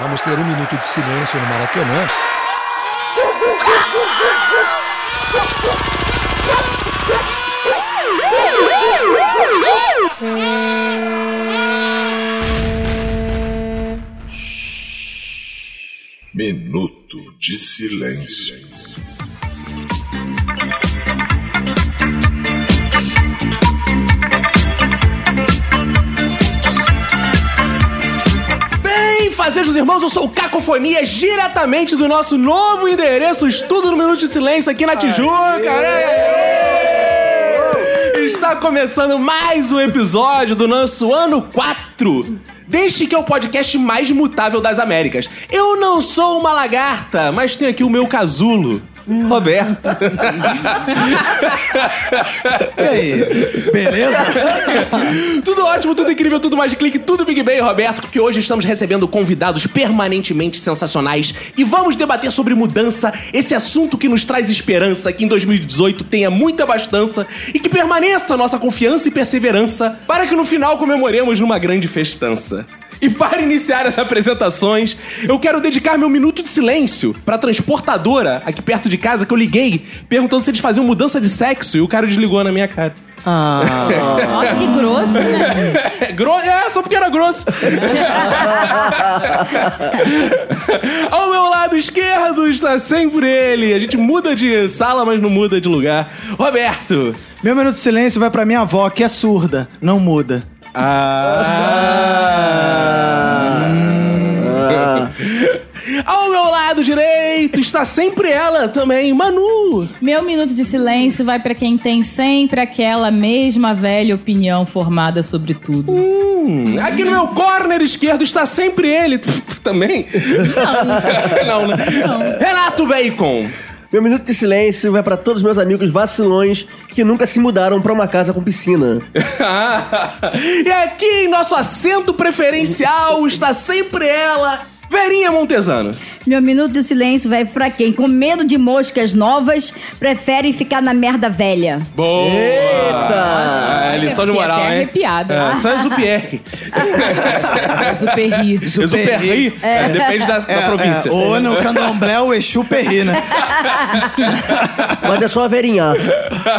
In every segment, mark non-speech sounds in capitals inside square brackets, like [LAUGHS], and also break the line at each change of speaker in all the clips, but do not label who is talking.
Vamos ter um minuto de silêncio no Maracanã.
Minuto de silêncio.
Bem, fazejos irmãos, eu sou o Cacofonias, diretamente do nosso novo endereço, Estudo no Minuto de Silêncio, aqui na Tijuca. Aê! Está começando mais um episódio do nosso ano 4. Deste que é o podcast mais mutável das Américas. Eu não sou uma lagarta, mas tenho aqui o meu casulo, Roberto.
E aí, beleza?
[LAUGHS] tudo ótimo, tudo incrível, tudo mais de clique, tudo Big Bang, Roberto, porque hoje estamos recebendo convidados permanentemente sensacionais e vamos debater sobre mudança, esse assunto que nos traz esperança, que em 2018 tenha muita abastança e que permaneça nossa confiança e perseverança para que no final comemoremos numa grande festança. E para iniciar as apresentações, eu quero dedicar meu minuto de silêncio pra transportadora aqui perto de casa que eu liguei perguntando se eles faziam mudança de sexo e o cara desligou na minha cara. [LAUGHS] Ah.
Nossa, que grosso, né?
É, gro- é, só porque era grosso. [LAUGHS] Ao meu lado esquerdo está sempre ele. A gente muda de sala, mas não muda de lugar. Roberto.
Meu minuto de silêncio vai pra minha avó, que é surda, não muda.
Ah. Ao meu lado direito está sempre ela também, Manu.
Meu minuto de silêncio vai pra quem tem sempre aquela mesma velha opinião formada sobre
Hum.
tudo.
Aqui no meu corner esquerdo está sempre ele. [LAUGHS] Também? Não, né? Renato Bacon.
Meu minuto de silêncio vai pra todos meus amigos vacilões que nunca se mudaram pra uma casa com piscina.
e aqui em nosso assento preferencial está sempre ela, Verinha Montesano.
Meu minuto de silêncio vai pra quem, com medo de moscas novas, prefere ficar na merda velha.
Boa! Eita! lição Ah,
olha,
de
fiquei
moral,
até
hein?
arrepiada.
É, Saint-Exupéry.
Super
[LAUGHS]
ri.
Exupéry. É, depende da, da província.
É, ou no candomblé, o Exu Perri, né?
Mas é só a verinha.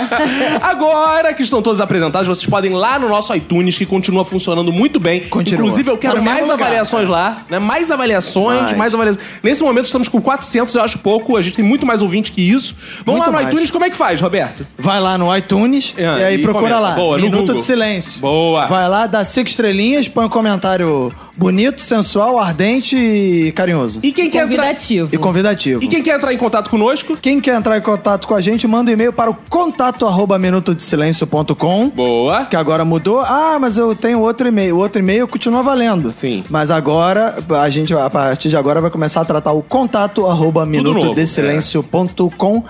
[LAUGHS] Agora que estão todos apresentados, vocês podem ir lá no nosso iTunes, que continua funcionando muito bem.
Continua.
Inclusive, eu quero
Tá no mesmo
mais
lugar.
avaliações lá, né? Mais avaliações,
Mais.
mais avaliações. Nesse momento estamos com 400, eu acho pouco. A gente tem muito mais ouvinte que isso. Vamos
Muito
lá no
mais.
iTunes, como é que faz, Roberto?
Vai lá no iTunes
É,
e aí
e
procura
comenta.
lá.
Boa, no
Minuto
Google.
de silêncio.
Boa.
Vai lá, dá cinco estrelinhas, põe um comentário bonito, sensual, ardente e carinhoso.
E quem quer entrar...
Convidativo.
E convidativo.
E quem quer entrar em contato conosco?
Quem quer entrar em contato com a gente, manda um e-mail para o contato arroba minutodesilencio.com.
Boa.
Que agora mudou. Ah, mas eu tenho outro e-mail. O outro e-mail continua valendo.
Sim.
Mas agora, a gente, a partir de agora, vai começar a tratar o contato arroba minutodesilencio.com.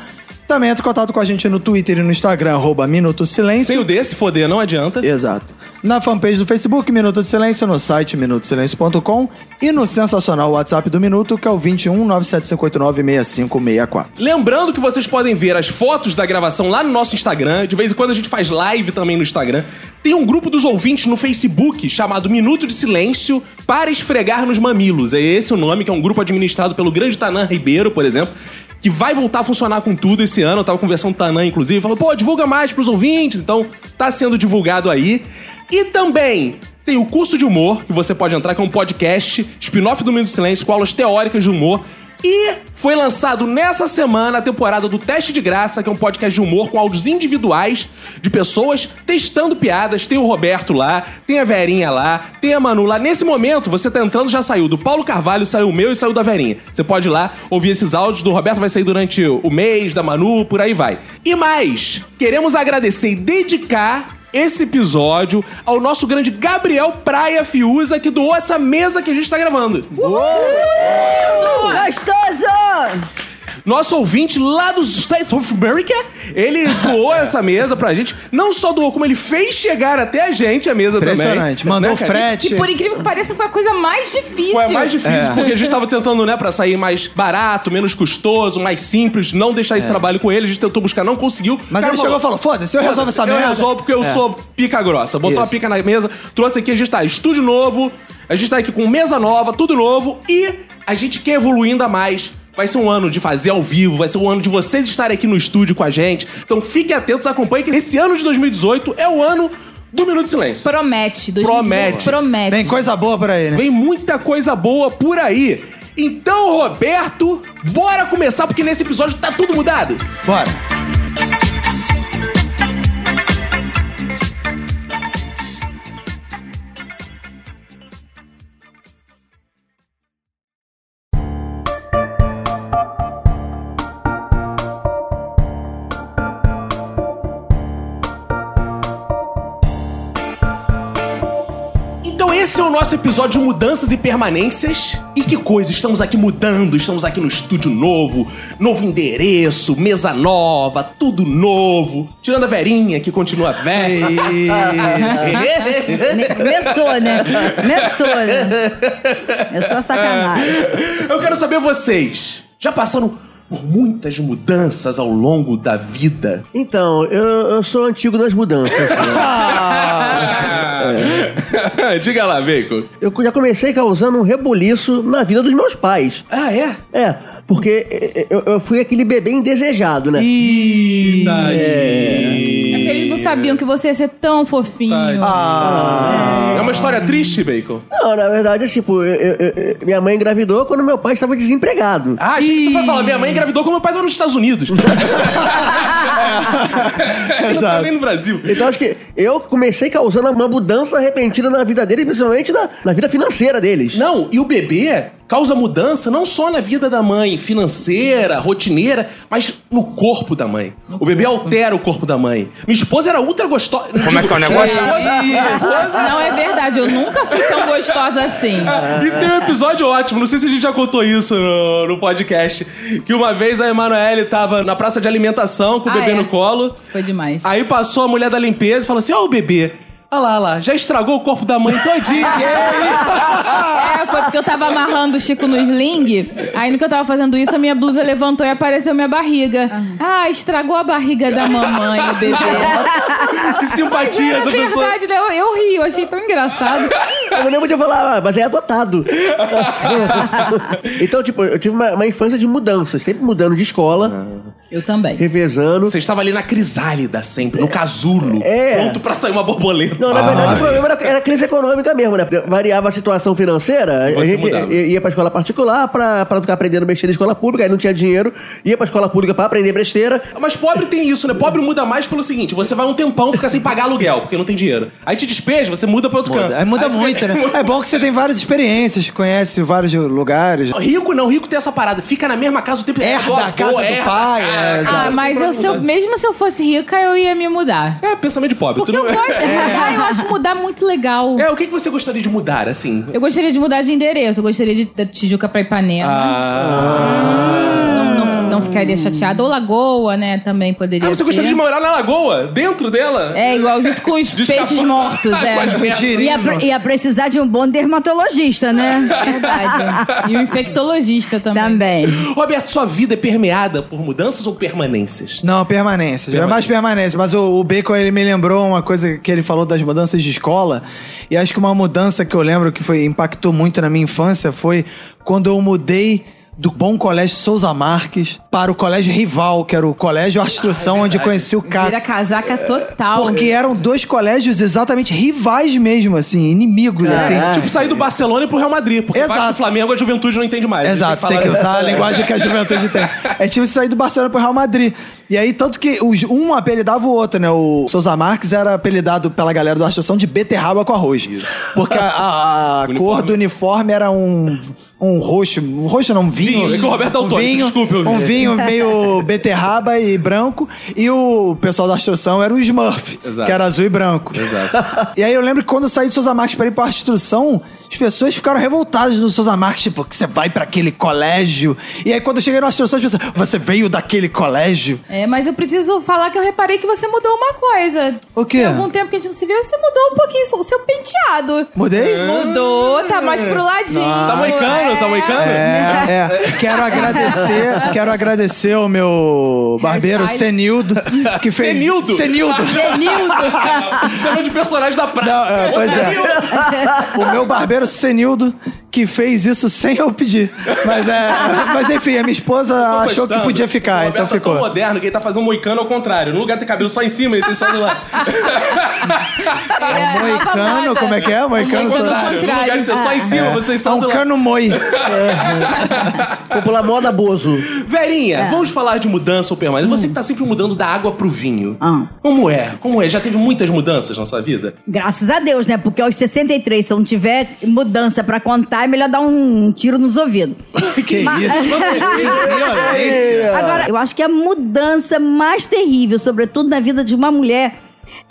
Também entra em contato com a gente no Twitter e no Instagram, arroba Minuto Silêncio.
Sem o D, se foder, não adianta.
Exato. Na fanpage do Facebook, Minuto de Silêncio, no site minutosilêncio.com e no sensacional WhatsApp do Minuto, que é o 21 97589 6564.
Lembrando que vocês podem ver as fotos da gravação lá no nosso Instagram. De vez em quando a gente faz live também no Instagram. Tem um grupo dos ouvintes no Facebook chamado Minuto de Silêncio para esfregar nos mamilos. É esse o nome, que é um grupo administrado pelo grande Tanã Ribeiro, por exemplo. Que vai voltar a funcionar com tudo esse ano. Eu tava conversando com o Tanã, inclusive, falou: pô, divulga mais pros ouvintes. Então, tá sendo divulgado aí. E também tem o curso de humor, que você pode entrar, que é um podcast, spin-off do Minuto de Silêncio, com aulas teóricas de humor. E foi lançado nessa semana a temporada do Teste de Graça, que é um podcast de humor com áudios individuais de pessoas testando piadas. Tem o Roberto lá, tem a Verinha lá, tem a Manu lá. Nesse momento, você tá entrando, já saiu do Paulo Carvalho, saiu o meu e saiu da Verinha. Você pode ir lá ouvir esses áudios do Roberto, vai sair durante o mês, da Manu, por aí vai. E mais, queremos agradecer e dedicar esse episódio ao nosso grande Gabriel Praia Fiuza, que doou essa mesa que a gente tá gravando.
Gostoso!
Nosso ouvinte lá dos States of America, ele
[LAUGHS]
doou essa mesa pra gente. Não só doou, como ele fez chegar até a gente a mesa também.
Impressionante. Mandou
Né, cara?
frete.
Que por incrível que pareça, foi a coisa mais difícil.
Foi mais difícil,
É.
porque a gente tava tentando, né, pra sair mais barato, menos custoso, mais simples, não deixar esse trabalho com ele. A gente tentou buscar, não conseguiu.
É.
O
Mas
cara
ele chegou e falou: foda-se, eu resolvo essa
eu
merda.
resolvo porque eu
É.
sou pica grossa. Botou
Isso.
a pica na mesa, trouxe aqui, a gente tá estúdio novo, A gente tá aqui com mesa nova, tudo novo e a gente quer evoluir ainda mais. Vai ser um ano de fazer ao vivo, vai ser um ano de vocês estarem aqui no estúdio com a gente. Então fiquem atentos, acompanhem que esse ano de 2018 é o ano do Minuto de Silêncio.
Promete. 2018
Promete.
Promete.
Tem coisa boa por aí, né?
Vem muita coisa boa por aí. Então, Roberto, bora começar, porque nesse episódio tá tudo mudado.
Bora.
Então esse é o nosso episódio de Mudanças e Permanências. E que coisa, estamos aqui mudando, estamos aqui no estúdio novo, novo endereço, mesa nova, tudo novo. Tirando a Verinha, que continua velha.
Nem Começou, né? Começou, né? Começou a sacanagem.
[LAUGHS] Eu quero saber vocês, já passaram por muitas mudanças ao longo da vida?
Então, eu, eu sou antigo nas mudanças. né?
[LAUGHS] Diga lá, Bacon.
Eu já comecei causando um reboliço na vida dos meus pais.
Ah, é?
É, porque é, é, eu, eu fui aquele bebê indesejado, né?
Eles não sabiam É que você ia ser tão fofinho.
É uma história triste, Bacon?
Não, na verdade, assim, pô, eu- eu- eu- minha mãe engravidou quando meu pai estava desempregado.
Ah, achei que tu vai falar, minha mãe engravidou quando meu pai estava nos Estados [LAUGHS] Unidos. Eu
Exato.
também no Brasil.
Então acho que eu comecei causando uma mudança repentina na vida deles, principalmente na, na vida financeira deles.
Não, e o bebê causa mudança não só na vida da mãe, financeira, rotineira, mas no corpo da mãe. O bebê altera o corpo da mãe. Minha esposa era ultra gostosa. Como é que é o negócio?
Não, é verdade. Eu nunca fui tão gostosa assim.
E tem um episódio ótimo, não sei se a gente já contou isso no, no podcast, que uma vez a Emanuele tava na praça de alimentação com o
Ah,
bebê
é.
no colo.
Isso foi demais.
Aí passou a mulher da limpeza e falou assim: Ó, o bebê. Olha lá, olha lá, já estragou o corpo da mãe todinho.
[LAUGHS] É, foi porque eu tava amarrando o Chico no sling. Aí no que eu tava fazendo isso, a minha blusa levantou e apareceu minha barriga. Ah, estragou a barriga da mamãe, o
[LAUGHS]
bebê.
que simpatia
Mas
essa
é
pessoa.
verdade, né? Eu, eu ri, eu achei tão engraçado.
Eu não lembro de eu falar, ah, mas é [LAUGHS] adotado. então, tipo, eu tive uma, uma infância de mudanças, sempre mudando de escola,
Eu também.
revezando.
Você estava ali na crisálida sempre, no casulo,
É.
pronto pra sair uma borboleta.
Não, na verdade o problema era, era crise econômica mesmo, né? Variava a situação financeira, a
Você
gente
mudava.
i- ia pra escola particular pra, pra ficar aprendendo besteira em escola pública, aí não tinha dinheiro, ia pra escola pública pra aprender besteira.
Mas pobre tem isso, né? Pobre muda mais pelo seguinte: você vai um tempão fica sem pagar aluguel, porque não tem dinheiro. Aí te despeja, você muda pra outro canto.
Muda, Aí muda
Aí fica- tipo-
muito, né? É bom que você tem várias experiências, conhece vários lugares.
Rico não, rico tem essa parada. Fica na mesma casa o tempo
Herda
Do
a
avô,
casa do
herda.
pai, é,
Ah,
exato.
Ah, mas eu, se eu- mesmo se eu fosse rica, eu ia me mudar.
É pensamento de pobre.
Porque
tu
eu
não-
gosto de mudar, eu acho mudar muito legal.
É, o que que você gostaria de mudar, assim?
Eu gostaria de mudar de endereço, eu gostaria de da Tijuca pra
Ah.
Ipanema.
Ah,
Não, não, não ficaria chateada. Ou Lagoa, né? Também poderia.
Ah, você
ser.
gostaria de morar na lagoa? Dentro dela?
É, igual junto com os
Descapar-
peixes
[LAUGHS]
mortos,
Com as
é.
merdas.
Ia, pre- ia precisar de um bom dermatologista, né?
Verdade. E o infectologista também.
Também.
Roberto, sua vida é permeada por mudanças ou permanências?
Não, permanência. Já é mais permanência. Mas o, o Bacon, ele me lembrou uma coisa que ele falou das mudanças de escola. E acho que uma mudança que eu lembro que foi, impactou muito na minha infância foi quando eu mudei do bom colégio Souza Marques para o colégio rival, que era o
Ah,
colégio
é
Arstrução, onde conheci o Caco.
Vira casaca total.
Porque eram dois colégios exatamente rivais mesmo, assim, inimigos, assim. Tipo,
Tipo, sair do Barcelona e pro Real Madrid. Porque
Exato.
Exato. do Flamengo a juventude não entende mais.
Exato, tem que
falar-
usar a linguagem que a juventude tem. É tipo sair do Barcelona pro Real Madrid. E aí, tanto que os- um apelidava o outro, né? O Souza Marques era apelidado pela galera do Archação de beterraba com arroz. Porque a, a- a cor do uniforme era um, um roxo. Um roxo não, um vinho.
Vinho, é que o Roberto é
um
daltônico,
vinho,
desculpa, eu-
Um vinho [LAUGHS] meio beterraba e branco. E o pessoal da Archação era o Smurf,
Exato.
que era azul e branco.
Exato.
E aí eu lembro que quando eu saí de Souza Marques pra ir pra instrução, as pessoas ficaram revoltadas no Souza Marques, tipo, que você vai pra aquele colégio. E aí quando eu cheguei na instrução, as pessoas, você veio daquele colégio?
É, mas eu preciso falar que eu reparei que você mudou uma coisa.
O quê?
Tem algum tempo que a gente não se viu, você mudou um pouquinho o seu penteado. É.
Mudei?
Mudou, tá mais pro ladinho.
Tá moicano, tá moicano?
É, é. Quero agradecer, quero agradecer o meu barbeiro
Hairstyle.
Senildo, que fez...
Senildo? [LAUGHS] Ah,
Senildo.
Senildo! Você é nome de personagem da praça.
Não, é, pois é. [LAUGHS] O meu barbeiro brasileiro senildo que fez isso sem eu pedir. Mas, é, mas enfim, a minha esposa achou que podia ficar, então
É tão
ficou.
moderno que ele tá fazendo um moicano ao contrário. No lugar tem cabelo só em cima, ele tem só do lado.
Ele é a nova
moicano,
moda.
como é que é?
O
Moicano
moicano ao
contrário. No lugar
contrário.
que tem só em cima, você tem
É
só
um
do É. lado.
cano moi.
Popular moda bozo.
Verinha,
É.
vamos falar de mudança ou permanência. Você que tá sempre mudando da água pro vinho.
Ah.
Como é? Como é? Já teve muitas mudanças na sua vida?
Graças a Deus, né? Porque aos 63, se não tiver mudança pra contar, é melhor dar um tiro nos ouvidos.
[LAUGHS] Que
Mas- [LAUGHS]
isso?
Agora, eu acho que a mudança mais terrível, sobretudo na vida de uma mulher,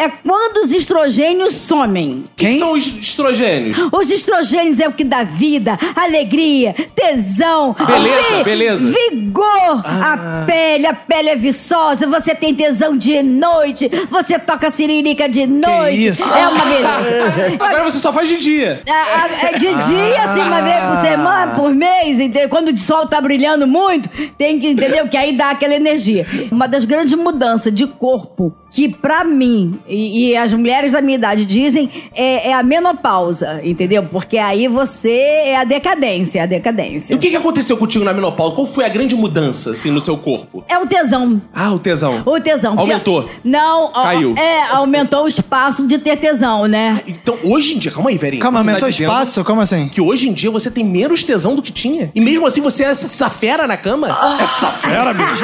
é quando os estrogênios somem.
Quem
[LAUGHS] Quem?
são os estrogênios?
Os estrogênios é o que dá vida, alegria, tesão,
Beleza, beleza.
vigor. A pele, a pele é viçosa, você tem tesão de noite, você toca siririca de noite.
isso?
É uma beleza.
Agora você só faz de dia.
É, é- é de
Ah.
dia, assim, uma vez por semana, por mês, entendeu? Quando o sol tá brilhando muito, tem que, entendeu? Que aí dá aquela energia. Uma das grandes mudanças de corpo que, pra mim, e, e as mulheres da minha idade dizem, é, é a menopausa, entendeu? Porque aí você é a decadência, a
E o
decadência.
que, que aconteceu contigo na menopausa? Qual foi a grande mudança, assim, no seu corpo?
É o tesão.
Ah, o tesão.
O tesão. Porque-
Aumentou.
Não, ó,
Caiu.
É, aumentou o espaço de ter tesão, né?
Então, hoje em dia... Calma aí, Verinha.
Calma,
Você tá
aumentou o
dizendo
espaço? Como assim?
Que hoje em dia você tem menos tesão do que tinha. E mesmo assim você é essa, essa fera na cama?
Ah. Essa fera, bicho.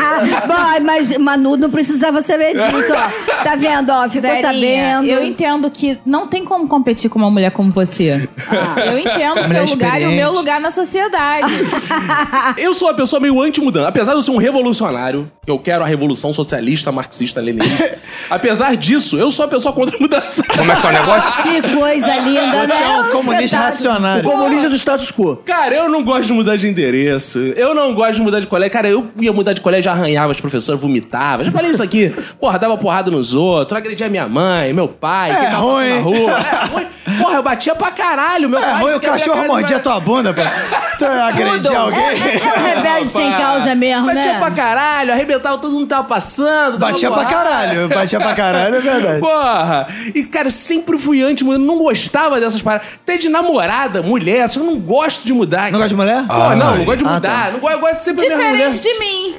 Vai, Ah, mas Manu não precisava saber disso, ó. Tá vendo, ó? Ficou
Verinha,
sabendo.
Eu entendo que não tem como competir com uma mulher como você. Eu entendo o seu
Mulher
lugar e o meu
experiente.
lugar na
[LAUGHS]
sociedade.
[LAUGHS] Eu sou uma pessoa meio anti-mudança. Apesar de eu ser um revolucionário, eu quero a revolução socialista,
[LAUGHS]
marxista, leninista. apesar disso, eu sou uma pessoa contra a mudança.
Como é que é o negócio?
Que coisa linda,
Você
né?
é um comunista
espetáculo.
O
racionário.
comunista do status quo.
[LAUGHS] Cara, eu não gosto de mudar de endereço. Eu não gosto de mudar de colégio. Cara, eu ia mudar de colégio, arranhava as professoras, vomitava. Já falei isso aqui. Porra, dava porrada nos outros, agredia minha mãe, meu pai. quem tava
ruim.
passando Na rua. É ruim. Porra, eu batia pra caralho. Meu
É
pai
ruim, o
batia na
cachorro
cara de
mordia
bar-
tua bunda, pô. Tu agredir alguém?
É, é um rebelde sem
Opa.
causa mesmo,
batia
né?
pra caralho, arrebentava todo mundo que tava passando. dava
Batia pra
porrada.
caralho, batia pra caralho, é verdade.
Porra! E, cara, sempre fui anti eu não gostava dessas paradas. Até de namorada, mulher, assim, eu não gosto de mudar.
Não gosta de mulher?
Pô, não, não gosto de
Ah,
mudar.
tá.
Não gosto, eu gosto de sempre da mesma mulher.
Diferente de mim.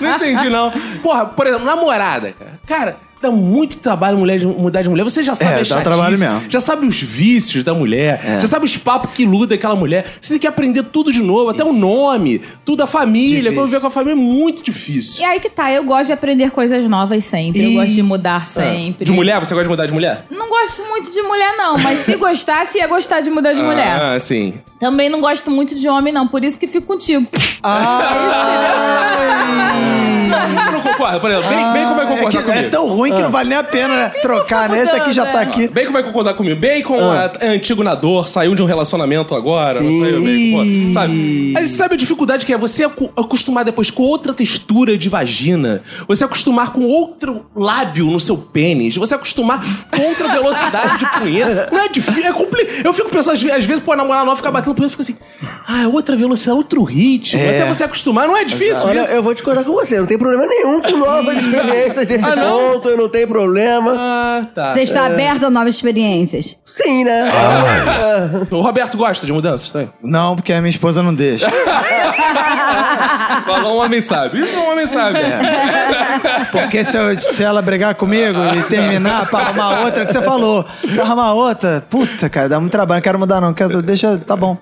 Não entendi, não. Porra, por exemplo, namorada, cara. Cara, dá muito trabalho mulher de- mudar de mulher. Você já sabe
É,
as
dá
chatices,
trabalho mesmo.
Já sabe os vícios da mulher.
É.
Já sabe os papos que iludem aquela mulher. Você tem que aprender tudo de novo, até o nome, tudo a família.
Difícil.
Conviver com a família é muito difícil.
E aí que tá, eu gosto de aprender coisas novas sempre. Eu gosto de
ah.
mudar sempre.
De mulher? Você gosta de mudar de mulher?
Não gosto muito de mulher, não. Mas se gostasse, ia gostar de mudar de mulher.
Ah,
[LAUGHS]
sim.
Também não gosto muito de homem, não. Por isso que fico contigo.
Você não concorda? Por exemplo, bem, Bacon vai
É,
concordar
que é
comigo.
tão ruim que não vale nem a pena né? trocar, né? Esse aqui já tá
mudando,
aqui.
Bacon vai concordar comigo. Bacon
Ah.
é é antigo nadador, saiu de um relacionamento agora, não
Sim.
saiu, Bacon? Pô, sabe? Aí sabe a dificuldade que é você acu- acostumar depois com outra textura de vagina, você acostumar com outro lábio no seu pênis, você acostumar com outra velocidade de punheta. Não é difícil, é complicado. Eu fico pensando, às ve- às vezes, pô, a namorada nova fica batendo punheta, fica assim, ah, é outra velocidade, outro ritmo.
É.
Até você acostumar, não é difícil
Olha,
isso.
eu vou discordar com você. Não tem problema nenhum com [LAUGHS] novas experiências desse
Ah, não?
ponto. Eu não tenho problema.
Ah, tá.
Você
É.
está aberto a novas experiências?
Sim, né?
O Roberto gosta de mudanças também?
Não, porque a minha esposa não deixa.
Falou um homem sábio. Isso é um homem sábio.
Porque se, eu- se ela brigar comigo e terminar pra arrumar outra, que você falou, pra arrumar outra, puta, cara, dá muito trabalho, não quero mudar não, quero, deixa, tá bom.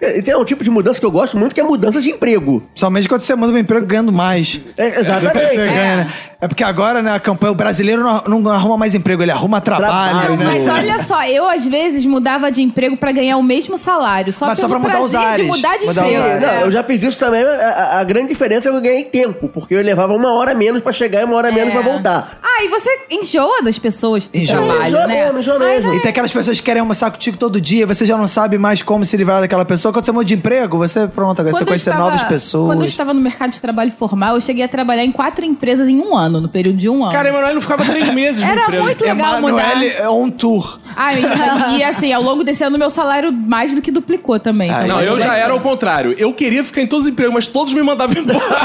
E tem um tipo de mudança que eu gosto muito, que é mudança de emprego.
Somente quando você muda pro emprego ganhando mais.
É,
Você
exatamente.
ganha, né? É porque agora, né, a campanha, o brasileiro não, não arruma mais emprego, ele arruma trabalho,
Trabalho,
né?
Mas olha só, eu às vezes mudava de emprego pra ganhar o mesmo salário. Só
Mas só
pelo
pra mudar os
prazer de
ares.
mudar de
Mudar os
emprego.
ares.
Não, eu já fiz isso também, mas a, a- a grande diferença é que eu ganhei tempo, porque eu levava uma hora menos pra chegar e uma hora menos pra voltar.
Ah, e você enjoa das pessoas do
Enjoa.
trabalho,
Enjoa
né?
mesmo, enjoa
Ai,
mesmo.
vai-
E tem aquelas pessoas que querem almoçar contigo todo dia, você já não sabe mais como se livrar daquela pessoa. Quando você muda de emprego, você, pronto, agora
Quando
você
eu
conhece
estava-
novas
Quando eu
pessoas.
estava no mercado de trabalho formal, eu cheguei a trabalhar em quatro empresas em um ano, no período de um ano.
Cara, Emanuel não ficava três meses no
Era
emprego.
muito legal mudar.
Emanuele é on tour.
Ah, e, e assim, ao longo desse ano, meu salário mais do que duplicou também.
Ah,
então,
Não, eu
assim,
já era o contrário. Eu queria ficar em todos os empregos, mas todos me mandavam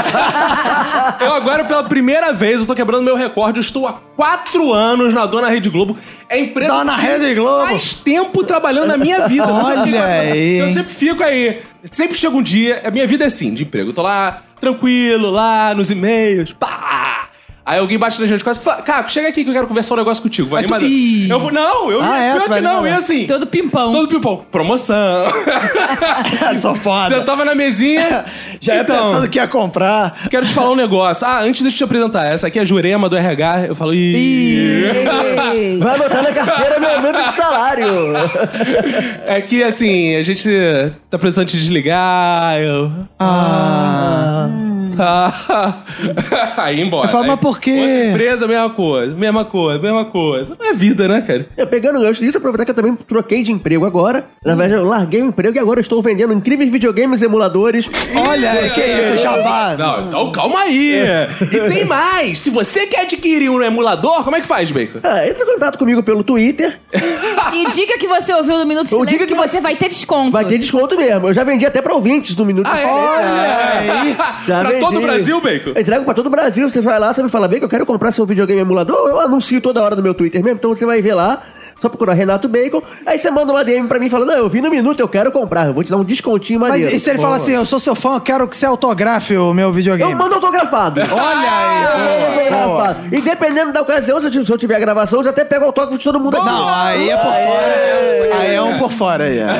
[LAUGHS]
embora. eu agora, pela primeira vez, eu tô quebrando meu recorde. Eu estou há quatro anos na Dona Rede Globo. É a empresa
Dona
que
Rede Globo.
mais tempo trabalhando na minha vida.
Olha
Eu fiquei quatro anos.
aí.
Eu sempre fico aí. Sempre chega um dia... A minha vida é assim, de emprego. Eu tô lá, tranquilo, lá, nos e-mails. Pá! Aí alguém bate na gente quase fala, Caco, chega aqui que eu quero conversar um negócio contigo. Vai
Aí tu-
animada.
Ih.
Eu vou, não, eu ia-
Ah, é?
pior
Tu
que
vai
não,
animada.
e assim.
Todo
Então,
pimpão.
Todo pimpão. Promoção.
[LAUGHS] Sou É foda.
[LAUGHS] Sentava na mesinha.
[LAUGHS] Já é
então,
ia pensando que ia comprar.
Quero te falar um negócio. Ah, antes de eu te apresentar, essa aqui é a Jurema do RH. Eu falo, ih.
Ei,
Vai botar na carteira meu aumento de salário.
[LAUGHS]
[LAUGHS]
É que assim, a gente tá precisando te desligar. Eu.
Ah.
Tá. [LAUGHS] Aí embora.
Eu falo,
Aí,
mas por quê?
outra empresa, mesma coisa, mesma coisa, mesma coisa. É vida, né, cara?
Eu pegando o gancho disso, aproveitar que eu também troquei de emprego agora. Na verdade, eu larguei o emprego e agora eu estou vendendo incríveis videogames e emuladores.
Olha aí, que isso, é jabá.
Não, então calma aí. E tem mais. Se você quer adquirir um emulador, como é que faz, Bacon?
Ah, entra em contato comigo pelo Twitter.
E diga que você ouviu no Minuto
Ou
Silêncio
diga
que,
que
você
você-
vai ter desconto.
Vai ter desconto mesmo. Eu já vendi até pra ouvintes do Minuto
Ah,
de
é?
Silêncio.
Olha aí.
Já
Pra
vendi.
todo o Brasil, Bacon?
Eu entrego pra todo o Brasil. Você vai lá, você me fala, Bacon, eu quero comprar seu videogame emulador. Eu anuncio toda hora no meu Twitter mesmo, então você vai ver lá. Só procurar Renato Bacon. Aí você manda uma DM pra mim falando, não, eu vi no Minuto, eu quero comprar. Eu vou te dar um descontinho
Mas
maneiro.
e se ele fala assim, eu sou seu fã, eu quero que você autografe o meu
Eu
videogame?
mando autografado. Ah, é
Olha aí, boa, boa.
Autografado. E dependendo da ocasião, se eu, se eu tiver gravação, eu já até pego o autógrafo de todo mundo aqui.
Não, aí é por fora. Aí é um por fora aí. é.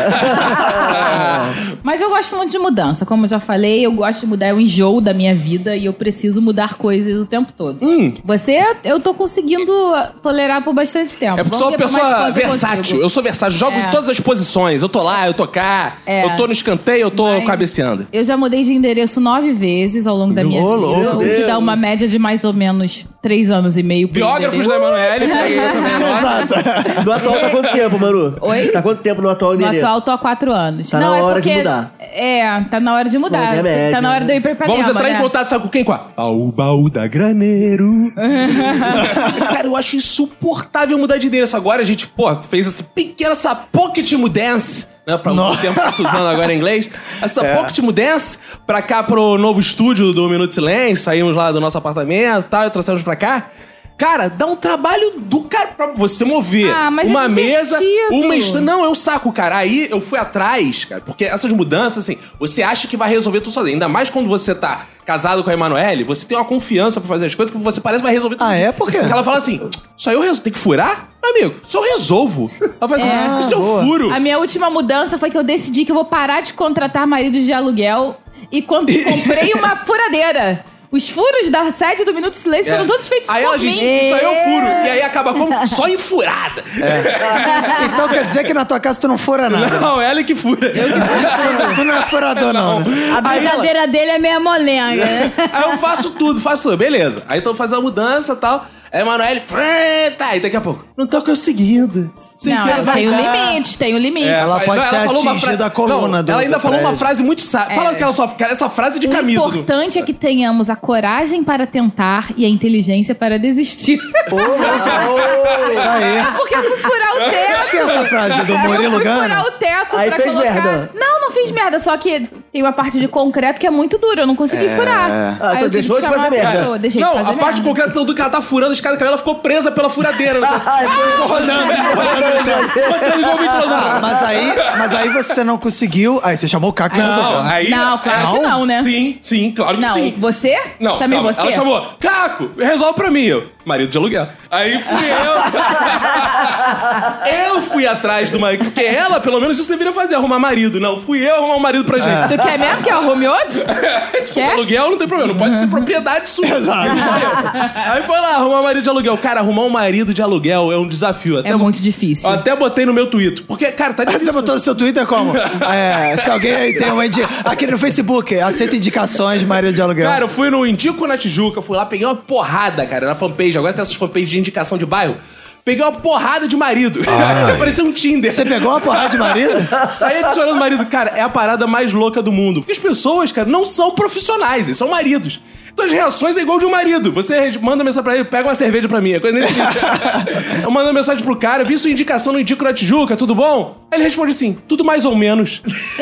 Mas eu gosto muito de mudança. Como eu já falei, eu gosto de mudar. Eu enjoo da minha vida e eu preciso mudar coisas o tempo todo. Você, eu tô conseguindo tolerar por bastante tempo.
É porque
Vamos
sou uma
ver por mais
pessoa
quanto eu
versátil.
consigo.
Eu sou versátil, jogo
É.
em todas as posições. Eu tô lá, eu tô cá,
É.
eu tô no escanteio, eu tô
Mas-
cabeceando.
Eu já mudei de endereço nove vezes ao longo da minha
Ô,
vida.
louco,
o que dá uma média de mais ou menos três anos e meio. por
Biógrafos né,
endereço.
da Emanuele, peguei eu
[LAUGHS]
também.
[LAUGHS] Exato.
No atual tá quanto tempo, Manu?
Oi?
Tá quanto tempo no atual
No
endereço?
atual, tô há quatro anos.
Tá na hora de mudar.
É, tá na hora de mudar.
Não, é média,
tá na hora de eu ir pra Ipanema,
Vamos entrar
né?
em contato, sabe com quem? Com a Baú Baú da Graneiro. [LAUGHS] Cara, eu acho insuportável mudar de endereço. Agora a gente, pô, fez essa pequena, essa pocket mudança. Né, pra o tempo que tá se usando agora em inglês. Essa pocket mudança pra cá, pro novo estúdio do Minuto de Silêncio. Saímos lá do nosso apartamento e tal, e trouxemos pra cá. Cara, dá um trabalho do cara pra você mover
Ah, mas é
uma mesa,
divertido.
uma estante. Não, é um saco, cara. Aí eu fui atrás, cara, porque essas mudanças, assim, você acha que vai resolver tudo sozinho. Ainda mais quando você tá casado com a Emanuele, você tem uma confiança pra fazer as coisas que você parece que vai resolver tudo.
Ah, é? Por quê?
Porque ela fala assim: só eu resolvo. Tem que furar? Amigo, só eu resolvo. Ela faz assim:
É.
isso eu
Boa.
furo.
A minha última mudança foi que eu decidi que eu vou parar de contratar maridos de aluguel e
[LAUGHS]
quando comprei uma furadeira. Os furos da sede do Minuto de Silêncio
É.
foram todos feitos
aí
por
ela
mim.
diz, isso aí eu furo. E aí acaba
[LAUGHS]
como? Só em furada.
[LAUGHS] É, Então quer dizer que na tua casa tu não fura nada.
[LAUGHS] Não, ela é que fura.
Tu, tu não é furador, não. né?
A
Aí ela-
brincadeira dele é meia molenga,
[LAUGHS]
né?
Aí eu faço tudo, faço tudo. Beleza. Aí então faz a mudança e tal. Aí a Manoel, tá, e daqui a pouco, não tô conseguindo. Sem
Não,
querer,
eu
vai
tenho
dar.
limite, tenho limite.
É,
Ela
aí,
pode
não,
ter
falou uma
atingido
fra-
a coluna
Não,
do-
Ela ainda
do
falou uma
prédio.
frase muito sábia. Fala
É.
aquela sua, cara, essa frase de
O
camisa. do-
importante é que tenhamos a coragem para tentar e a inteligência para desistir. [LAUGHS]
Isso aí.
Porque eu fui furar o teto.
Acho que é essa frase do Murilo
eu fui
Gano.
furar o teto
Aí
pra
fez
colocar.
merda.
Não, não fiz merda, só que tem uma parte de concreto que é muito dura, eu não consegui furar.
Ah, então
eu tive
deixou
que
de
chamar
fazer
a pessoa,
merda.
Deixei
não,
de fazer
a parte
merda.
concreta do que ela tá furando a escada de cabelo, ela ficou presa pela furadeira. Ela tá- ficou rodando, rodando igual um
Ah,
ventilador.
mas aí, mas aí você não conseguiu. Aí você chamou o Caco e resolveu.
Não, aí...
Não, claro que não, né?
Sim, sim, claro que
Não,
sim.
você?
Não,
Chamei
calma.
você?
ela chamou, Caco, resolve pra mim. Eu, marido de aluguel. Aí fui eu. eu fui atrás do marido, porque ela, pelo menos, isso deveria fazer, arrumar marido. Não, fui eu arrumar um marido pra gente.
Tu quer mesmo que eu
[LAUGHS]
arrume outro?
Se for
Quer? Uhum.
aluguel, não tem problema, não pode ser propriedade sua.
Exato.
É só eu. Aí foi lá, arrumar marido de aluguel. Cara, arrumar um marido de aluguel é um desafio. Até,
É muito difícil.
eu até botei no meu Twitter. Porque, cara, tá
Você
difícil.
botou no seu Twitter [LAUGHS] como? É, se alguém aí tem um indi... Aqui no Facebook, aceita indicações, Maria de Aluguel.
Cara, eu fui no Indico na Tijuca, fui lá, peguei uma porrada, cara, na fanpage. Agora tem essas fanpages de indicação de bairro. Peguei uma porrada de marido. [LAUGHS] Parecia um Tinder.
Você pegou uma porrada
[LAUGHS]
de marido?
Saí adicionando marido. Cara, é a parada mais louca do mundo. Porque as pessoas, cara, não são profissionais, eles são maridos. Tuas reações é igual de um marido. Você manda mensagem pra ele, pega uma cerveja pra mim. É coisa nesse nível. Eu mando mensagem pro cara, vi sua indicação no Indico na Tijuca, tudo bom? Aí ele responde assim, tudo mais ou menos. [LAUGHS]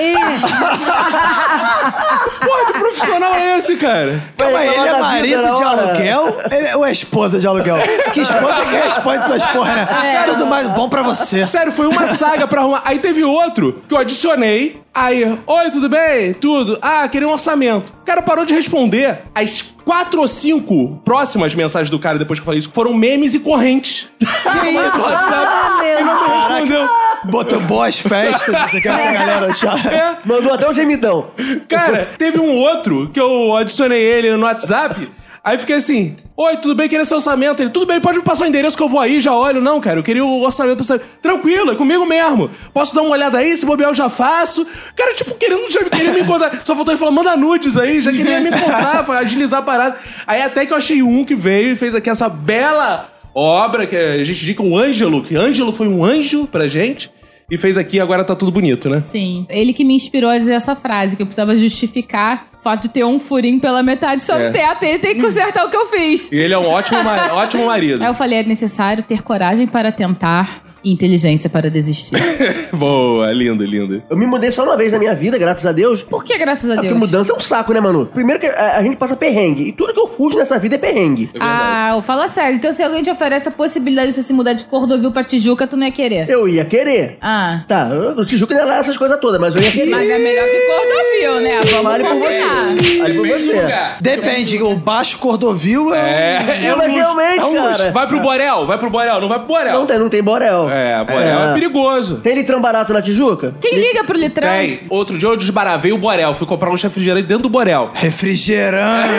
Porra, que profissional é esse, cara?
Calma aí, ele é
Fala da vida na
marido de
hora.
aluguel Ele- ou é esposa de aluguel? Que esposa que responde essas porra, né? Tudo mais bom pra você.
Sério, foi uma saga pra arrumar. Aí teve outro que eu adicionei. Aí, oi, tudo bem? Tudo. Ah, queria um orçamento. O cara parou de responder. As quatro ou cinco próximas mensagens do cara depois que eu falei isso foram memes e correntes. [LAUGHS]
Que
Do
isso?
WhatsApp. Ele não me respondeu.
Botou boas festas, você quer essa galera chata.
É.
Mandou até um gemidão.
Cara, teve um outro que eu adicionei ele no WhatsApp. Aí fiquei assim: Oi, tudo bem? Queria seu orçamento. Ele, tudo bem, pode me passar o endereço que eu vou aí, já olho. Não, cara, eu queria o orçamento pra saber. Tranquilo, é comigo mesmo. Posso dar uma olhada aí? Se bobear, eu já faço. Cara, tipo, querendo já queria me encontrar. Só faltou ele falar: manda nudes aí, já queria me encontrar, fa- agilizar a parada. Aí até que eu achei um que veio e fez aqui essa bela obra que a gente diz que o Ângelo, que Ângelo foi um anjo pra gente. E fez aqui, agora tá tudo bonito, né?
Sim. Ele que me inspirou a dizer essa frase, que eu precisava justificar o fato de ter um furinho pela metade sobre
É.
o teto. Ele tem que consertar o que eu
[LAUGHS]
fiz.
E ele é um ótimo, ma- ótimo marido.
Aí eu falei, é necessário ter coragem para tentar e inteligência para desistir.
[LAUGHS] Boa, lindo, lindo.
Eu me mudei só uma vez na minha vida, graças a Deus.
Por que, graças a
Porque
Deus?
mudança é um saco, né, Manu? Primeiro que a, a gente passa perrengue. E tudo que eu fujo nessa vida é perrengue.
ah, fala sério. Então se alguém te oferece a possibilidade de você se mudar de Cordovil pra Tijuca, tu não ia querer.
Eu ia querer.
Ah.
Tá, eu- o Tijuca não era essas coisas todas, mas eu ia querer.
Mas é melhor que Cordovil, né? Vamos
Vale por você.
combinar.
Vale por você.
Depende, o baixo Cordovil é.
É, é
Não, mas
luxo.
realmente,
É um luxo.
cara.
Vai pro Borel, vai pro Borel, não vai pro Borel.
Não tem, não tem Borel.
É, Borel é, perigoso.
Tem litrão barato na Tijuca?
Quem liga pro Litrão?
Tem. Outro dia eu desbaravei o Borel, fui comprar um refrigerante dentro do
[LAUGHS]
Borel.
Refrigerante.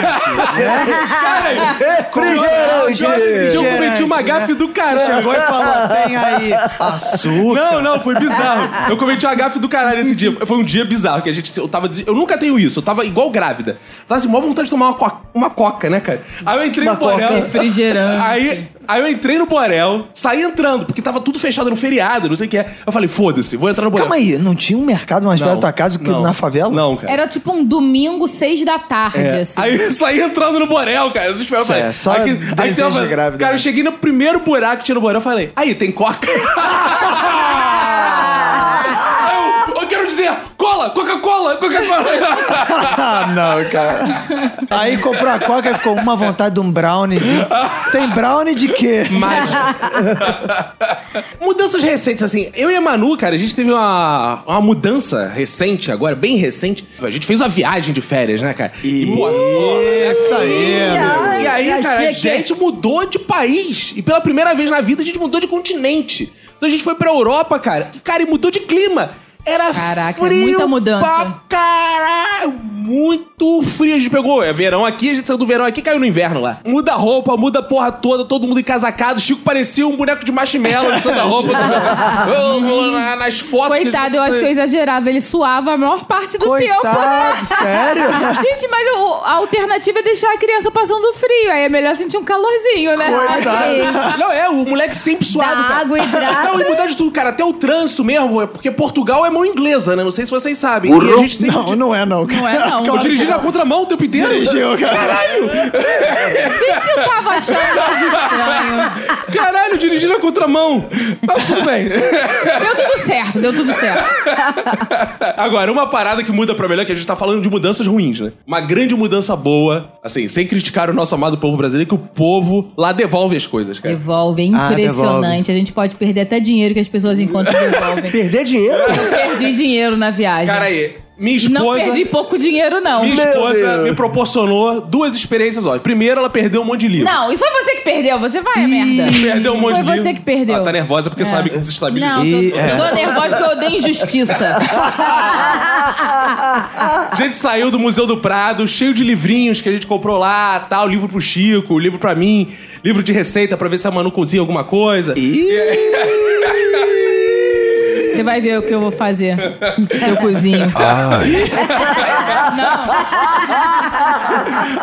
É Refrigerante! Eu cometi uma
Refrigerante,
gafe do
Você
caralho.
chegou e falou: tem aí açúcar.
Não, não, foi
[LAUGHS]
bizarro. Eu cometi uma gafe do caralho esse dia. Foi um dia bizarro que a gente. Eu tava. des- Eu nunca tenho isso. Eu tava igual grávida. Eu tava assim, mó vontade de tomar uma coca, uma coca né, cara? Aí eu entrei
Uma
no Borel.
coca.
[LAUGHS]
Refrigerante.
Aí, aí eu entrei no Borel, saí entrando, porque tava tudo fechado, era um feriado, não sei o que é. Eu falei, foda-se, vou entrar no Borel.
Calma aí, não tinha um mercado mais perto da tua casa que
não.
na favela?
Não, cara.
Era tipo um domingo, seis da tarde,
É.
assim.
Aí eu saí entrando no Borel, cara. Eu esperava,
Isso
falei,
é, só desejo de grávida.
Cara, eu cheguei no primeiro buraco que tinha no Borel, eu falei, aí, tem coca? Aí eu, eu quero dizer, cola, Coca-Cola, Coca-Cola.
Ah, [LAUGHS] não, cara. Aí comprou a coca e ficou uma vontade de um browniezinho. Tem brownie de quê?
Mas. [LAUGHS] Mudanças recentes, assim. Eu e a Manu, cara, a gente teve uma, uma mudança recente agora, bem recente. A gente fez uma viagem de férias, né, cara? E, pô,
Isso aí, meu.
E aí,
Ai,
cara, a
achei que-
gente mudou de país. E pela primeira vez na vida, a gente mudou de continente. Então a gente foi pra Europa, cara. E, cara, e mudou de clima. Era
Caraca, é
frio
muita mudança.
pra caralho. Muito frio. A gente pegou é verão aqui, a gente saiu do verão aqui e caiu no inverno lá. Muda a roupa, muda a porra toda, todo mundo encasacado. Chico parecia um boneco de marshmallow de tanta roupa. tanta coisa. Eu, na- Nas fotos. que tá a gente
Coitado, eu acho que eu exagerava. Ele suava a maior parte do tempo. [LAUGHS]
Coitado, sério?
Gente, mas o- a alternativa é deixar a criança passando frio. Aí é melhor sentir um calorzinho, né?
Não, é, o moleque sempre suado. cara.
água, hidrata.
[LAUGHS] Não, e mudar de tudo, cara. Até o trânsito mesmo, é porque Portugal é mão inglesa, né? Não sei se vocês sabem. E a gente sempre.
Não, não é não, cara.
Não é, não.
Eu dirigi na contramão o tempo inteiro.
Dirigiu, cara.
Caralho!
Bem que eu tava achando algo
[LAUGHS]
estranho.
Caralho, dirigi na contramão. Mas tudo bem.
Deu tudo certo, deu tudo certo.
[LAUGHS] Agora, uma parada que muda pra melhor, que a gente tá falando de mudanças ruins, né? Uma grande mudança boa, assim, sem criticar o nosso amado povo brasileiro, é que o povo lá devolve as coisas, cara.
Devolve, é impressionante. a gente pode perder até dinheiro que as pessoas enquanto devolvem.
Perder dinheiro?
Eu perdi dinheiro na viagem.
Cara, aí, minha esposa.
não perdi pouco dinheiro, não.
Minha
Meu
esposa
Deus.
me proporcionou duas experiências ótimas. Primeiro, ela perdeu um monte de livro.
Não, e foi você que perdeu. Você vai, a merda.
Perdeu um monte
Foi
de livro.
você que perdeu. É.
Ela tá nervosa porque sabe que desestabilizou.
Não,
E-
tô,
é.
tô nervosa porque eu odeio injustiça.
A gente saiu do Museu do Prado, cheio de livrinhos que a gente comprou lá, tal, livro pro Chico, livro pra mim, livro de receita pra ver se a Manu cozinha alguma coisa.
Você vai ver o que eu vou fazer. Seu cozinho.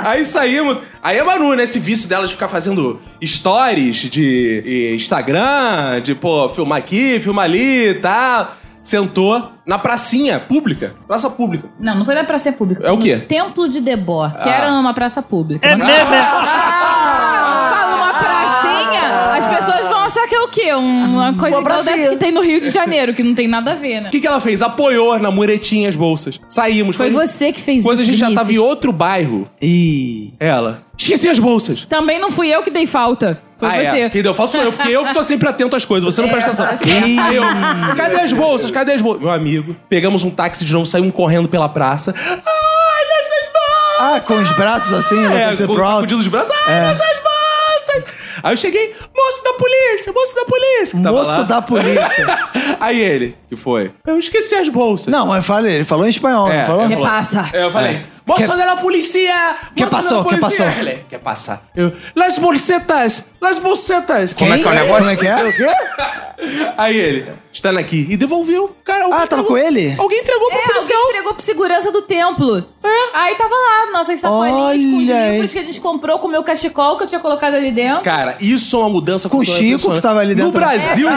Aí saímos. Aí a Manu, né? Esse vício dela de ficar fazendo stories de eh, Instagram, de, pô, filmar aqui, filmar ali e tal. sentou na pracinha pública. Praça pública.
Não, não foi na praça pública.
É o
No
quê? Ah.
Templo de Debó, que era uma praça pública.
É
Mas- Ah!
mesmo? é-
Fala uma pracinha, as pessoas vão achar que é o quê? Um- Uma coisa
Uma
igual
pracinha.
dessa que tem no Rio de Janeiro, que não tem nada a ver, né?
O que, que ela fez? Apoiou na muretinha as bolsas. Saímos.
Foi
Quando-
você que fez
Quando
isso,
a gente já tá tava em
Vinícius.
outro bairro,
Ih.
ela. Esqueci as bolsas.
Também não fui eu que dei falta. Foi
Ah,
você.
É. Quem deu falta sou eu, porque eu que tô sempre atento às coisas, você não
É,
presta atenção.
tá certo.
Aí eu, cadê as bolsas? Cadê as bolsas? Meu amigo, pegamos um táxi de novo, saímos correndo pela praça. Ai, nossas bolsas!
Ah, com os braços assim,
É,
enlouquecer
com
pro alto.
sacudido os braços. Ai,
É.
nossas bolsas! Aí eu cheguei, moço da polícia, moço da polícia. que tava
Moço
lá.
da polícia.
[LAUGHS] Aí ele, que foi? Eu esqueci as bolsas.
não, mas falei, ele falou em espanhol,
É,
não falou?
é.
Repassa.
É, eu falei,
É.
moço
Que-
da polícia!
Que
moço da
passou, que
polícia."
passou?
Ele, que passar? Eu, las bolsetas, las bolsetas.
Como é que é o negócio?
Como é que é?
Aí ele, estando aqui. E devolveu. Cara, alguém
Ah, tava com ele?
Alguém entregou pro
É, alguém
policial.
entregou pro segurança do templo. Aí tava lá, nossas sacolinhas com os
Olha aí.
livros que a gente comprou, com o meu cachecol que eu tinha colocado ali dentro.
Cara, isso é uma mudança
Com o
cultural
Chico,
impressionante.
que tava ali
No
dentro. [LAUGHS]
Brasil,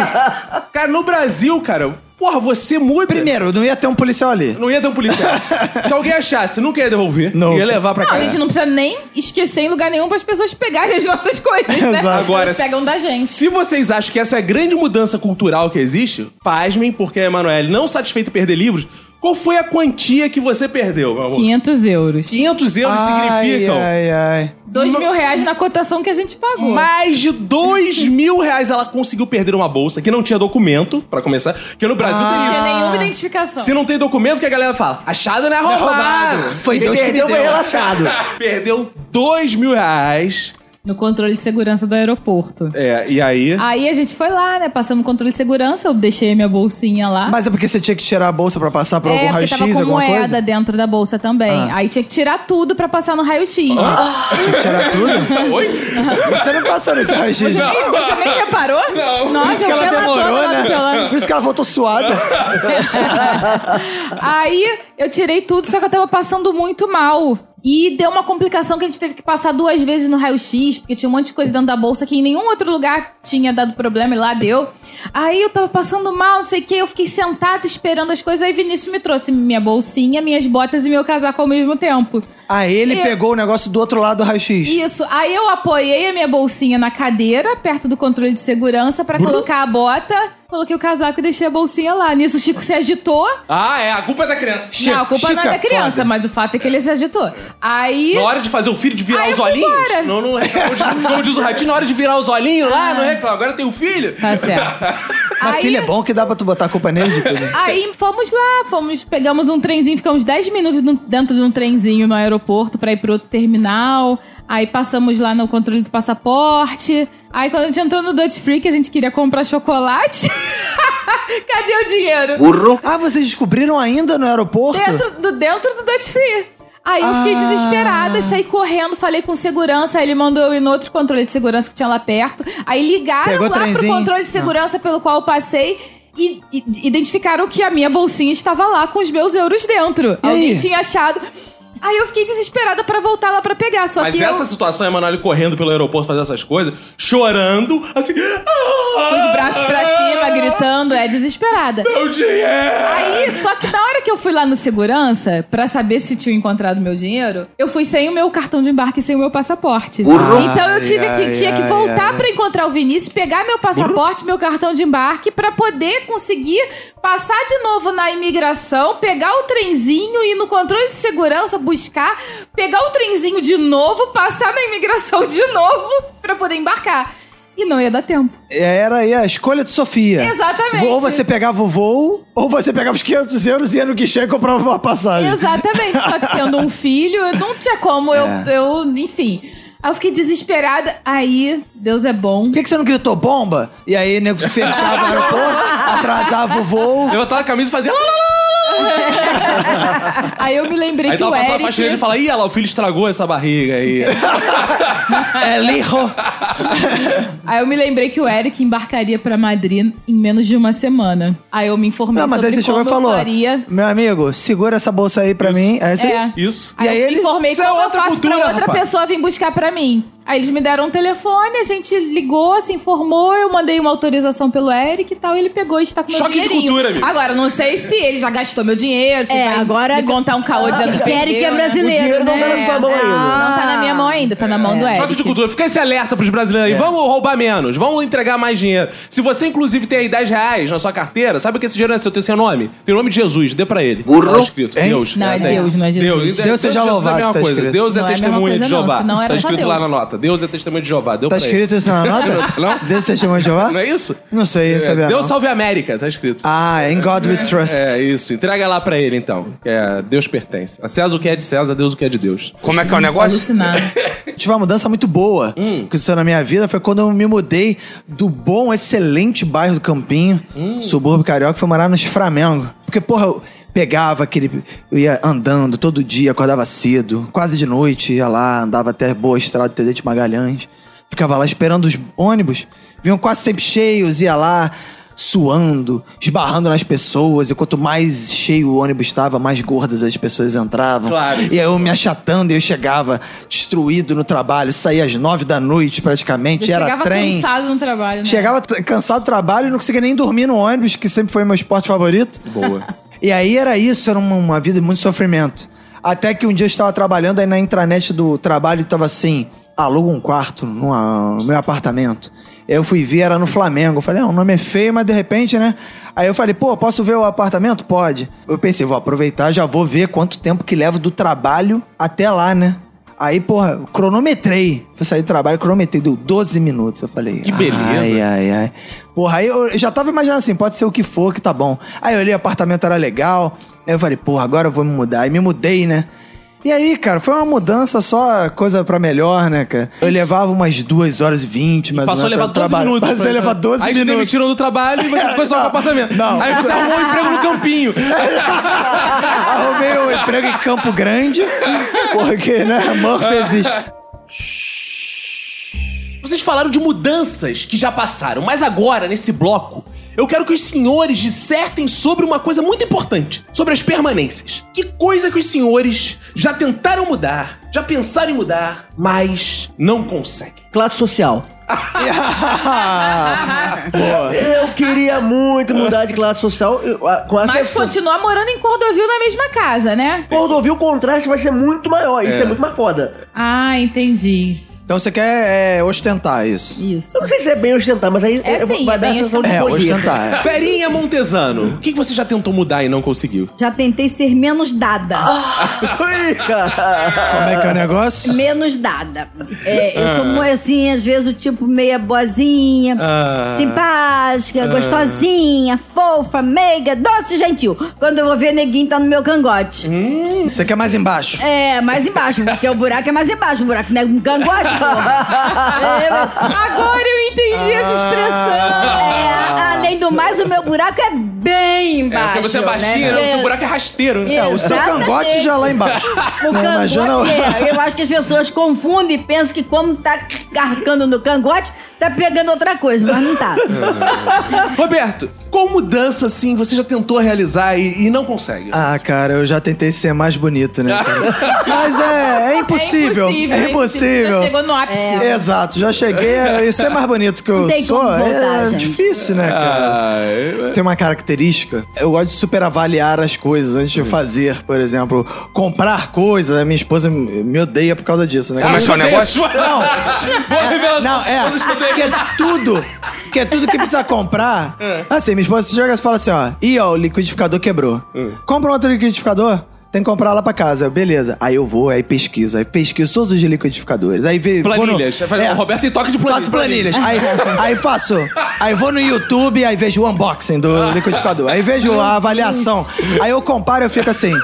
cara, no Brasil, cara, porra, você muda.
Primeiro, não ia ter um policial ali.
Não ia ter um policial. Se alguém achasse, nunca ia devolver.
Não.
Ia levar pra
Não,
É.
casa.
a gente não precisa nem esquecer em lugar nenhum para as pessoas pegarem as nossas [LAUGHS] coisas, né?
Exato.
Agora,
Elas pegam da gente.
se vocês acham que essa é a grande mudança cultural que existe, pasmem, porque a Emanuele, não satisfeita em perder livros, qual foi a quantia que você perdeu, meu amor?
500 euros.
500 euros significam
Ai, ai.
2 mil reais na cotação que a gente pagou.
mais de
[LAUGHS]
2 mil reais. Ela conseguiu perder uma bolsa que não tinha documento, pra começar, porque no Brasil
Ah. Não
tem
tinha
isso.
nenhuma identificação.
Se não tem documento, o que a galera fala? Achado não é roubado.
Roubado. Foi
Quem
Deus que me
perdeu
deu.
foi relaxado.
Perdeu [LAUGHS] 2 mil reais.
No controle de segurança do aeroporto.
É, e aí...
Aí a gente foi lá, né? Passamos o controle de segurança, eu deixei minha bolsinha lá.
Mas é porque você tinha que tirar a bolsa pra passar por algum
é, porque
raio-x,
tava com
alguma
moeda
coisa? Ah.
dentro da bolsa também. Aí tinha que tirar tudo pra passar no raio-x.
Tinha que tirar tudo?
Ah, Oi?
Você não passou nesse raio-x, né?
Ei, Você nem reparou?
Não.
Por
Nossa,
isso que ela
pela
demorou,
dona do teu lado.
né? Por isso que ela voltou suada.
Aí eu tirei tudo, só que eu tava passando muito mal. E deu uma complicação que a gente teve que passar duas vezes no raio-x, porque tinha um monte de coisa dentro da bolsa que em nenhum outro lugar tinha dado problema e lá deu. Aí eu tava passando mal, não sei o que, eu fiquei sentada esperando as coisas. Aí Vinícius me trouxe minha bolsinha, minhas botas e meu casaco ao mesmo tempo.
Aí ele
Eu-
pegou o negócio do outro lado do raio-x.
Isso, aí eu apoiei a minha bolsinha na cadeira, perto do controle de segurança, pra colocar a bota. Coloquei o casaco e deixei a bolsinha lá. Nisso o Chico se agitou.
Ah, é, a culpa é da criança.
não, a culpa
Chica
não é da criança,
foda.
mas o fato é que ele se agitou. Aí.
Na hora de fazer o filho de virar
Aí
os
eu fui
olhinhos?
embora. Ah.
Não, não reclamou de, como diz o ratinho, na hora de virar os olhinhos lá, não reclama. Agora tem o filho.
Tá
[LAUGHS]
certo.
Mas filho, é bom que dá pra tu botar a culpa nele de tudo.
[LAUGHS] Aí fomos lá, fomos, pegamos um trenzinho, ficamos 10 minutos no- dentro de um trenzinho no aeroporto pra ir pro outro terminal. Aí passamos lá no controle do passaporte. Aí quando a gente entrou no Dutch Free, que a gente queria comprar chocolate. [LAUGHS] Cadê o dinheiro?
Ah, vocês descobriram ainda no aeroporto?
Dentro do, dentro do Dutch Free. Aí eu fiquei
Ah.
desesperada, saí correndo, falei com segurança, aí ele mandou eu ir no outro controle de segurança que tinha lá perto. Aí ligaram
Pegou o
lá pro
trenzinho. Ah.
controle de segurança pelo qual eu passei e, e- identificaram que a minha bolsinha estava lá com os meus euros dentro.
E
Alguém
aí?
tinha achado. Aí eu fiquei desesperada pra voltar lá pra pegar, só
Mas
que
essa
eu
situação, a Emanuele correndo pelo aeroporto fazer essas coisas, chorando, assim. Ah.
com
Com
os braços pra cima, gritando, é desesperada.
Meu dinheiro!
Aí, só que na hora que eu fui lá no segurança, pra saber se tinham encontrado meu dinheiro, eu fui sem o meu cartão de embarque e sem o meu passaporte. Então eu tive
Ai,
que,
ai,
tinha que
ai,
voltar
ai.
pra encontrar o Vinícius, pegar meu passaporte, meu cartão de embarque, pra poder conseguir passar de novo na imigração, pegar o trenzinho, ir no controle de segurança, buscar, pegar o trenzinho de novo, passar na imigração de novo, pra poder embarcar. E não ia dar tempo.
É, Era aí a escolha de Sofia.
Exatamente.
Ou você pegava o voo, ou você pegava os 500 euros e ia no guichê e comprava uma passagem.
Exatamente, só que tendo
[LAUGHS]
um filho, eu não tinha como, eu,
É.
eu enfim. Aí eu fiquei desesperada. Aí, Deus é bom.
Por que, que você não gritou bomba? E aí, nego, fechava o
[LAUGHS]
aeroporto, atrasava o voo.
Levantava a camisa e fazia. Lá, lá, lá.
Aí eu me lembrei
Aí
que
tava
o
passando a
Eric. né?
faxineira e fala: ih, olha lá, o filho estragou essa barriga
[LAUGHS]
aí.
É lirro.
Aí eu me lembrei que o Eric embarcaria pra Madrid em menos de uma semana. Aí eu me informei
Não, mas
sobre
aí você chegou e
como eu
falou:
faria.
Meu amigo, segura essa bolsa aí pra mim. É assim?
É.
Isso.
E
Aí
aí
eu me
eles-
informei
Isso é
como eu
outra
faço
cultura,
pra outra
rapaz.
pessoa vir buscar pra mim. Aí eles me deram um telefone, a gente ligou, se informou, eu mandei uma autorização pelo Eric e tal, ele pegou e está com meu
Choque de
dinheirinho.
cultura, amigo.
Agora, não sei se ele já gastou meu dinheiro, se
É,
vai
agora-
me contar um caô dizendo que
Eric é
perdeu, né?
brasileiro,
O
Ah,
dinheiro não tá na sua mão ainda.
Não tá na minha mão ainda, tá na mão do
Choque
Eric.
de cultura. Fica esse alerta pros brasileiros aí.
É.
Vamos roubar menos, vamos entregar mais dinheiro. Se você, inclusive, tem aí 10 reais na sua carteira, sabe que esse dinheiro é seu, tem seu nome? Tem o nome de Jesus, dê pra ele. Burro. Tá escrito.
Hein?
Deus.
Não, é
tem.
Deus, não é Jesus.
Deus,
Deus seja
e Jesus
louvado,
É a mesma
tá
coisa.
escrito.
Deus é
Não é a mesma
testemunha de
coisa, não,
Jeová.
senão era
tá
só
escrito lá na
Deus.
nota. Deus é testemunha de Jeová. Deu
Tá
pra
escrito isso na
[LAUGHS]
nota?
Não?
Deus você chama de Jeová?
ele. Não é isso?
Não sei, eu sabia
Deus
não.
salve a América, tá escrito.
Ah, é In God We Trust.
É isso, entrega lá pra ele então. É, Deus pertence. A César o que é de César, Deus o que é de Deus.
Como é que é o negócio?
Alucinado.
Tive uma mudança muito boa que aconteceu na minha vida. Foi quando eu me mudei do bom, excelente bairro do Campinho, subúrbio carioca, fui morar nos Flamengo. Porque, porra, eu pegava aquele. Eu ia andando todo dia, acordava cedo, quase de noite, ia lá, andava até Boa Estrada, Tedete Magalhães. Ficava lá esperando os ônibus. Vinham quase sempre cheios, ia lá suando, esbarrando nas pessoas. E quanto mais cheio o ônibus estava, mais gordas as pessoas entravam.
Claro.
E aí eu me achatando, eu chegava destruído no trabalho, saía às nove da noite praticamente,
Já
era
chegava
trem.
cansado no trabalho, né?
Chegava t- cansado do trabalho e não conseguia nem dormir no ônibus, que sempre foi meu esporte favorito.
Boa.
E aí era isso, era uma, uma vida de muito sofrimento. Até que um dia eu estava trabalhando, aí na intranet do trabalho estava assim: aluga um quarto numa- no meu apartamento. Eu fui ver, era no Flamengo. Eu falei, ah, o nome é feio, mas de repente, né? Aí eu falei, pô, posso ver o apartamento? Pode. Eu pensei, vou aproveitar, já vou ver quanto tempo que levo do trabalho até lá, né? Aí, porra, cronometrei. Fui sair do trabalho, cronometrei, deu 12 minutos. Eu falei,
Que beleza.
Ai, ai, ai. Porra, aí eu já tava imaginando assim, pode ser o que for que tá bom. Aí eu olhei, o apartamento era legal. Aí eu falei, porra, agora eu vou me mudar. Aí me mudei, né? E aí, cara, foi uma mudança só, coisa pra melhor, né, cara? Eu levava umas 2 horas e 20, mas. é
Passou a levar 12 minutos.
Passou a levar 12
aí
minutos.
Aí me tirou do trabalho e
[LAUGHS]
você ficou só com
Não,
o apartamento.
não.
Aí você arrumou um emprego no
[LAUGHS]
campinho.
Arrumei um emprego em Campo Grande, porque, né,
[LAUGHS]
Murphy existe. [LAUGHS]
Vocês falaram de mudanças que já passaram, mas agora, nesse bloco, eu quero que os senhores dissertem sobre uma coisa muito importante, sobre as permanências. Que coisa que os senhores já tentaram mudar, já pensaram em mudar, mas não conseguem.
Classe social.
Ah,
Ah,
Eu queria muito mudar de classe social eu, a- com essa.
Mas continua morando em Cordovil na mesma casa, né?
Cordovil, o contraste vai ser muito maior. Isso é, muito mais foda.
Ah, entendi.
Então você quer é, ostentar isso?
Isso.
Eu não sei se é bem ostentar, mas aí
É
eu-
sim,
vai
é
dar a
bem
sensação de
É,
poder.
ostentar. é.
Perinha Montesano, o que que você já tentou mudar e não conseguiu?
Já tentei ser menos dada.
Ah.
[LAUGHS] Ui, cara.
Como é que é o negócio?
Menos dada. É,
Ah.
eu sou muito assim, às vezes, o tipo meia boazinha,
Ah.
simpática,
Ah.
gostosinha, fofa, meiga, doce e gentil. Quando eu vou ver, neguinho tá no meu cangote.
Você quer mais embaixo?
É, mais embaixo, porque o buraco é mais embaixo. O buraco não é um cangote, porra. É, mas-
[LAUGHS]
Agora eu entendi essa expressão.
É, a- além do mais, o meu buraco é bem
É,
embaixo.
porque você é baixinha, né? O seu buraco é rasteiro, né?
É,
É, o seu
Exatamente.
cangote já lá embaixo.
O
Não,
cangote
imagina o-
é. Eu acho que as pessoas confundem e pensam que como tá carcando no cangote, tá pegando outra coisa, mas não
[LAUGHS]
tá.
Roberto, qual mudança, assim, você já tentou realizar e, e não consegue?
[LAUGHS] Ah, cara, eu já tentei ser mais bonito, né? cara? [LAUGHS] Mas é, é impossível.
É impossível.
É impossível. É.
Você chegou no ápice.
Exato, já cheguei. E ser mais bonito que eu
Não tem
sou
como voltar,
é
gente.
difícil, né, cara?
Ah, eu-
Tem uma característica. Eu gosto de superavaliar as coisas antes de fazer, por exemplo, comprar coisas. A minha esposa me me odeia por causa disso, né?
Como é que é o negócio?
Não,
Boa
Ah,
revelação.
Não, é.
Todos escutei aqui.
Que é tudo. Que é tudo que precisa comprar.
É.
Assim, minha esposa chega e fala assim, ó. Ih, ó, o liquidificador quebrou.
É.
Compra um outro liquidificador. Tem que comprar lá pra casa. Eu, Beleza. Aí eu vou, aí pesquiso. Aí pesquiso todos os liquidificadores. Aí vejo...
Planilhas.
vou
Faz- O Roberto tem toque de planilha.
Faço planilhas. Aí, aí faço. Aí vou no YouTube, aí vejo o unboxing do liquidificador. Aí vejo a avaliação. Aí eu comparo e eu fico assim.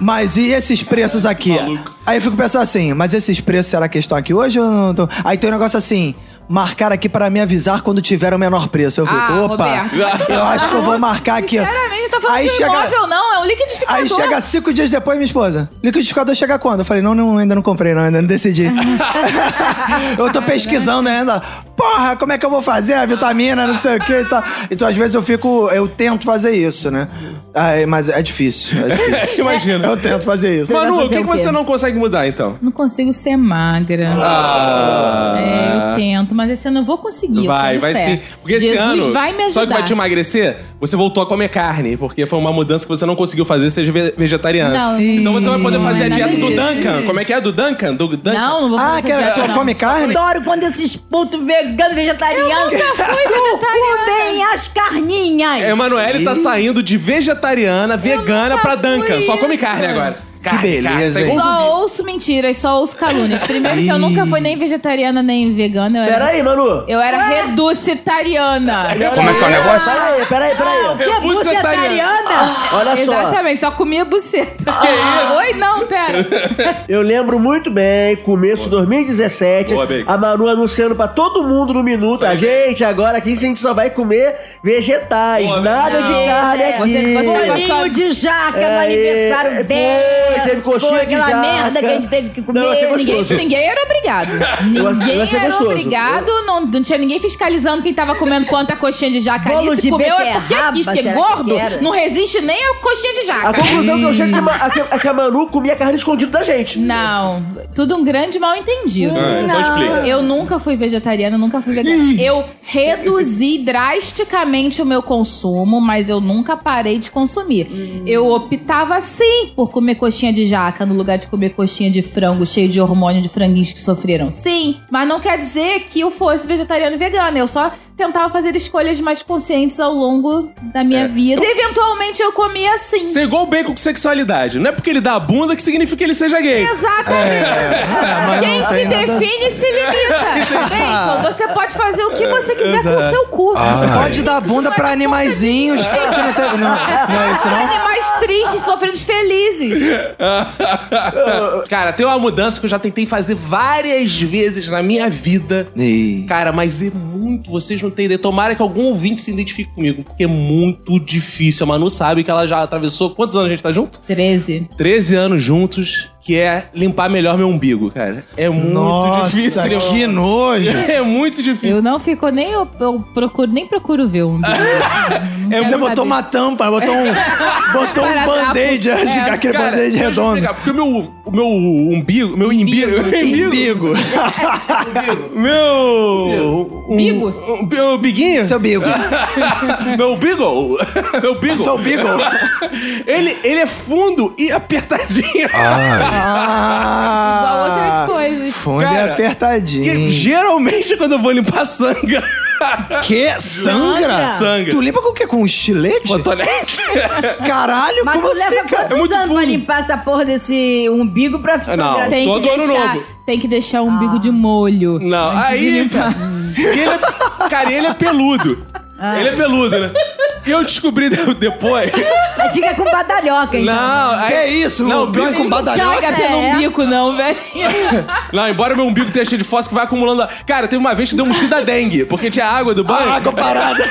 Mas e esses preços aqui? Aí eu fico pensando assim, mas esses preços será que estão aqui hoje ou não estão? Aí tem um negócio assim. Marcar aqui pra me avisar quando tiver o menor preço. Eu fico,
Ah,
opa,
Roberto.
eu acho que eu vou marcar aqui.
Sinceramente, não tá falando
aí
de um
chega,
imóvel, não. É um liquidificador.
Aí chega cinco dias depois, minha esposa. Liquidificador chega [LAUGHS]
[LAUGHS]
quando? Eu falei, não, não ainda não comprei, não, ainda não decidi. eu tô pesquisando ainda. Pô, porra, como é que eu vou fazer a vitamina, não sei o que e tal. Então, às vezes, eu fico. Eu tento fazer isso, né? Ai, mas é difícil. É
[LAUGHS]
difícil.
Imagina.
Eu tento fazer isso.
Manu, o
vai
que,
fazer
que
o quê?
você não consegue mudar, então?
Não consigo ser magra.
Ah.
É, eu tento, mas esse ano eu vou conseguir. eu
Vai,
tenho
vai
fé.
sim. Porque esse
Jesus
ano.
vai me ajudar.
Só que vai te emagrecer, você voltou a comer carne, porque foi uma mudança que você não conseguiu fazer, seja ve- vegetariano.
Não,
então você vai poder
não
fazer
é
a
nada
dieta do
disso.
Duncan. Como é que é? Do Duncan? Do Duncan?
Não, não vou
Ah,
fazer
que era que
dieta,
só
não.
come carne?
Adoro quando esses putos veganos, vegetarianos.
Eu
[LAUGHS]
nunca fui vegetariana.
Comem as carninhas.
A Emanuele tá saindo de vegetariana, vegana
nunca
pra
fui
Duncan. Só come carne
isso.
agora.
beleza,
tá
hein?
igual um zumbi.
Só ouço mentiras, só ouço calúnias. Primeiro que eu nunca fui nem vegetariana nem vegana. Eu era,
Peraí, Manu.
eu era reducitariana.
Como é que é o negócio?
Peraí, peraí,
Ah, o
peraí.
que é
Bucetariana.
bucetariana?
Olha só.
Exatamente, só comia buceta. Oi, não, pera.
Eu lembro muito bem, começo de 2017,
Boa, Bacon.
a Manu anunciando pra todo mundo no minuto, a gente, agora aqui a gente só vai comer vegetais,
Boa,
nada
Não,
de carne
é,
aqui.
você- você tava
Foi,
só-
Bolinho de jaca no
É, é,
aniversário dela.
foi, teve coxinha
Foi
de
aquela
jaca.
merda que a gente teve que comer.
Não, achei gostoso.
Ninguém, ninguém era obrigado.
achei-
Ninguém
[LAUGHS] eu achei
era
gostoso.
obrigado, não, não tinha ninguém fiscalizando quem tava comendo quanta coxinha de jaca
Bolo
ali. Se
de
comeu é porque
beterraba,
quis, porque
será que
gordo
era?
não resiste nem a coxinha de
A
jaca.
conclusão que eu chego é que a Ma- é que, é que a Manu comia carne escondida da gente.
Não, tudo um grande mal entendido.
É.
Ah, então explica.
Eu nunca fui vegetariana, nunca fui vegana. Eu reduzi drasticamente o meu consumo, mas eu nunca parei de consumir. Eu optava sim por comer coxinha de jaca no lugar de comer coxinha de frango cheio de hormônio de franguinhos que sofreram. Sim, mas não quer dizer que eu fosse vegetariana e vegana. Eu só tentava fazer escolhas mais conscientes ao longo da minha vida. E eventualmente eu comia sim.
Você é igual o bacon com sexualidade. Não é porque ele dá a bunda que significa que ele seja gay. [LAUGHS]
Exatamente.
É, mas
Quem
não
se
tem nada-
define se
[LAUGHS]
limita. Bacon, você pode fazer o que você quiser com o seu cu.
Pode dar bunda pra animaizinhos. Não, tem- não, [LAUGHS] não é isso, não?
Animais tristes, sofridos felizes.
Cara, tem uma mudança que eu já tentei fazer várias vezes na minha vida.
Ih.
Cara, mas é muito. Vocês não têm ideia. Tomara que algum ouvinte se identifique comigo, porque é muito difícil. A Manu sabe que ela já atravessou. Quantos anos a gente tá junto?
13.
13 anos juntos, que é limpar melhor meu umbigo, cara. É muito
Nossa,
difícil.
que nojo.
É muito difícil.
Eu não fico nem. Eu, eu procuro, nem procuro ver um.
É,
quero
Você botou
saber.
uma tampa, botou um, botou um
Esparadrapo.
band-aid, [LAUGHS]
É.
aquele
Cara,
band-aid
deixa eu
redondo.
explicar, Porque o meu, o meu umbigo. [LAUGHS] Meu imbigo.
Umbigo.
[LAUGHS] Meu. um-
Bigo.
um- Meu biguinho.
Seu bigo.
meu beagle. [LAUGHS] meu beagle.
Seu beagle.
[LAUGHS] ele, ele é fundo e apertadinho.
Igual outras
Ah,
coisas.
fundo
Cara,
é apertadinho.
E [LAUGHS] geralmente quando eu vou limpar sangra. [LAUGHS]
Que? Sangra?
Sangra.
Tu limpa com o quê? Com um estilete? [LAUGHS]
Cotonete?
Caralho,
Mas
como
tu
assim,
leva
cara?
É
quantos anos pra limpar essa porra desse umbigo pra sangrar?
Não.
Tem que,
Todo ano
deixar,
novo.
tem que deixar o umbigo de molho.
Não,
antes de
aí. tá
limpar.
Ele é, cara, ele é peludo. Ele é peludo, né? E eu descobri de- depois.
Aí fica com badalhoca, então.
Não, aí,
Que isso?
Não,
o bico com
Não
badalhoca?
caga pelo
É.
umbigo, não, velho.
Não, embora meu umbigo tenha cheio de fósforo que vai acumulando. Cara, teve uma vez que deu um mosquito da dengue, porque tinha água do banho.
Ah, água
[LAUGHS]
parada.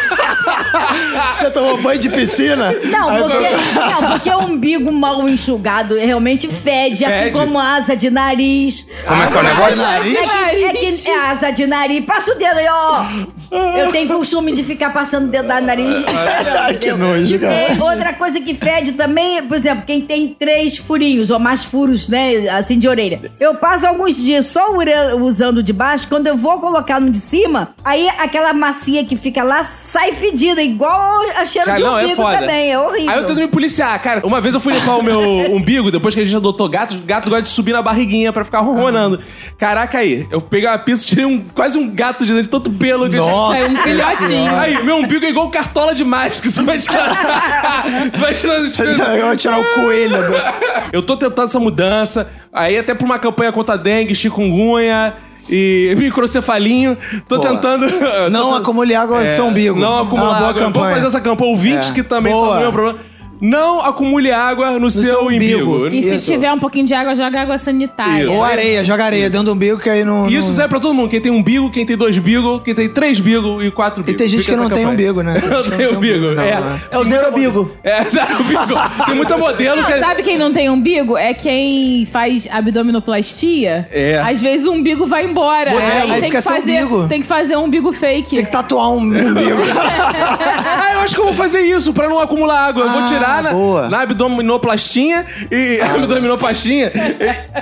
Você tomou banho de piscina?
Não, porque, não, porque o umbigo mal enxugado realmente fede, assim
Fede.
como asa de nariz.
Como é que é o negócio?
É que, é que é asa de nariz. Passa o dedo aí, ó. Eu tenho costume de ficar passando o dedo no nariz.
Ai, que nojo, cara. [LAUGHS]
É, outra coisa que fede também, é, por exemplo, quem tem três furinhos ou mais furos, né, assim de orelha. Eu passo alguns dias só ura- usando o de baixo, quando eu vou colocar no de cima, aí aquela macia que fica lá sai fedida, igual a cheiro
Cara,
de
não,
umbigo
é foda.
também, é horrível.
Aí eu tento me policiar. Cara, uma vez eu fui limpar o meu umbigo, depois que a gente adotou gato, o gato gosta de subir na barriguinha pra ficar ronronando. Caraca, aí, eu peguei uma pista, tirei um, quase um gato de dentro, tanto pelo. que eu tinha.
É um
Nossa.
filhotinho.
Aí, meu umbigo é igual cartola de mágica. Você vai tirando. vai tirando as coisas.
Eu vou tirar o coelho. do-
Eu tô tentando essa mudança. Aí até pra uma campanha contra a dengue, chikungunya e [LAUGHS] microcefalinho. Tô
Boa.
tentando. [LAUGHS]
Não acumule água no seu umbigo.
Não
É uma
acumular.
boa
água. Vamos
campanha.
fazer essa campanha. Ouvinte
É.
que também só
Boa.
não é um problema. Não acumule água no, seu
seu umbigo.
umbigo.
E
Isso.
se tiver um pouquinho de água, joga água sanitária.
Ou areia, joga areia dentro do umbigo que aí não.
E isso
não-
serve pra todo mundo. Quem tem um bigo, quem tem dois bigo, quem tem três bigo e quatro bigo.
tem gente
Fica
que não
essa
tem
campanha.
umbigo,
Eu
né?
[LAUGHS]
Não
não
tem
tenho umbigo.
umbigo, não,
é.
né?
É o zero bigo.
É, [LAUGHS] já o bigo. Tem muita modelo
Não,
que... é-
sabe quem não tem umbigo? É quem faz abdominoplastia.
É.
Às vezes o umbigo vai embora.
É, aí
aí tem,
fica
que
sem
fazer,
umbigo.
tem que fazer um umbigo fake.
Tem que tatuar
[LAUGHS]
um umbigo.
Ah, eu acho que eu vou fazer isso pra não acumular água. Eu vou
Ah,
tirar na,
boa.
na abdominoplastinha e [LAUGHS] abdominoplastinha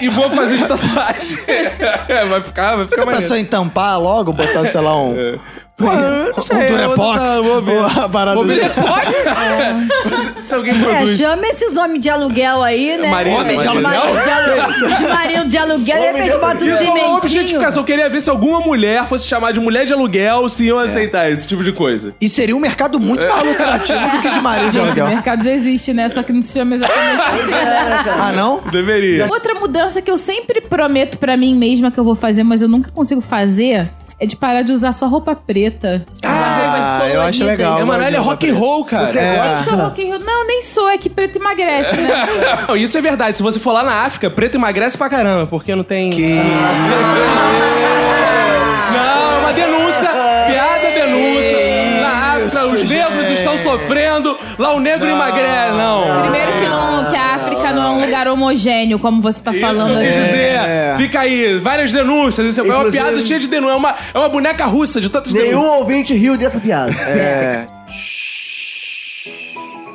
e, e vou fazer de tatuagem. [LAUGHS] É, vai ficar, vai ficar
Já
mais.
pensou em tampar logo, botar, sei lá, um.
não sei,
um
eu
Durepox.
vou tentar, vou ver.
ou a parada
Vou ver
desse-
É
depois. Se- Se alguém
É,
produz.
chama esses homens de aluguel aí, né?
Marido,
Homem de
de
aluguel?
marido de aluguel. De marido de aluguel, e de repente bota
Isso é
um
uma
cimentinho.
objetificação. Eu queria ver se alguma mulher fosse chamar de mulher de aluguel se
É.
iam aceitar esse tipo de coisa.
E seria um mercado muito mais lucrativo do que de marido né, de
Gente, esse
aluguel.
mercado já existe, né? Só que não se chama exatamente isso.
Ah, não?
Deveria.
Outra mudança que eu sempre prometo pra mim mesma que eu vou fazer, mas eu nunca consigo fazer, é de parar de usar só roupa preta.
Ah, eu acho legal.
É, mano, ele é rock and roll, cara.
É.
Sou rock and roll. Não, nem sou, é que preto
[LAUGHS]
emagrece, né?
Não, isso é verdade. Se você for lá na África, preto emagrece pra caramba, porque não tem. Ah, Não, é uma denúncia. Piada denúncia. Na África, os
gente.
negros estão sofrendo. Lá o negro emagrece. Não.
Primeiro que, não, que a África não é um lugar homogêneo, como você tá
Isso que
falando
eu quis
aqui.
dizer.
É.
Fica aí, várias denúncias. Isso é uma
Inclusive-
piada cheia de denúncias. É uma, é uma boneca russa de tantas
Nenhum
denúncias.
ouvinte riu dessa piada.
É.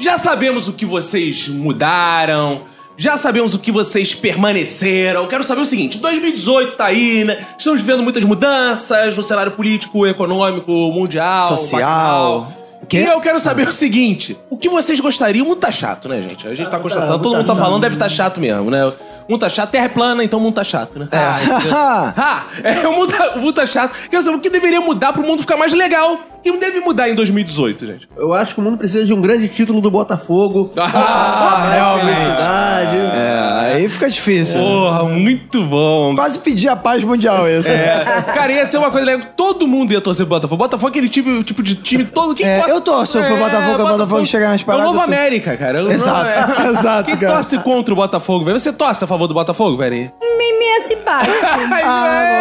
Já sabemos o que vocês mudaram. Já sabemos o que vocês permaneceram. Eu Quero saber o seguinte: 2018 tá aí, né? Estamos vivendo muitas mudanças no cenário político, econômico, mundial,
Social.
bacanal.
O quê?
E eu quero saber o seguinte: o que vocês gostariam? Muito tá chato, né, gente? A gente tá constatando, todo mundo tá falando, deve tá chato mesmo, né? Mundo tá chato, terra é plana, então o mundo tá chato,
É.
né? Ah, entendeu?
[LAUGHS]
Ah, é, o mundo, tá, o mundo tá chato. Quero saber o que deveria mudar pro mundo ficar mais legal. O que deve mudar em 2018, gente?
Eu acho que o mundo precisa de um grande título do Botafogo.
Ah, realmente.
Verdade.
É, aí fica difícil. né?
Porra, muito bom.
Quase pedir a paz mundial esse. né?
É. Cara, ia ser uma coisa legal. Todo mundo ia torcer pro Botafogo. Botafogo é aquele tipo, tipo de time todo. Quem
É,
torce-
eu torço pro Botafogo, é o Botafogo chegar nas paradas,
É o Novo
eu tô-
América, cara. É o
Exato,
Novo- é.
[LAUGHS] exato,
Quem
cara.
torce contra o Botafogo, velho? Você torce a favor do Botafogo, velho?
Mimimi é simpático.
Ah,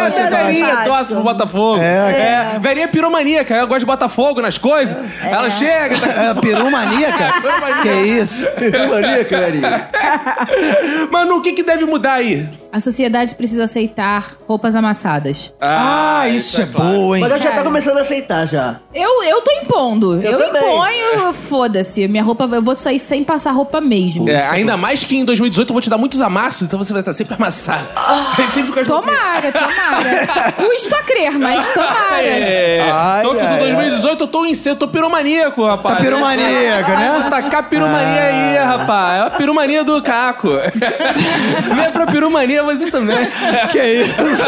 [LAUGHS] Ai,
você
velho,
torce.
velhinha, torce pro Botafogo.
É,
é. Verinha é piromaníaca, ela gosta de Botafogo nas coisas. Ela chega,
[LAUGHS]
tá
É, peru
[LAUGHS]
maníaca? que isso?
Maníaco, velho.
Mano, o que, que deve mudar aí?
A sociedade precisa aceitar roupas amassadas.
Ah, isso é boa, hein?
Mas ela já tá
Cara.
começando a aceitar já.
Eu, eu tô impondo. Eu,
Eu também.
imponho, foda-se. Minha roupa, eu vou sair sem passar roupa mesmo.
É, ainda mais que em 2018 eu vou te dar muitos amassos, então você vai estar sempre amassado. Vai sempre com as É.
Tomara, tomara. Custo a crer, mas tomara.
É.
Ai,
tô com
ai,
2018, eu tô em cedo, tô piromaníaco, rapaz. Tá
Tá piromaníaco, né? Ah.
Vou tacar piromania aí, rapaz. É a piromania do
[LAUGHS]
Caco. Vem pra piromania você também.
Que isso?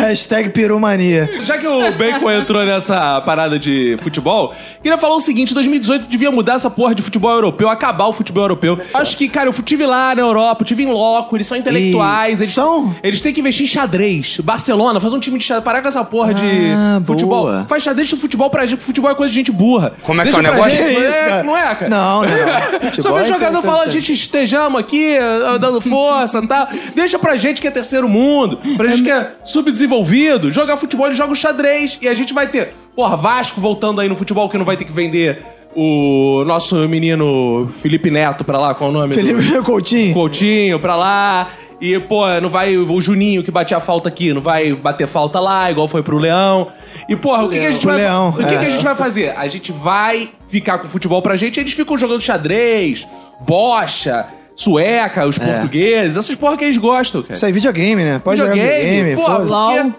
Hashtag pirumania.
Já que o Bacon entrou nessa parada de futebol, queria falar o seguinte: 2018 devia mudar essa porra de futebol europeu, acabar o futebol europeu. Acho que, cara, eu tive lá na Europa, eu tive em loco, eles são intelectuais.
E
Eles
são?
Eles têm que investir em xadrez. Barcelona, faz um time de xadrez. Parar com essa porra
Ah,
de futebol.
boa.
Faz xadrez de futebol pra gente, porque futebol é coisa de gente burra.
Como é que
Deixa
é o
pra
negócio?
gente,
Que isso,
é,
cara?
Não é, cara?
Não, não.
[LAUGHS] Só
Futebol
vem jogador
é interessante.
falar, a gente estejamos aqui, eh, dando força e tal. Deixa pra gente que é terceiro mundo, pra gente que é subdesenvolvido, jogar futebol, ele joga o xadrez. E a gente vai ter, porra, Vasco voltando aí no futebol, que não vai ter que vender o nosso menino Felipe Neto pra lá, qual é o nome? do-
Felipe Coutinho.
Coutinho pra lá. E, pô, não vai o Juninho que batia a falta aqui, não vai bater falta lá, igual foi pro Leão. E, porra, o que, que a gente
Pro
vai
Leão,
O que, que
é.
a gente vai fazer? A gente vai ficar com o futebol pra gente, eles ficam jogando xadrez, bocha, sueca, os portugueses, essas porra que eles gostam, cara.
É. Isso aí, videogame, né? Pode jogar videogame.
porra,
foda-se.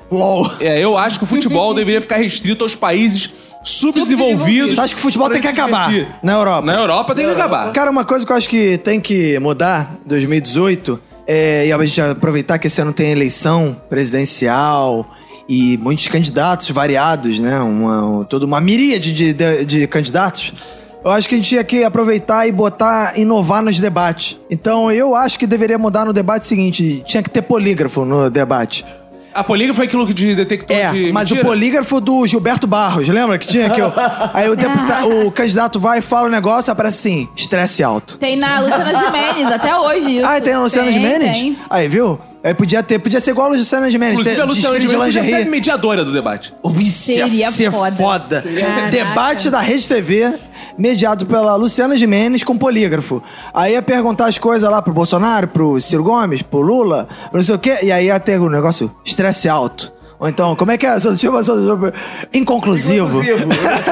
porque-
LOL.
LOL.
É, eu acho que o futebol deveria ficar restrito aos países subdesenvolvidos.
Você acha que o futebol tem que acabar
Divertir.
na Europa?
Na Europa tem que acabar.
Cara, uma coisa que eu acho que tem que mudar 2018 é, e a gente aproveitar que esse ano tem eleição presidencial e muitos candidatos variados, né? Uma, um- toda uma miríade de, de, de candidatos. Eu acho que a gente tinha que aproveitar e botar, inovar nos debates. Então eu acho que deveria mudar no debate seguinte: tinha que ter polígrafo no debate.
A polígrafo foi aquilo que de detector
É,
de
mas o
mentira?
polígrafo do Gilberto Barros, lembra que tinha que
[LAUGHS]
eu, aí o deputado, o candidato vai fala o negócio, aparece assim, estresse alto.
Tem na Luciana Gimenez, até hoje isso.
Ah, tem a Luciana
Tem,
Gimenez?
tem.
Aí, viu? Aí podia ter, podia ser igual a Luciana Gimenez,
Inclusive,
ter
a Luciana
desfile
de Mello já
lingerie.
ser mediadora do debate.
Ui, isso ia
Seria
ser
foda.
é foda.
Caraca.
Debate da Rede TV, mediado pela Luciana Gimenez com polígrafo. Aí ia perguntar as coisas lá pro Bolsonaro, pro Ciro Gomes, pro Lula, não sei o quê. E aí ia ter o negócio estresse alto. Ou então, como é que é? Só- tipo, só- só- Inconclusivo.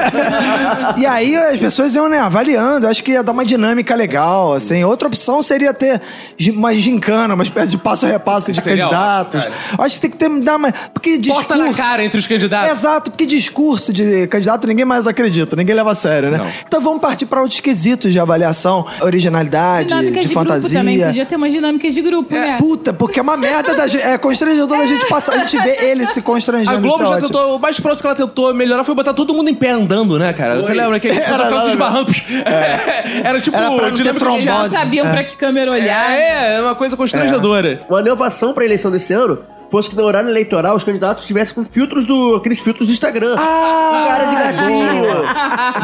[LAUGHS] e aí as pessoas iam né, avaliando. Acho que ia dar uma dinâmica legal, assim. Outra opção seria ter gi- uma gincana, uma espécie de passo-repasso de
Seria ótimo,
candidatos. Acho que tem que ter, dar uma... Porque discurso...
Porta na cara entre os candidatos.
Exato, porque discurso de candidato ninguém mais acredita, ninguém leva a sério, né?
Não.
Então vamos partir para outros quesitos de avaliação, originalidade,
Dinâmicas
de,
de, grupo
fantasia.
é também. Podia ter umas dinâmicas de grupo, né?
Puta, porque é uma merda da gente. É constrangedor da gente passar, a gente vê ele se constrangendo.
A Globo
isso é
já
ótimo.
tentou, o mais próximo que ela tentou melhorar foi botar todo mundo em pé andando, né, cara? Você lembra
[LAUGHS]
que a gente
Era,
passava pelos
era.
barrancos? [LAUGHS] Era tipo
Era pra
dinâmica
não ter
de
Eles não
trombose.
teatro.
sabiam pra que câmera olhar. [LAUGHS]
É, é uma coisa constrangedora.
É.
Uma inovação pra eleição desse ano fosse que no horário eleitoral os candidatos estivessem com filtros do. aqueles filtros do Instagram. Ah, cara de gatinho.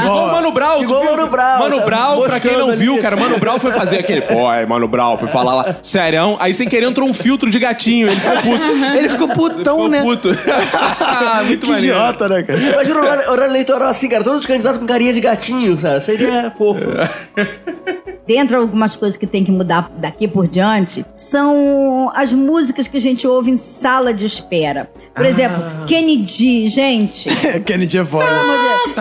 Igual o Mano Brown. tu
Igual o
viu?
Mano Brown,
Mano
tá
Brown, pra quem não
moscando
viu,
ali.
cara, Mano Brown foi fazer aquele. Pô, aí, Mano Brown, foi falar lá. Sério? Aí sem querer entrou um filtro de gatinho. Ele ficou puto.
Ele ficou putão,
Ficou
né?
puto. [LAUGHS] Ah, Muito
que
maneiro.
idiota, né, cara?
Imagina o horário, horário eleitoral assim, cara, todos os candidatos com carinha de gatinho, sabe? [LAUGHS] Seria fofo.
É.
Dentro algumas coisas que tem que mudar daqui por diante são as músicas que a gente ouve em sala de espera. Por
Ah.
exemplo, Kennedy,
[LAUGHS]
gente.
[LAUGHS] Kennedy é foda.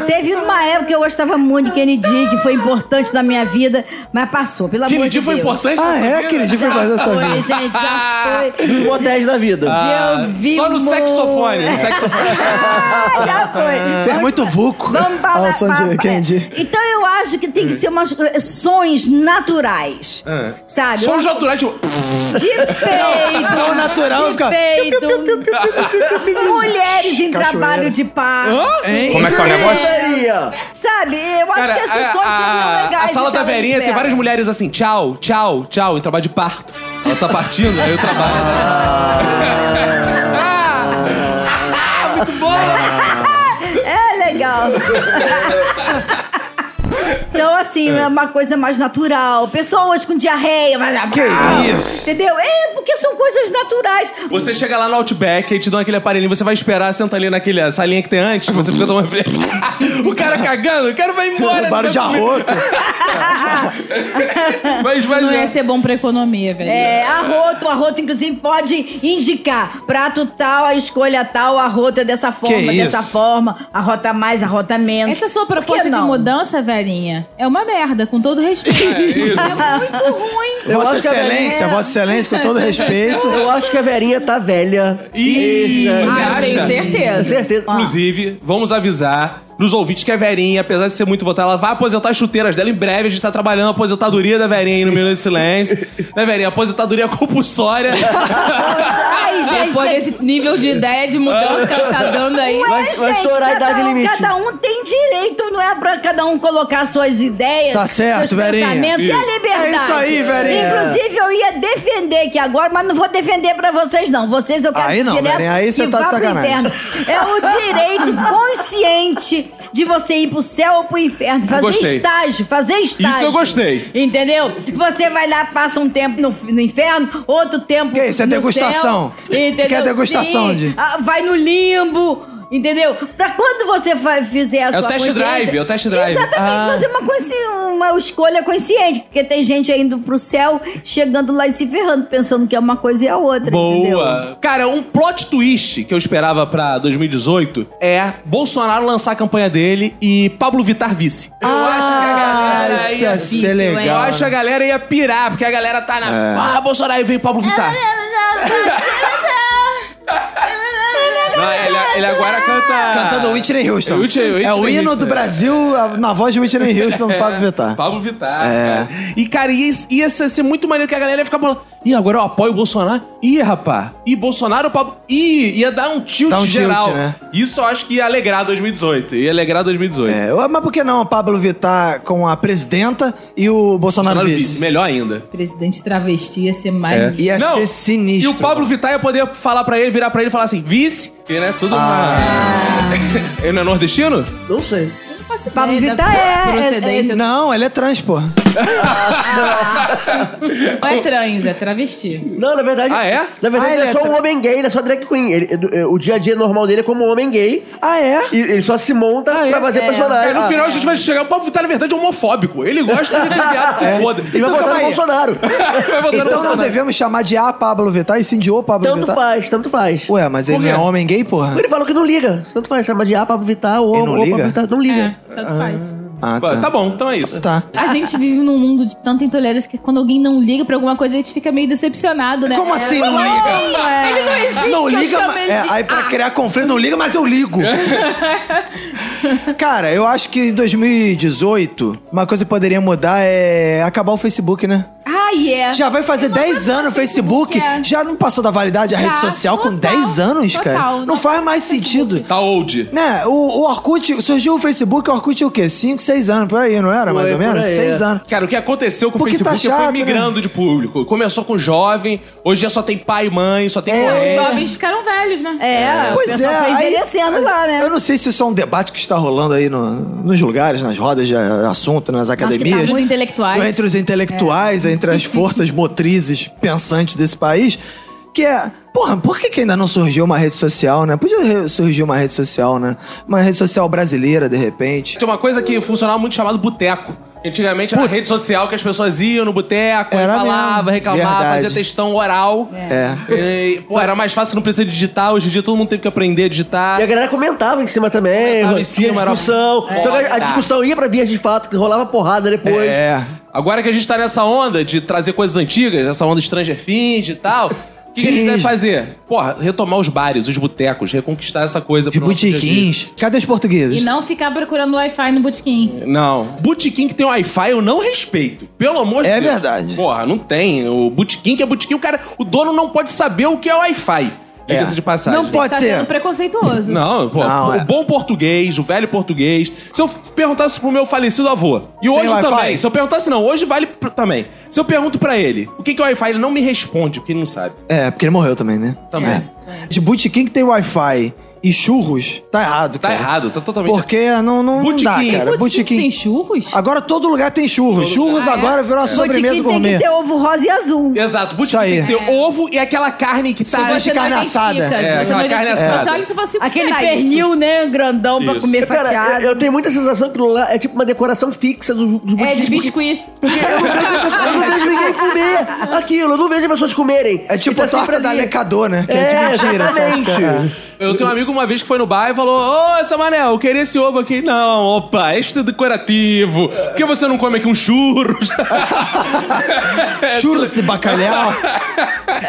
Teve uma época que eu gostava muito de Kennedy, que foi importante na minha vida, mas passou, pelo amor
Kennedy
de
foi
Deus.
importante né?
Ah,
nessa
é?
vida?
Kennedy foi fazer essa
Foi,
vida.
gente, já
[LAUGHS]
foi.
Motéis Um da vida.
Ah,
Eu vi
Só no
muito.
saxofone. No saxofone.
Ah, [LAUGHS] já foi.
Fez muito vulco.
Vamos falar.
Ao som de
pa-
Kennedy.
Então eu acho que
Hum.
tem que ser umas eh, sons naturais.
Ah.
Sabe?
Sons
Eu-
naturais, tipo.
De peito.
som natural,
de
fica-
peito. Mulheres em
Cachoeira.
trabalho de parto.
Como é que é o negócio?
Seria.
Sabe? Eu acho que esses sons seriam
a
legais. em
sala da
de
verinha tem
espera.
várias mulheres assim, tchau, tchau, tchau, em trabalho de parto. Ela tá partindo, aí eu trabalho. Ah! [LAUGHS]
É legal. Então, assim, é uma coisa mais natural. Pessoas com diarreia, mas.
Que isso?
Entendeu? É, porque são coisas naturais.
Você chega lá no Outback, aí te dão aquele aparelhinho, você vai esperar, senta ali naquele salinha que tem antes, você fica tomando... [LAUGHS] o cara cagando, o cara vai roubaram embora. é
Barulho de arroto.
Mas vai...
Não ia ser bom pra economia, velho.
É, arroto, arroto, inclusive, pode indicar. Prato tal, a escolha tal, arroto é dessa forma,
Que isso?
dessa forma, arrota mais, arrota menos.
Essa sua
Por que
proposta de
não?
mudança, velhinha, é uma merda, com todo respeito. É, muito ruim.
Vossa
acho que a
Excelência,
galera-
Vossa Excelência, com todo respeito.
Eu acho que a Verinha tá velha.
Ih, você
Ah, eu
acha?
tenho
Com
certeza.
certeza.
Inclusive,
Ah.
vamos avisar nos ouvintes que a Verinha, apesar de ser muito votada, ela vai aposentar as chuteiras dela em breve. A gente tá trabalhando a aposentadoria da Verinha aí no Minuto de Silêncio.
[LAUGHS]
né, Verinha? Aposentadoria compulsória.
Ai, gente, é
Depois
tem-
desse nível de ideia de mudança que ela tá dando aí.
Ué,
Vai- vai
é, gente,
estourar a
cada
idade
um,
limite.
Cada um tem direito, não é pra cada um colocar suas ideias,
Tá certo,
seus
Verinha.
pensamentos, é a
Isso.
liberdade.
É isso aí, Verinha.
Inclusive, eu ia defender aqui agora, mas não vou defender pra vocês, não. Vocês eu quero
Aí não,
direto
Verinha, aí você
que
tá de
vá pro
sacanagem.
inferno. É
[LAUGHS]
o direito consciente de você ir pro céu ou pro inferno, fazer
Gostei.
estágio, fazer estágio.
eu gostei.
Entendeu? Você vai lá, passa um tempo no, no inferno, outro tempo
Que isso, é
no
degustação.
céu, entendeu?
Quer degustação
Sim.
de-
Ah, vai no limbo, entendeu? Pra quando você fa- fizer a sua
É o test
consciência-
drive, é o test drive.
Exatamente,
Ah.
fazer uma, consci... uma escolha consciente, porque tem gente aí indo pro céu, chegando lá e se ferrando, pensando que é uma coisa e a outra, entendeu?
Boa. Cara, um plot twist que eu esperava pra 2018 é Bolsonaro lançar a campanha dele e Pablo Vittar vice. Eu
Ah,
acho
isso
que a
ia
galera ia...
ser
Eu
legal. né?
acho que a galera ia pirar, porque a galera tá na... Ah, Bolsonaro, aí veio Pablo Vittar. Não, ele, ele agora canta...
Cantando Whitney Houston.
Whitney- Whitney
é o hino
Houston,
do
é.
Brasil a- na voz de Whitney Houston do Pablo Vittar.
Pablo Vittar.
É.
cara. E, cara, ia, ia ser, ser muito maneiro que a galera ia ficar falando. Ih, agora eu apoio o Bolsonaro. Ih, rapá. Ih, Bolsonaro, Pablo. Ih, ia dar um tilt
Dá um tilt,
geral.
né?
Isso eu acho que ia alegrar 2018. Ia alegrar 2018.
É, eu- mas por que não o Pablo Vittar com a presidenta e o Bolsonaro,
Bolsonaro
vice?
vice, melhor ainda.
Presidente travesti ia ser mais. lindo.
Ia
Não,
ser sinistro.
E o Pablo Vittar ia poder falar pra ele, virar pra ele e falar assim, vice, e né,
Ah.
tudo... [LAUGHS] Ele não é nordestino?
Não sei.
É.
Não faço ideia
Pablo
da
Vittar é-
Procedência.
Não, ele é trans, pô.
Não é trans, é travesti.
Não, na verdade.
Ah, é?
Na verdade,
Ah,
ele é
ele
só
é
um
tra-
homem gay, ele é só drag queen. Ele- do- é, o dia a dia normal dele é como um homem gay.
Ah, é?
E ele só se monta pra fazer personagem.
Aí no
Ah,
final a gente vai chegar, o Pablo Vittar na verdade é homofóbico. Ele gosta de ter viado,
[LAUGHS]
se foda.
É. E vai
Então,
votar
calma
no
aí.
Bolsonaro.
[LAUGHS]
[LAUGHS]
Vai votar no
Então não
Bolsonaro.
devemos chamar de A Pablo Vittar e sim de O Pablo
tanto
Vittar?
faz, tanto faz.
Ué, mas ele
Por quê?
não é homem gay, porra?
Ele falou que não liga. Tanto faz, chama de A Pablo Vittar ou
Ele não
ou
liga?
Pablo Vittar. Não liga.
É, tanto faz.
Ah,
Pô, Tá bom, então é isso.
Tá.
A gente vive num mundo de tanta intolerância que quando alguém não liga pra alguma coisa, a gente fica meio decepcionado, né?
Como
É.
assim não liga?
é.
Ele não existe,
Não
que
liga,
eu chamo
mas-
ele
é,
de...
aí pra
Ah,
criar conflito, não liga, mas eu
[LAUGHS]
ligo. Cara, eu acho que em 2018, uma coisa que poderia mudar é acabar o Facebook, né?
Ah, yeah.
Já vai fazer
Não vai
10 anos o
fazer
Facebook,
Facebook, é.
já não passou da validade a
Já,
rede social com
total,
10 anos,
total,
cara. Não,
não
faz mais
Facebook.
sentido.
Tá old.
Né, o, o Orkut, surgiu o Facebook, o Orkut é o quê? 5, 6 anos, por aí, não era? mais
Foi,
ou menos?
por aí,
6
é.
anos.
Cara, o que aconteceu com o
Tá. Porque tá
Facebook foi
chato,
migrando de público. Começou com jovem, hoje já só tem pai e mãe, só tem...
Os
É.
jovens ficaram velhos, né?
É, o
Pois é,
pessoal foi
aí-
envelhecendo lá, né?
Eu não sei se isso é um debate que está rolando aí no- nos lugares, nas rodas de assunto, nas
Acho que tá
academias.
entre os intelectuais.
Entre os intelectuais, entre as forças motrizes pensantes desse país, que é. Porra, por que, que ainda não surgiu uma rede social, né? Podia re- surgir uma rede social, né? Uma rede social brasileira, de repente.
Tem uma coisa que funcionava muito chamado boteco. Antigamente era a rede social que as pessoas iam no boteco, aí
Era
falava,
mesmo.
reclamava,
Verdade.
fazia textão oral.
É.
E, pô, era mais fácil, não precisa digitar. Hoje em dia todo mundo teve que aprender a digitar.
E a galera comentava em cima também,
Comentava em
tinha
cima, era
discussão.
foda.
Só que a- a discussão ia pra vias de fato, que rolava porrada depois.
É.
Agora que a gente tá nessa onda de trazer coisas antigas, essa onda Stranger Things e tal, o que, que a gente
Finge.
deve fazer? Porra, retomar os bares, os botecos, reconquistar essa coisa.
De
pro nosso dia a dia.
botiquins. Cadê os portugueses?
E não ficar procurando Wi-Fi no botequim.
Não. Botequim que tem Wi-Fi eu não respeito. Pelo amor de
É
Deus.
verdade.
Porra, não tem. O botequim que é botequim, o cara, o dono não pode saber o que é Wi-Fi.
É.
Diga-se de passagem.
Não pode
tá
ter.
sendo preconceituoso.
Não, pô,
Não,
o
é.
bom português, o velho português. Se eu f- perguntasse pro meu falecido avô, e hoje
Wi-Fi?
também, se eu perguntasse não, hoje vale pra- também. Se eu pergunto pra ele, o que que é Wi-Fi, ele não me responde, porque ele não sabe.
É, porque ele morreu também, né?
Também.
É. De botiquim que tem Wi-Fi e churros, tá errado,
Tá
cara.
errado, tá totalmente
Porque não, não, não dá,
Botequim.
cara.
Botequim tem
Botiquim.
churros?
Agora todo lugar tem churros. Churros
Ah, é?
agora virou a sobremesa
Botiquim tem
gourmet.
que ter ovo rosa e azul.
Exato,
Isso
botequim
aí.
tem que ter ovo e aquela carne que tá...
gosta de
não
carne
identifica,
assada.
É,
Você
aquela
não
carne
identifica.
assada.
Você olha e você fala assim, o que
Aquele
será
pernil,
isso?
né? Grandão pra
Isso.
comer
Cara,
fatiado.
eu, eu tenho muita sensação que lá é tipo uma decoração fixa dos, dos
É,
botiquins,
de
porque
biscuit.
Eu não, vejo, eu não vejo ninguém comer aquilo, eu não vejo as pessoas comerem.
É tipo
E tá
a torta
sempre
da
ali.
Lecador, né? Que é, de
É,
mentira, você acha que
exatamente.
é.
Eu tenho um amigo uma vez que foi no bar e falou: Ô, seu Manel, eu queria esse ovo aqui. Não, opa, este é decorativo. Por que você não come aqui um churros?
[LAUGHS] Churros de bacalhau.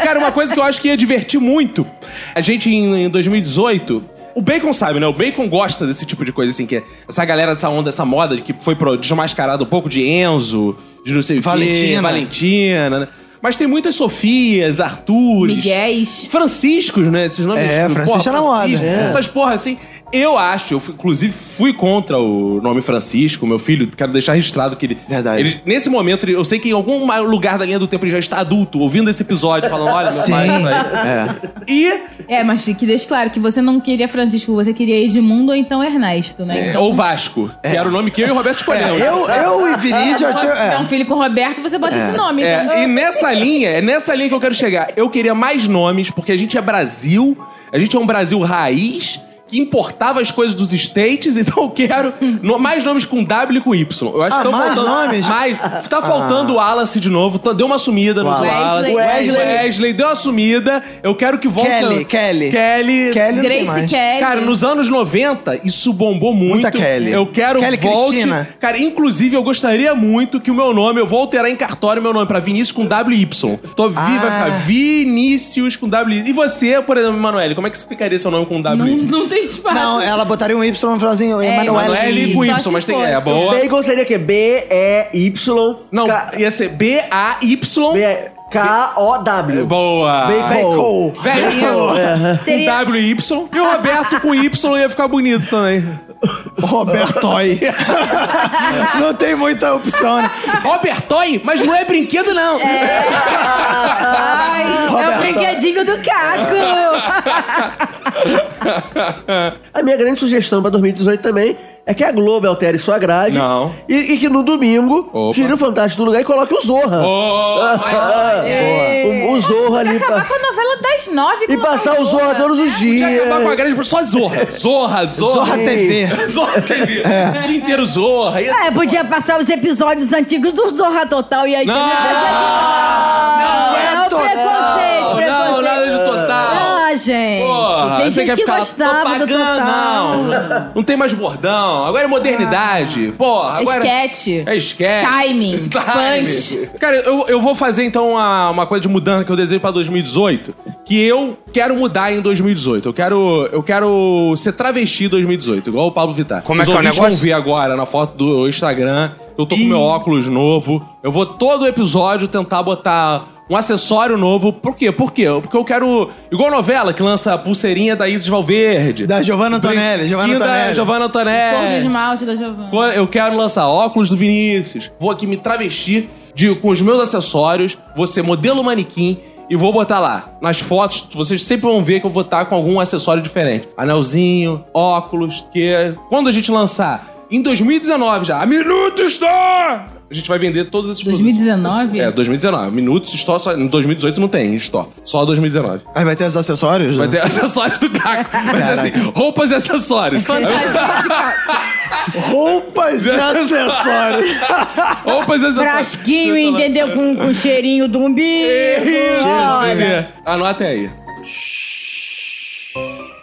Cara, uma coisa que eu acho que ia divertir muito. A gente, em em 2018. O Bacon sabe, né? O Bacon gosta desse tipo de coisa, assim, que é essa galera, essa onda, essa moda de que foi pro- desmascarado um pouco de Enzo, de não sei o quê,
Valentina.
Valentina, né? Mas tem muitas Sofias, Artures.
Miguéis.
Franciscos, né? Esses nomes.
É,
porra,
Francisco é na moda.
Francisco,
É.
Essas porra assim. Eu acho, eu fui- inclusive fui contra o nome Francisco, meu filho. Quero deixar registrado que ele.
Verdade.
ele- nesse momento, ele- eu sei que em algum ma- lugar da linha do tempo ele já está adulto, ouvindo esse episódio, falando: olha, meu
Sim.
pai tá
É.
aí. E.
É, mas que deixe claro que você não queria Francisco, você queria Edmundo ou então Ernesto, né? Então,
É, Ou Vasco, que era o nome que eu e o Roberto escolhemos.
É. Eu, eu e Vini já
se
tinha.
tiver
É.
um filho com Roberto, você bota esse nome. então.
É, e nessa linha, é nessa linha que eu quero chegar. Eu queria mais nomes, porque a gente é Brasil, a gente é um Brasil raiz, que importava as coisas dos States, [LAUGHS] então eu quero no- mais nomes com W e com Y. Eu acho
Ah,
que tão
mais
faltando.
nomes? Ah.
Mais, tá faltando o Wallace de novo, tá- deu uma sumida nos
Wallace.
Wallace.
Wesley.
Wesley deu uma sumida. Eu quero que volte.
Kelly,
a-
Kelly.
Kelly.
Kelly não tem
Grace
mais.
Kelly.
Cara, nos anos 90, isso bombou muito.
Muita Kelly.
Eu quero
Kelly
volte.
Cristina.
Cara, inclusive, eu gostaria muito que o meu nome, eu vou alterar em cartório meu nome pra Vinícius com WY. Tô viva,
Ah.
vai ficar Vinícius com WY. E você, por exemplo, Manoel, como é que você ficaria seu nome com
Não,
WY?
não tem espaço.
é
Não, ela botaria um Y no finalzinho.
É,
Emanuele.
Manoel com
Só
Y,
se
mas tem.
fosse.
É, boa.
Bacon seria o quê? B, E, Y.
Não,
K-
ia ser B-A-Y.
B- K-O-W.
Boa!
Bacon.
Velhinho! Com
Seria-
W e Y. E o Roberto com Y ia ficar bonito também. [LAUGHS]
Robertoy. não tem muita opção, né?
Robertoy? Mas não é brinquedo, não.
Ai, é o brinquedinho do
[LAUGHS]
Caco.
A minha grande sugestão pra 2018 também é que a Globo altere sua grade.
Não.
E, e que no domingo
Opa.
tire o Fantástico do lugar e coloque o Zorra.
Oh,
Ah, o, o Zorra ali.
Acabar
pra-
com a novela das nove.
E
colocar
passar o Zorra todos os
Podia
dias.
acabar com a grande... Só Zorra. Zorra, Zorra.
Zorra É. TV.
Zorra TV. O dia inteiro Zorra. Isso.
É, podia passar os episódios antigos do Zorra Total e aí...
Não!
Não,
é total.
preconceito, preconceito.
Não, nada de total.
Ah, gente.
Porra,
tem
você
gente
quer
que
ficar lá,
gostava
tô
do
pagando,
total.
não. Não tem mais bordão. Agora é modernidade. Porra, agora...
Esquete.
É esquete.
Timing.
[LAUGHS]
Punch.
Cara, eu, eu vou fazer então uma, uma coisa de mudança que eu desejo pra 2018, que eu quero mudar em 2018. Eu quero, eu quero ser travesti em 2018, igual o Pablo Vittar.
Como é
Os
que é o
ouvintes
negócio?
vão ver agora na foto do Instagram. Eu tô com meu óculos novo. Eu vou todo episódio tentar botar um acessório novo. Por quê? Por quê? Porque eu quero. Igual novela que lança a pulseirinha da Isis Valverde.
Da Giovanna Antonelli, Giovanna
E Da
Antonelli.
Giovanna Antonelli.
Cor do esmalte da Giovanna.
Co- Eu quero lançar óculos do Vinícius. Vou aqui me travestir de, com os meus acessórios. Vou ser modelo manequim. E vou botar lá. Nas fotos, vocês sempre vão ver que eu vou estar com algum acessório diferente. Anelzinho, óculos, que quando a gente lançar, em 2019 já, a Minuto Store! A gente vai vender todos esses produtos.
2019?
É, 2019. Minutos Store só. Em 2018 não tem Store. Só 2019.
Aí vai ter os acessórios?
Vai
né?
ter [LAUGHS] acessórios do Caco. Vai ter assim, roupas e acessórios. [LAUGHS]
Fantasia de Caco.
Roupas e
[LAUGHS]
acessórios.
Roupas e acessórios.
Frasquinho,
Você tá lá.
entendeu?
[LAUGHS]
Com, com cheirinho
É.
do umbigo.
Olha. Anotem aí.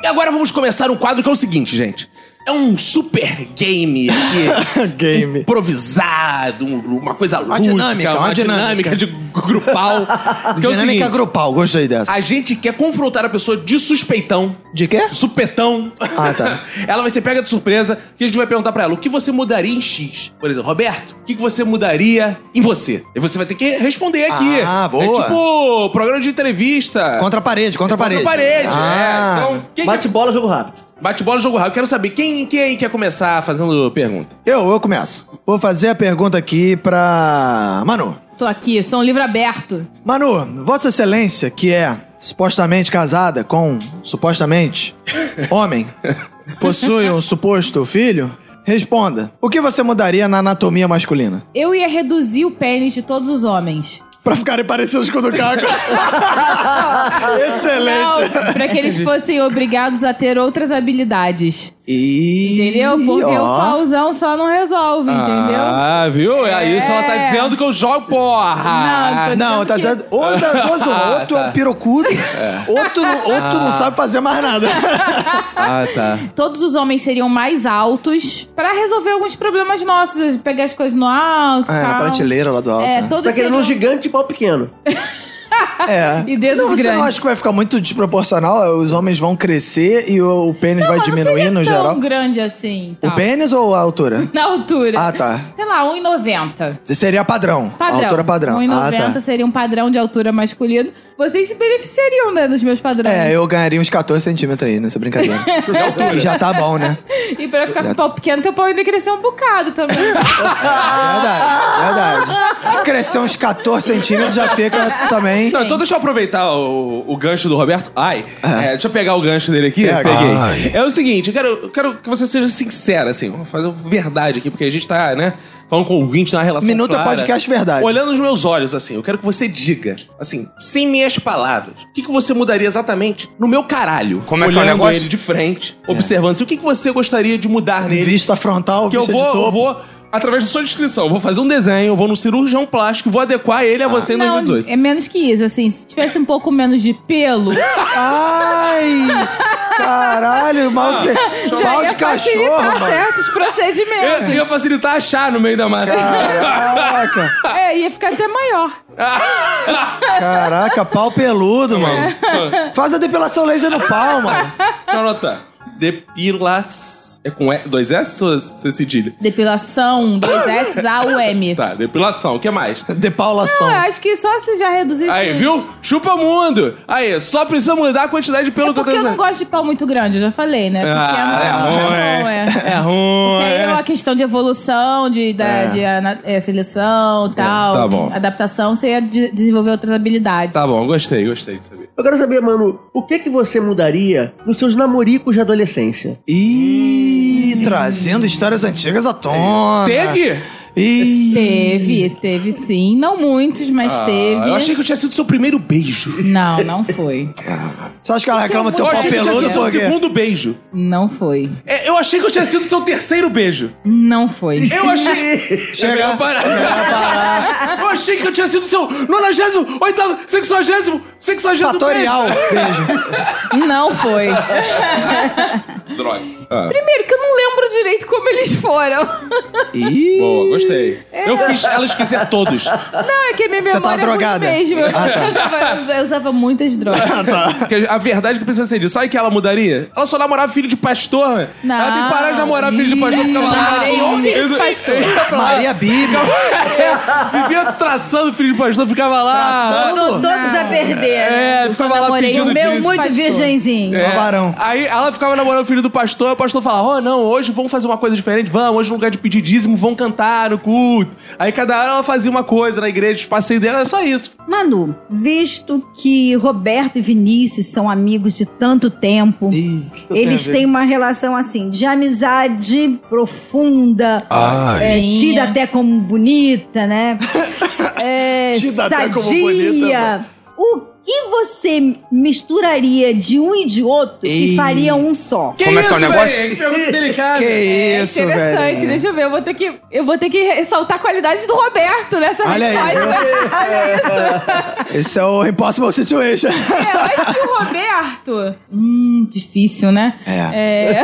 E agora vamos começar um quadro que é o seguinte, gente. É um super game aqui.
[LAUGHS] Game.
improvisado, um- uma coisa lúdica, uma
dinâmica,
dinâmica,
uma dinâmica.
de grupal. que é o
Dinâmica
seguinte,
grupal, gostei dessa.
a gente quer confrontar a pessoa de suspeitão.
De quê?
Supetão.
Ah, tá.
[LAUGHS] ela vai ser pega de surpresa que a gente vai perguntar pra ela o que você mudaria em X. Por exemplo, Roberto, o que que você mudaria em você? E você vai ter que responder aqui.
Ah, boa.
É tipo programa de entrevista.
Contra a parede, contra a parede.
Contra a parede,
Ah.
é. Então, quem
Bate bola, jogo rápido.
que- Bate bola, jogo rápido. Eu Quero saber quem, quem quer começar fazendo pergunta.
Eu, eu começo. Vou fazer a pergunta aqui pra Manu.
Tô aqui, sou um livro aberto.
Manu, Vossa Excelência, que é supostamente casada com, supostamente, [LAUGHS] homem, possui um suposto filho? Responda. O que você mudaria na anatomia masculina?
Eu ia reduzir o pênis de todos os homens.
Pra ficarem parecidos com o do [LAUGHS] Caco. Excelente.
Não, pra que eles fossem obrigados a ter outras habilidades.
E...
Entendeu? Porque o
ó,
pauzão só não resolve, entendeu?
Ah, viu? É. Isso ela tá
É.
dizendo que eu jogo porra.
Não, tô-
Não, tá
que-
certo. Ou das [LAUGHS] duas, ou tu é Ah. um pirocudo, ou tu, não- ou tu não sabe fazer mais [LAUGHS] nada.
Ah,
[LAUGHS]
tá.
Todos os homens seriam mais altos pra resolver alguns problemas nossos, pegar as coisas no alto.
Ah, é, na
tal.
prateleira lá do alto.
É,
né?
todos
Tá querendo um
seriam...
gigante de pau pequeno.
É.
E dedos
não, você não
grandes.
acha que vai ficar muito desproporcional? Os homens vão crescer e o, o pênis vai
Não, não
diminuir
seria
no
tão
geral?
grande assim.
O
tal.
pênis ou a
[LAUGHS]
altura?
Na altura.
Ah, tá.
Sei lá, 1,90.
Seria padrão.
Padrão.
A altura padrão.
1,90
Ah, tá.
seria um padrão de altura masculino. Vocês se beneficiariam, né, dos meus padrões.
É, eu ganharia uns 14 centímetros aí nessa
[LAUGHS]
brincadeira. Já tá bom, né?
E pra ficar com o pau pequeno, teu pau ainda cresceu um bocado também.
[LAUGHS]
É Verdade, é verdade. Se crescer uns 14 centímetros, já fica também.
Não, então deixa eu aproveitar o, o gancho do Roberto. Ai, é, deixa eu pegar o gancho dele aqui.
Pega.
Peguei.
Ai.
É o seguinte, eu quero, eu quero que você seja sincera, assim. Vou fazer verdade aqui, porque a gente tá, né, falando com o ouvinte na relação
Minuto é
clara.
podcast verdade.
Olhando nos meus olhos, assim, eu quero que você diga, assim, sem minhas palavras, o que, que você mudaria exatamente no meu caralho?
Como é que é o
Olhando
negócio?
ele de frente, observando, assim, o que, que você gostaria de mudar nele?
Vista frontal,
que eu
vista
vou,
de
eu
topo.
vou, através da sua descrição, eu vou fazer um desenho, eu vou no cirurgião plástico, vou adequar ele a você em
Não,
2018.
é menos que isso, assim. Se tivesse um pouco menos de
[LAUGHS]
pelo,
Ai! Caralho, mal de, mal
já
de
ia tá
cachorro,
facilitar
mano.
certos
Eu [LAUGHS]
procedimentos.
ia facilitar achar no meio da mata.
Caraca,
É, ia ficar até maior.
caraca, pau peludo, mano. Faz a depilação laser no pau, mano.
Deixa eu anotar. depilação. É com E- dois S ou C cedilha?
Depilação, dois
[LAUGHS]
S, A, U, M.
Tá, depilação. O que mais?
Depaulação.
Eu acho que só se já reduzir
Aí,
esses-
viu? Chupa o mundo! Aí, só precisa mudar a quantidade de pelo
É
que eu
porque
tô
eu não
dizendo.
gosto de pau muito grande, eu já falei, né? Porque
Ah,
é,
é ruim. É ruim.
Porque aí é
é.
uma questão de evolução, de, da, de ana- é, seleção e tal.
tá bom.
Adaptação, você ia de- desenvolver outras habilidades.
Tá bom, gostei, gostei de saber.
Eu quero saber, mano, o que que você mudaria nos seus namoricos de adolescência?
Ih, trazendo histórias antigas à
Ah.
tona.
Hum. Teve?
Ih.
Teve, teve sim. Não muitos, mas
Ah,
teve.
Eu achei que eu tinha sido seu primeiro beijo.
Não, não foi.
Só acho que ela reclama do teu
Eu
pau
achei que eu tinha
peludo
sido seu
porque...
segundo beijo.
Não foi.
É, eu achei que eu tinha sido seu terceiro beijo.
Não foi.
Eu achei.
Chega.
É [LAUGHS] melhor parar. Eu achei que eu tinha sido seu nonagésimo, oitavo, sexagésimo, sexagésimo
Fatorial.
[LAUGHS]
Beijo.
Não foi.
beijo. Droga.
Primeiro que eu não lembro direito como eles foram. [LAUGHS]
Ih.
Boa, gostei. Eu fiz ela esquecer todos.
Não, é que a minha
Você
memória
tava
é muito
drogada? Ah, tá.
mesmo. Eu, usava, eu usava muitas drogas.
Porque a verdade é que precisa ser disso. Sabe o que ela mudaria? Ela só namorava filho de pastor, né?
Não.
Ela tem que parar de namorar filho de pastor. Ficava lá.
Namorei um filho de pastor.
Maria Bíblia.
É, [LAUGHS] vivia traçando filho de pastor, ficava lá.
Traçando?
Todos a perder.
É,
Eu só
ficava lá
namorei
pedindo
um
o
meu
filho
meu
de-
muito
pastor.
virgenzinho.
É.
Só varão.
Aí ela ficava namorando o filho do pastor, o pastor falava: Ó, não, hoje vamos fazer uma coisa diferente, vamos, hoje no lugar de pedir dízimo, vão cantar no culto. Aí cada hora ela fazia uma coisa na igreja, os passeios dela, era só isso.
Manu, visto que Roberto e Vinícius são amigos de tanto tempo,
Ih, o que que eu tenho
eles
a ver?
têm uma relação assim de amizade profunda,
Ah,
Ai.
é,
Minha.
tida até como bonita,
[LAUGHS]
né? É,
Tida até como
sadia.
bonita, né?
O que você misturaria de um e de outro
Ei.
e faria um só?
Como é que é o
isso,
negócio?
velho? Que
[LAUGHS]
pergunta delicada.
Que
É
isso, velho.
interessante, deixa eu ver. Eu vou ter que, eu vou ter que ressaltar a qualidade do Roberto nessa
Olha aí,
resposta. Olha isso.
Esse é o Impossible Situation.
É, eu acho que o Roberto. Hum, difícil, né?
É.
É.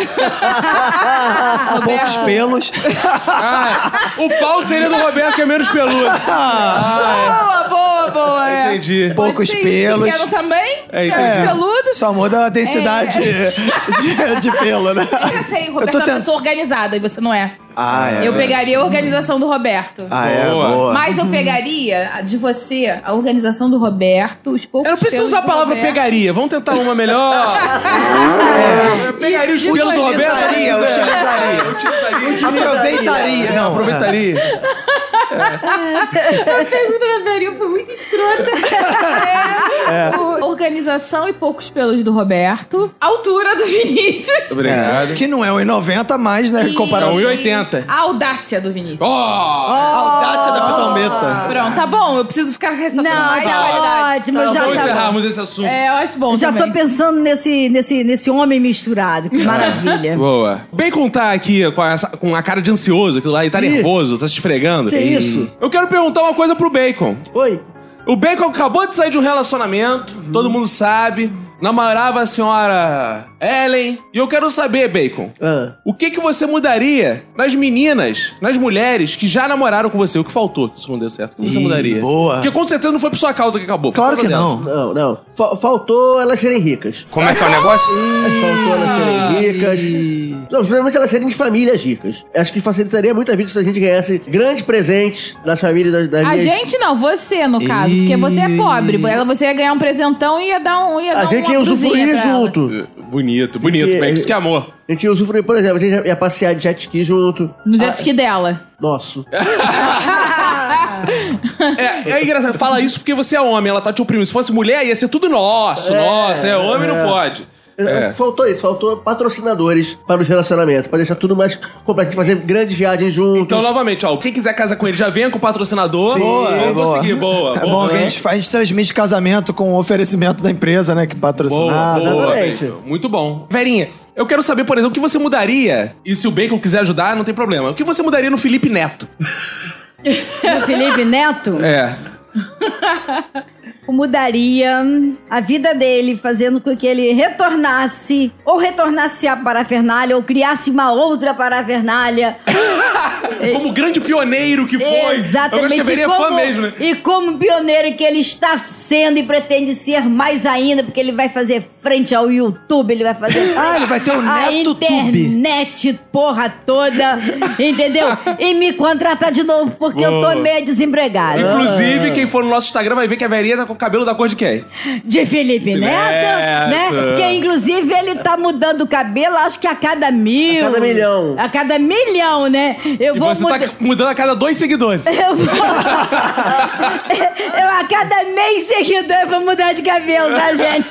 [LAUGHS]
Poucos
Roberto.
pelos.
Ah, o pau seria do Roberto, que é menos peludo. Ah,
Boa, boa, boa.
é.
é.
entendi.
Mas
Poucos
sim,
pelos.
Quero também?
É,
quero os
entendi.
peludos.
Só muda a densidade de, de pelo, né?
É. Eu sei, o
Eu
Roberto
tô
é uma
tentando-
pessoa organizada e você não é.
Ah, é.
eu
verdade.
pegaria a organização do Roberto.
Ah, é,
Boa.
boa.
Mas eu pegaria a de você a organização do Roberto, os poucos
Eu não preciso
pelos
usar a
do
palavra
[LAUGHS] Roberto.
pegaria, vamos tentar
[LAUGHS]
uma melhor. É, eu pegaria os
E
pelos do Roberto.
utilizaria,
eu
utilizaria.
Eu utilizaria.
Aproveitaria.
Não,
Não,
aproveitaria.
pergunta da Veril foi
[LAUGHS]
muito escrota. É. O- Organização e poucos pelos do Roberto. Altura do Vinícius.
Obrigado.
É, que não é 1,90, mas, né,
E-
em comparação.
Não, 1,80.
A audácia do Vinícius.
Ó!
A audácia da pitometa.
Pronto, tá bom. Eu preciso ficar
Não,
ressaltando mais a
tá
qualidade.
ótimo. já
Vamos
tá bom.
encerrarmos esse assunto.
É, eu acho bom
Já
também.
tô pensando nesse, nesse, nesse homem misturado. Que maravilha.
Boa. Bem contar aqui com, essa- com a cara de ansioso aquilo lá e tá nervoso, tá se esfregando.
Que
Ih.
isso?
Eu quero perguntar uma coisa pro Bacon.
Oi?
O Bacon acabou de sair de um relacionamento, todo mundo sabe. Namorava a senhora Ellen. E eu quero saber, Bacon,
Ah.
o que que você mudaria nas meninas, nas mulheres que já namoraram com você? O que faltou que isso não deu certo? O que você
Ih,
mudaria?
boa.
Porque com certeza não foi por sua causa que acabou.
Claro que não.
Não, não. Fa- faltou elas serem ricas.
Como é que é o negócio?
Faltou elas
Ah,
serem ricas. Não, principalmente elas serem de famílias ricas. Acho que facilitaria muito a vida se a gente ganhasse grandes presentes das famílias das, das
A
minhas-
gente não, você no caso, porque você é pobre. Ela, você ia ganhar um presentão e ia dar um. Ia
A
dar
gente
uma
ia
cruzinha
usufruir
pra ela.
junto.
Bonito, bonito,
Porque-
Bacon. Isso que é amor.
A gente ia usufruir, por exemplo, a gente ia passear de jet ski junto.
No jet ski dela.
Nosso.
É, é engraçado, fala isso porque você é homem, ela tá te oprimindo. Se fosse mulher, ia ser tudo nosso, nossa, é homem, não pode.
Acho que Faltou isso, faltou patrocinadores para os relacionamentos, para deixar tudo mais completo, a gente fazer grandes viagens juntos.
Então, novamente, ó, quem quiser casar com ele, já venha com o patrocinador.
Boa,
Vamos
boa.
conseguir, boa.
É
boa,
bom que
boa.
a gente, faz- a gente transmite casamento com o oferecimento da empresa, né? Que
Boa,
patrocinada.
boa,
exatamente.
Bacon. Muito bom. Ah, Verinha, eu quero saber, por exemplo, o que você mudaria, e se o Bacon quiser ajudar, não tem problema. O que você mudaria no Felipe Neto?
No Felipe Neto,
É.
eu mudaria a vida dele, fazendo com que ele retornasse, ou retornasse à parafernália, ou criasse uma
[LAUGHS]
outra parafernália.
Como grande pioneiro que foi. Eu acho
É. Exatamente.
que a Verinha é
e,
fã
como,
mesmo, né?
e como pioneiro que ele está sendo e pretende ser mais ainda, porque ele vai fazer frente ao YouTube, ele vai fazer.
Ah, ele vai
um
ter o
[LAUGHS] a
NetoTube.
internet, porra toda,
[LAUGHS]
entendeu? E me contratar de novo, porque eu tô meio desempregada.
Inclusive, quem for no nosso Instagram vai ver que a Verinha tá com o cabelo da cor de quem?
De Felipe Neto,
Neto.
né? Que inclusive ele tá mudando o cabelo, acho que a cada mil.
A cada milhão.
A cada milhão, né? Eu
E
vou
você
mudar.
tá mudando a cada dois seguidores.
[LAUGHS] Eu vou. [LAUGHS] eu a cada mês seguidor eu vou mudar de cabelo, tá, gente?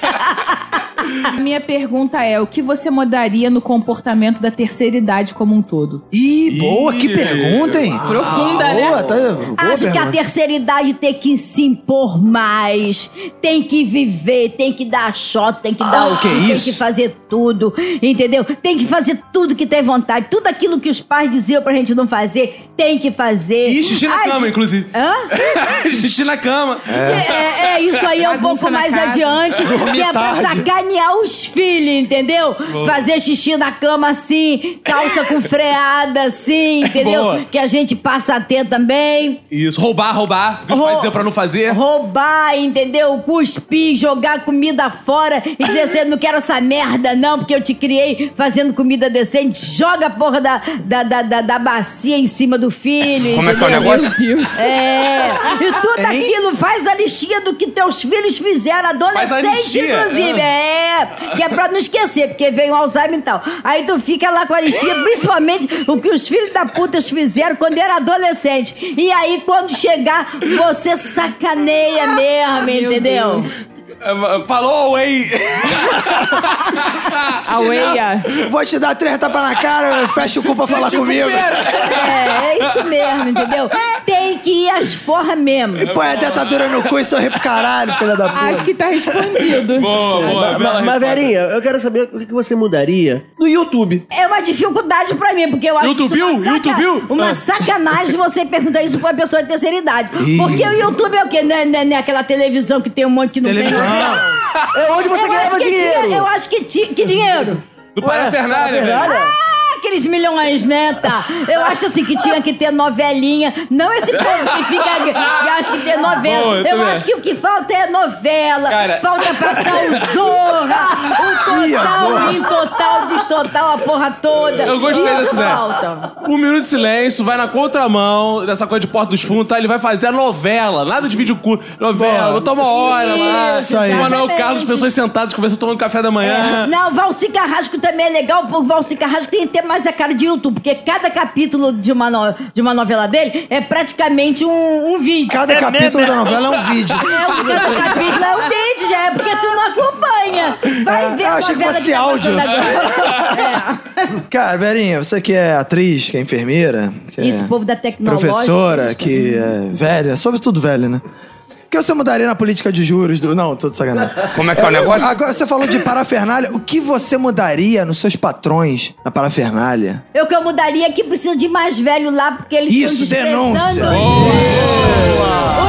A minha pergunta é: o que você mudaria no comportamento da terceira idade como um todo?
Ih, boa, que
Ih,
pergunta, hein?
Profunda, né?
Boa, tá, boa
Ah, Acho que a
pergunta.
terceira idade tem que se impor mais, tem que viver, tem que dar shot, tem que
Ah,
dar o
que
tem
isso?
que fazer tudo, entendeu? Tem que fazer tudo que tem vontade, tudo aquilo que os pais diziam pra gente não fazer, tem que fazer.
E xixi na
As-
cama, inclusive. [LAUGHS]
Hã?
xixi na cama.
É, é, isso aí é um
Bagunça
pouco
na
mais
casa.
[LAUGHS]
adiante.
Dormir
Que é pra
tarde.
sacanear os filhos, entendeu? Fazer xixi na cama assim, calça com freada
[LAUGHS]
assim, entendeu?
Boa.
Que a gente passa a ter também.
Isso, roubar, roubar. O que os
Rou-
pais diziam pra não fazer.
Roubar, entendeu? Cuspir, jogar comida fora e dizer assim: não quero essa merda, não, porque eu te criei fazendo comida decente. Joga a porra da, da, da, da, da bacia em cima do filho.
Como é que é o
entendeu?
negócio?
Deus.
É, e tudo
Hein?
aquilo faz a listinha do que teus filhos fizeram,
Faz a
adolescente,
listinha. Ah.
inclusive. É, que é pra não esquecer, porque vem o Alzheimer e tal. Aí tu fica lá com a listinha,
Ah.
principalmente o que os filhos da puta fizeram quando era adolescente. E aí, quando chegar, você sacaneia mesmo, entendeu?
Deus.
É, Falou, "Oh, ei!
Aweia.
Vou te dar três tapas na cara, fecha o cu pra falar comigo.
É, é isso mesmo, entendeu? Tem que ir às forras mesmo.
E põe a dentadura no cu e sorri pro caralho, filha da puta.
Acho que tá respondido.
Boa, boa, bela
Mas,
resposta.
Verinha, eu quero saber o que que você mudaria no YouTube.
É uma dificuldade pra mim, porque eu acho
YouTube,
que isso é uma,
YouTube?
uma
Ah.
sacanagem você perguntar isso pra uma pessoa de terceira idade. Porque o YouTube é o quê? Não é, não é- não é aquela televisão que tem um monte que não
Televisão.
tem.
É onde você
eu acho
ganhava
que
dinheiro.
dinhe- Eu acho que ti- que dinheiro?
Do Parafernália, velho.
Ah, Aqueles milhões, né? Tá. Eu acho assim que tinha que ter novelinha. Não esse povo que fica. Eu acho que ter novela.
Boa, eu
eu
também acho.
acho que o que falta é novela.
Cara.
Falta passar o Zorra, o total, em total, destotal, a porra toda.
Eu gostei
Isso
dessa ideia.
falta.
Um minuto de silêncio, vai na contramão dessa coisa de Porta dos Fundos, tá? Ele vai fazer a novela, nada de vídeo curto. Novela,
Boa.
toma uma hora lá.
Isso aí.
O Manuel
Exatamente.
Carlos, pessoas sentadas, conversando, tomando café da
É.
É.
manhã.
Não, Valci Carrasco também é legal, porque o Valci Carrasco tem que ter mais a cara de YouTube, porque cada capítulo de uma, no- de uma novela dele é praticamente um, um vídeo.
Cada capítulo da novela é um vídeo.
É, o
[LAUGHS]
cada capítulo é um vídeo, já é porque tu não acompanha. Vai ver
eu
a
Ah, achei que
novela
fosse
tá
áudio.
passando
[LAUGHS]
agora. É.
Cara, Verinha, você que é atriz, que é enfermeira, que
É. Esse
é
povo da tecnologia.
professora, que
né?
é velha, sobretudo velha, né? O que você mudaria na política de juros do. Não, tô de sacanagem.
Como é que é o
Eu-
negócio?
Agora você falou de parafernália. O que você mudaria nos seus patrões na parafernália?
Eu que eu mudaria é que precisa de mais velho lá, porque eles
Isso,
estão
denúncia.
desprezando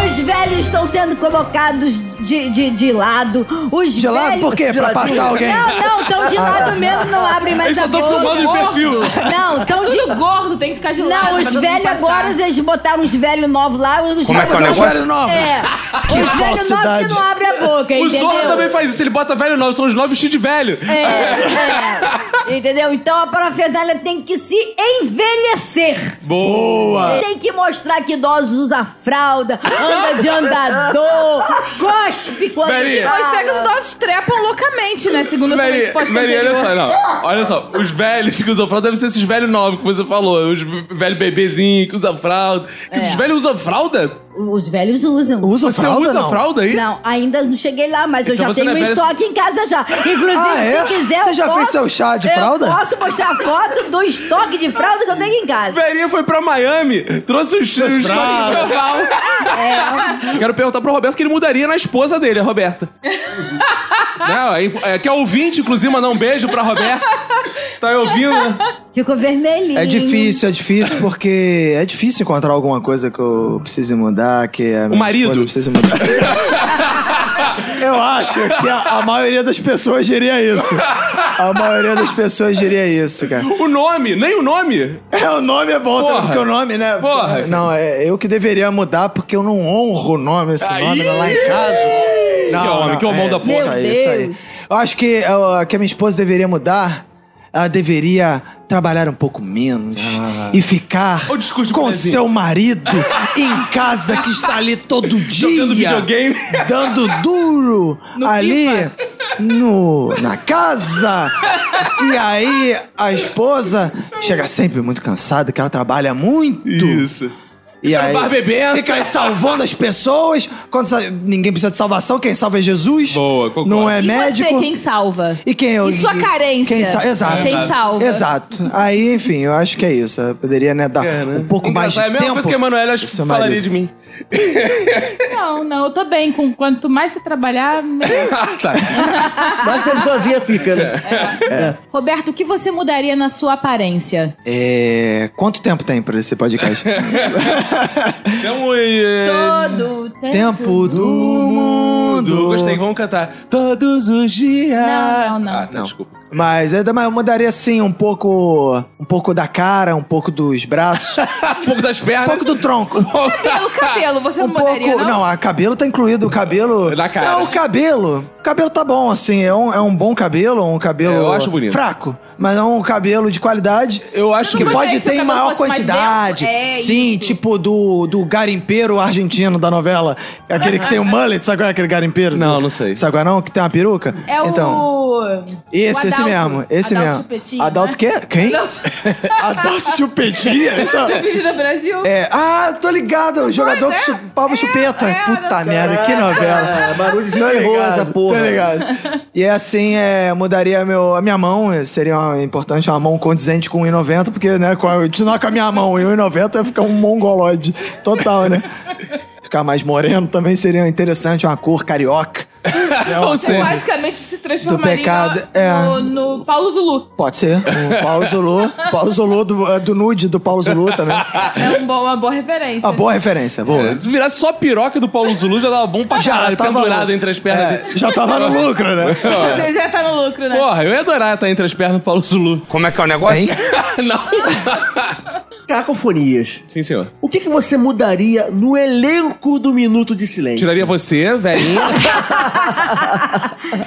Os velhos estão sendo colocados de, de, de lado. Os
De lado
velhos-
por quê? Pra passar alguém?
Não, não, estão de
Ah.
lado mesmo, não abrem mais
Eles
a
só tão
boca.
filmando de perfil.
Não, estão de...
Tudo gordo, tem que ficar de lado.
Não,
pra
os
todo mundo
velhos
passar.
agora, eles botaram uns velhos novos lá. Os
Como é que é o
velhos-
negócio?
Os velhos novos.
É,
Que
os velhos novos que
falsidade.
não abrem a boca,
O
entendeu?
Zorro também faz isso, ele bota velho não, são os novos vestidos de velho.
É, é. Entendeu? Então a parafernália tem que se envelhecer.
Boa!
Tem que mostrar que idosos usa fralda, anda
[LAUGHS]
de andador, cospe quando
Verinha.
fala.
Mostrar que os idosos trepam loucamente, né? Segundo essa
Mary,
resposta
Mary, olha
anterior.
só,
[LAUGHS]
não. Olha só, os velhos que usam fralda devem ser esses velhos novos que você falou. Os velhos bebezinhos que usam fralda. Que
É.
Os velhos usam fralda?
Os velhos usam.
Usa
Você
fralda,
usa
não?
fralda Tá aí?
Não, ainda não cheguei lá, mas
Então
eu já
você
tenho
não é
um
velha-
estoque em casa já. Inclusive,
Ah, é?
se quiser.
Você
eu
já fez
posso-
seu chá de fralda?
Eu posso mostrar a foto do estoque de fralda que eu tenho em casa.
Verinha foi pra Miami, trouxe os os-
Enxoval.
É.
Quero perguntar pro Roberto o que ele mudaria na esposa dele, a
[LAUGHS]
Roberta. Não, é, é, que é ouvinte, inclusive, mandar um beijo pra Roberta. Tá me ouvindo, né?
Ficou vermelhinho.
É difícil, é difícil, porque é difícil encontrar alguma coisa que eu precise mudar, que é a minha
marido?
esposa precise mudar. eu acho que a, a maioria das pessoas diria isso. A maioria das pessoas diria isso, cara.
O nome, nem o nome.
[LAUGHS] É, o nome é bom
Porra.
também, porque o nome, né?
Porra.
Não, é eu que deveria mudar, porque eu não honro o nome, esse
Aí.
nome lá em casa.
Isso que é homem, que é o mão da porra.
Isso aí, isso aí.
Meu Deus.
Eu acho que, ah, que a minha esposa deveria mudar. Ela deveria trabalhar um pouco menos e ficar
Ô, discurso de
com
mulherzinha.
seu marido em casa que está ali todo dia.
[LAUGHS] Jogando videogame.
Dando duro
No
ali
FIFA.
no, na casa. E aí a esposa chega sempre muito cansada, que ela trabalha muito.
Isso.
E
no
aí,
bar bebendo.
Fica aí salvando as pessoas. Quando sa- Ninguém precisa de salvação, quem salva é Jesus.
Boa, concordo.
Não é
e
médico.
você, quem salva?
E quem eu.
E sua carência?
Quem sa- Exato.
Quem salva?
Exato. Aí, enfim, eu acho que é isso. Eu poderia, né, dar
Cara,
um pouco mais de
engraçado. É a mesma
tempo é
coisa que a Emanuela
pro seu
falaria
marido.
de mim. [LAUGHS]
Não, não, eu tô bem. Com quanto mais você trabalhar, melhor.
Ah, tá.
Mas tempo sozinha fica, né?
Roberto, o que você mudaria na sua aparência?
É... Quanto tempo tem pra esse
[LAUGHS]
podcast?
Então, e...
Todo tempo.
tempo do é, mundo.
Gostei, vamos cantar. Todos os dias.
Não, não, não.
Ah,
Não.
desculpa.
Mas eu também mudaria, assim, um pouco... Um pouco da cara, um pouco dos braços.
Um pouco das
um
pernas.
pouco do
[LAUGHS]
tronco.
Pelo Ah, cabelo, [LAUGHS] você
um
não mudaria,
pouco. Não?
não?
a cabelo tá incluído. O cabelo.
Da cara.
Não, o cabelo. O cabelo tá bom, assim. É um, é um bom cabelo, um cabelo.
É, eu acho bonito.
Fraco, mas é um cabelo de qualidade.
Eu acho
Que
que...
Não gostaria
pode
que seu
ter em
cabelo
maior
fosse mais
quantidade.
denso? É
Sim,
isso.
tipo do, do garimpeiro argentino da novela. Aquele que tem o mullet, sabe qual é aquele garimpeiro?
Não, não sei.
Sabe qual é não? Que tem uma peruca?
É o.
Então, esse,
o
esse
Adalto.
mesmo. Esse
Adalto
mesmo.
Chupetinha,
Adalto
né?
quê? Quem?
Adalto-
Adalto Chupetinha?
é
Essa-
Avenida Brasil.
É, ah, tô ligado, o jogador
é.
que chupava
É,
chupeta.
é,
Puta
olha só.
merda, que novela.
É, barulho
Tô
desenterrou
ligado,
essa porra.
Tô ligado. E assim, é, mudaria meu, a minha mão, eh, seria uma- importante uma mão condizente com 1,90, porque, né, com a, continuar com a minha mão e 1,90 ia ficar um mongoloide total, né? Ficar mais moreno também seria interessante, uma cor carioca. né, uma
Ou
Você
seja,
basicamente se transformaria
do pecado,
no,
é.
no, no Paulo Zulu.
Pode ser, o Paulo Zulu, Paulo Zulu do, eh, do nude do Paulo Zulu também.
É um bom- uma boa referência.
Uma boa referência, boa.
É,
se virasse só a piroca do Paulo Zulu, já dava bom pra caralho. pendurado entre as pernas
é,
dele.
já tava no
[LAUGHS]
lucro, né?
Você já tá no lucro, né?
Porra, eu ia adorar estar entre as pernas do Paulo Zulu.
Como é que é o negócio?
[LAUGHS] não.
Cacofonias.
Sim, senhor.
O que, que você mudaria no elenco do Minuto de Silêncio?
Tiraria você, velhinha.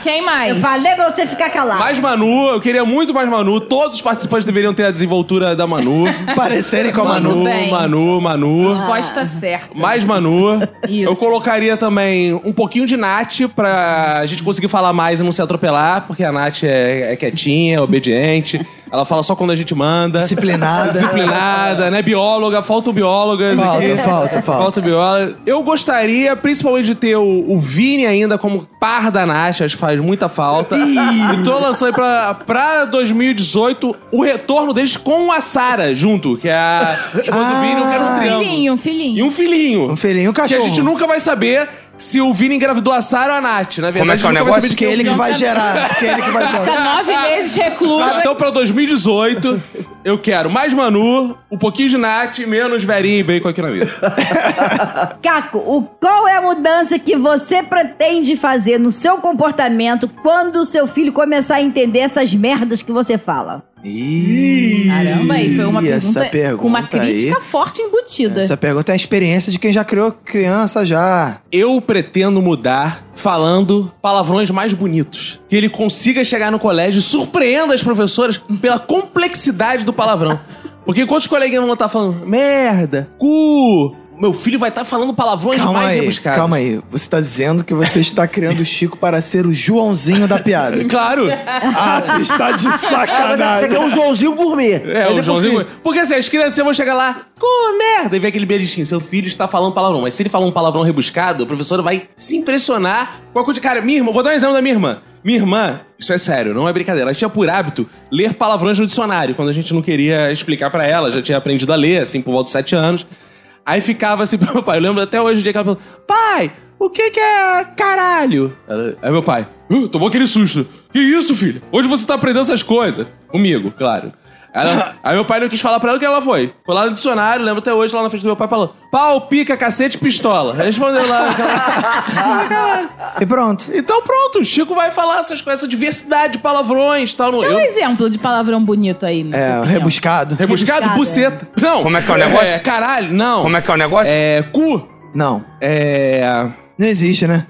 Quem mais?
Eu falei pra você ficar calado.
Mais Manu, eu queria muito mais Manu. Todos os participantes deveriam ter a desenvoltura da Manu.
Parecerem com a
Mano,
Manu.
Muito bem.
Manu, Manu.
Resposta
Ah.
certa.
Mais Manu.
Isso.
Eu colocaria também um pouquinho de Nath pra gente conseguir falar mais e não se atropelar, porque a Nath é, é quietinha, obediente. Ela fala só quando a gente manda.
Disciplinada.
Disciplinada, né? Bióloga, faltam biólogas
Falta,
aqui.
falta, falta.
Falta bióloga. Eu gostaria, principalmente, de ter o, o Vini ainda como par da Nath, acho que faz muita falta. e tô lançando aí pra, pra 2018 o retorno deles com a Sara junto, que é a esposa do Vini,
Ah,
eu quero um triângulo.
Ah. Filhinho, filhinho.
E um filhinho.
Um filhinho, um
Que a
cachorro.
gente nunca vai saber se o Vini engravidou a Sara ou a Nath.
Como
Na verdade,
é que é
a
o
gente nunca vai
negócio?
saber de
Que
quem
é ele que
é o
vai gerar. Que é ele que vai gerar.
Fica nove meses reclusa.
Vini. Então, pra 2018, eu quero mais Manu, um pouquinho de Nath, menos Verinho e Bacon aqui na vida.
Caco, o, qual é a mudança que você pretende fazer no seu comportamento quando o seu filho começar a entender essas merdas que você fala?
Ih,
Caramba, aí foi uma pergunta,
essa pergunta
com uma crítica
aí-
forte embutida.
Essa pergunta é a experiência de quem já criou criança já.
Eu pretendo mudar falando palavrões mais bonitos. Que ele consiga chegar no colégio e surpreenda as professoras pela complexidade do palavrão. Porque enquanto os coleguinhas vão estar falando merda, cu, meu filho vai estar falando palavrões
Calma
mais
aí,
rebuscados.
calma aí. Você tá dizendo que você está criando o Chico para ser o Joãozinho
[LAUGHS]
da piada.
Claro.
Ah, tu está de
Ah, mas você quer
sacanagem.
um Joãozinho gourmet.
É,
Ele
o Joãozinho.
possível.
Porque assim, as crianças vão chegar lá, com merda, e ver aquele belisquinho. Seu filho está falando palavrão. Mas se ele falar um palavrão rebuscado, o professor vai se impressionar com a coisa de cara. Minha irmã, vou dar um exemplo da minha irmã. Minha irmã, isso é sério, não é brincadeira. Ela tinha por hábito ler palavrões no dicionário, quando a gente não queria explicar pra ela, já tinha aprendido a ler, assim, por volta dos sete anos. Aí ficava assim [LAUGHS] pro meu pai. Eu lembro até hoje o dia que ela falou: Pai, o que que é caralho? Ela- Aí meu pai, "Uh, tomou aquele susto. Que isso, filho? Hoje você tá aprendendo essas coisas? Comigo, claro. Aí
[LAUGHS]
ela- aí meu pai não quis falar pra ela o que ela foi. Foi lá no dicionário, lembro até hoje, lá na frente do meu pai, falou: pau, pica, cacete, pistola. Respondeu lá.
[LAUGHS]
um- E pronto.
então pronto, o Chico vai falar essas coisas, essa diversidade de palavrões e tal. Não,
Dá um
eu,
exemplo de palavrão bonito aí. na sua
É,
opinião.
rebuscado.
rebuscado,
Rebuscado,
buceta. Não.
Como é que é o negócio?
É, caralho, não.
Como é que é o negócio?
É, cu.
Não,
É.
não existe, né?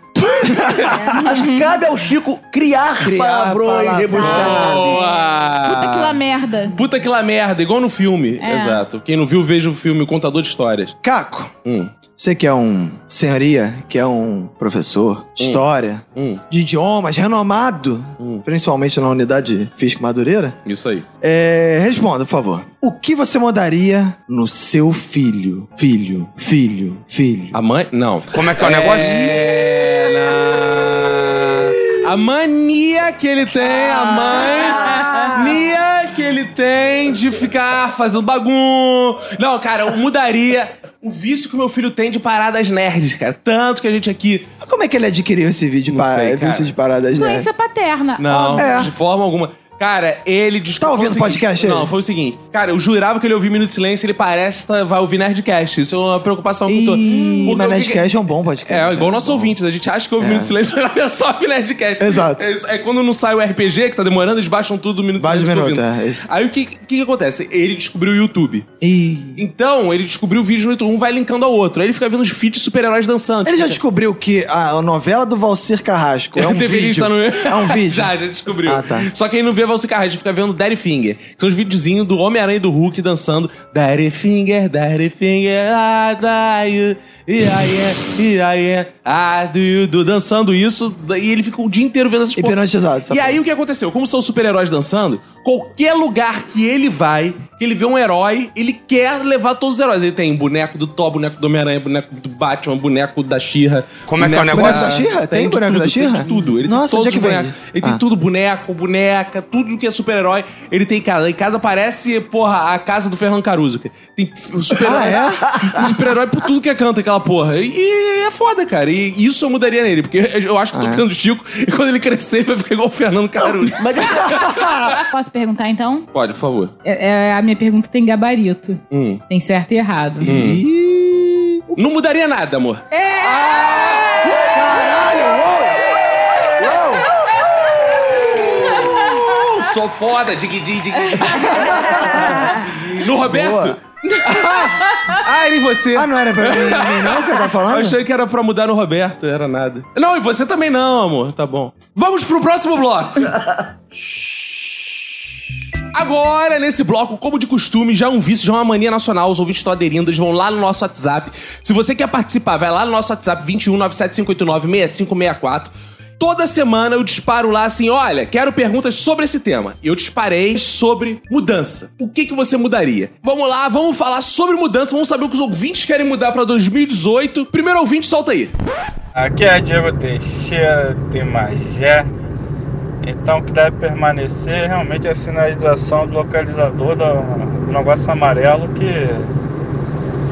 Acho que cabe ao Chico criar,
Criar
palavrões
palavrões.
rebuscados.
Boa!
Puta que lá merda.
Né?
Puta que lá merda, igual no filme.
É.
Exato. Quem não viu, veja o filme O Contador de Histórias.
Caco,
Hum.
você que é um senhoria, que é um professor de história,
Hum.
de idiomas, renomado,
Hum.
principalmente na unidade Fisco Madureira,
Isso aí.
é, responda, por favor. O que você mudaria no seu filho? Filho, filho, filho.
A mãe. Não.
Como é que é o negócio?
É, na- A mania que ele tem, a
Ah.
mania que ele tem de ficar fazendo bagun. Não, cara, eu mudaria o vício que meu filho tem de paradas nerds, cara. Tanto que a gente aqui.
Como é que ele adquiriu esse vídeo
Ah. Não
pa-
sei, cara.
vício de paradas né?
é
Influência paterna.
Não,
óbvio.
É.
de forma alguma. Cara, ele
Tá ouvindo
foi seguinte-
podcast, ele?
Não, foi o seguinte. Cara, eu jurava que ele ouvia Minuto de Silêncio ele parece que tá- vai ouvir Nerdcast. Isso é uma preocupação que eu tô.
Ih,
Porque
mas
o que que-
Nerdcast é um bom podcast.
É, igual
né?
nossos ouvintes, a gente acha que ouve o Minuto de Silêncio, [LAUGHS] mas na verdade só ouve Nerdcast.
Exato.
É, isso- é quando não sai o RPG, que tá demorando, eles baixam tudo do Minuto de
Baixa
Silêncio.
o
que eu tô
minuto,
ouvindo.
é, isso.
Aí o que, que que acontece? Ele descobriu o YouTube.
Ih.
Então, ele descobriu o vídeo no YouTube, um vai linkando ao outro. Aí ele fica vendo os feeds de super-heróis dançando.
Ele já
Tipo,
descobriu que a novela do Valcir Carrasco
[LAUGHS]
é um
deveria
vídeo.
estar no...
É
[LAUGHS]
um vídeo.
já, já descobriu.
Ah, tá.
Só quem não vê Valsi Carrasco, a gente fica vendo Daddy Finger. Que são os videozinhos do Homem-Aranha e do Hulk dançando Daddy Finger, Daddy Finger, I do you, I am, I am, I Ah, do you do. Dançando isso, e ele fica o dia inteiro vendo essas porra.
Hipnotizado, essa
Tipo, E
porra.
aí o que aconteceu? Como são os super-heróis dançando, qualquer lugar que ele vai, que ele vê um herói, ele quer levar todos os heróis. Ele tem boneco do Thor, boneco do Homem-Aranha, boneco do Batman, boneco da She-Ra.
Como é que é o
boneco
negócio?
Boneco da She-Ra? Tem
de
boneco
tudo,
da She-Ra?
Tem de tudo. Ele
Nossa,
tem todos
onde é que
os bonecos.
vende?
Ele tem
Ah.
tudo, boneco, boneca, tudo que é super-herói, ele tem em casa. Em casa parece, porra, a casa do Fernando Caruso. cara. Tem f- super-herói [LAUGHS] super-herói por tudo que é canto, aquela porra. E, e é foda, cara. E isso eu mudaria nele, porque eu acho que eu tô criando o Chico e quando ele crescer ele vai ficar igual o Fernando Caruso.
Mas deixa-
Posso perguntar então?
Pode, por favor.
É- é- a minha pergunta tem gabarito.
Hum.
Tem certo e errado.
Hum.
Não mudaria nada, amor.
É.
Eu Oh, sou foda, digidi, digidi. no Roberto? [LAUGHS] ah, ele e você.
Ah, não era pra mim, mim não que eu tava
Eu
falando?
achei que era pra mudar no Roberto, era nada. Não, e você também não, amor. Tá bom. Vamos pro próximo bloco. Agora, nesse bloco, como de costume, já é um vício, já é uma mania nacional. Os ouvintes estão aderindo, eles vão lá no nosso WhatsApp. Se você quer participar, vai lá no nosso WhatsApp, 21 97589 6564. Toda semana eu disparo lá assim: olha, quero perguntas sobre esse tema. E eu disparei sobre mudança. O que, que você mudaria? Vamos lá, vamos falar sobre mudança, vamos saber o que os ouvintes querem mudar pra 2018. Primeiro ouvinte, solta aí.
Aqui é Diego Teixeira de Magé. Então, o que deve permanecer realmente é a sinalização do localizador do, do negócio amarelo que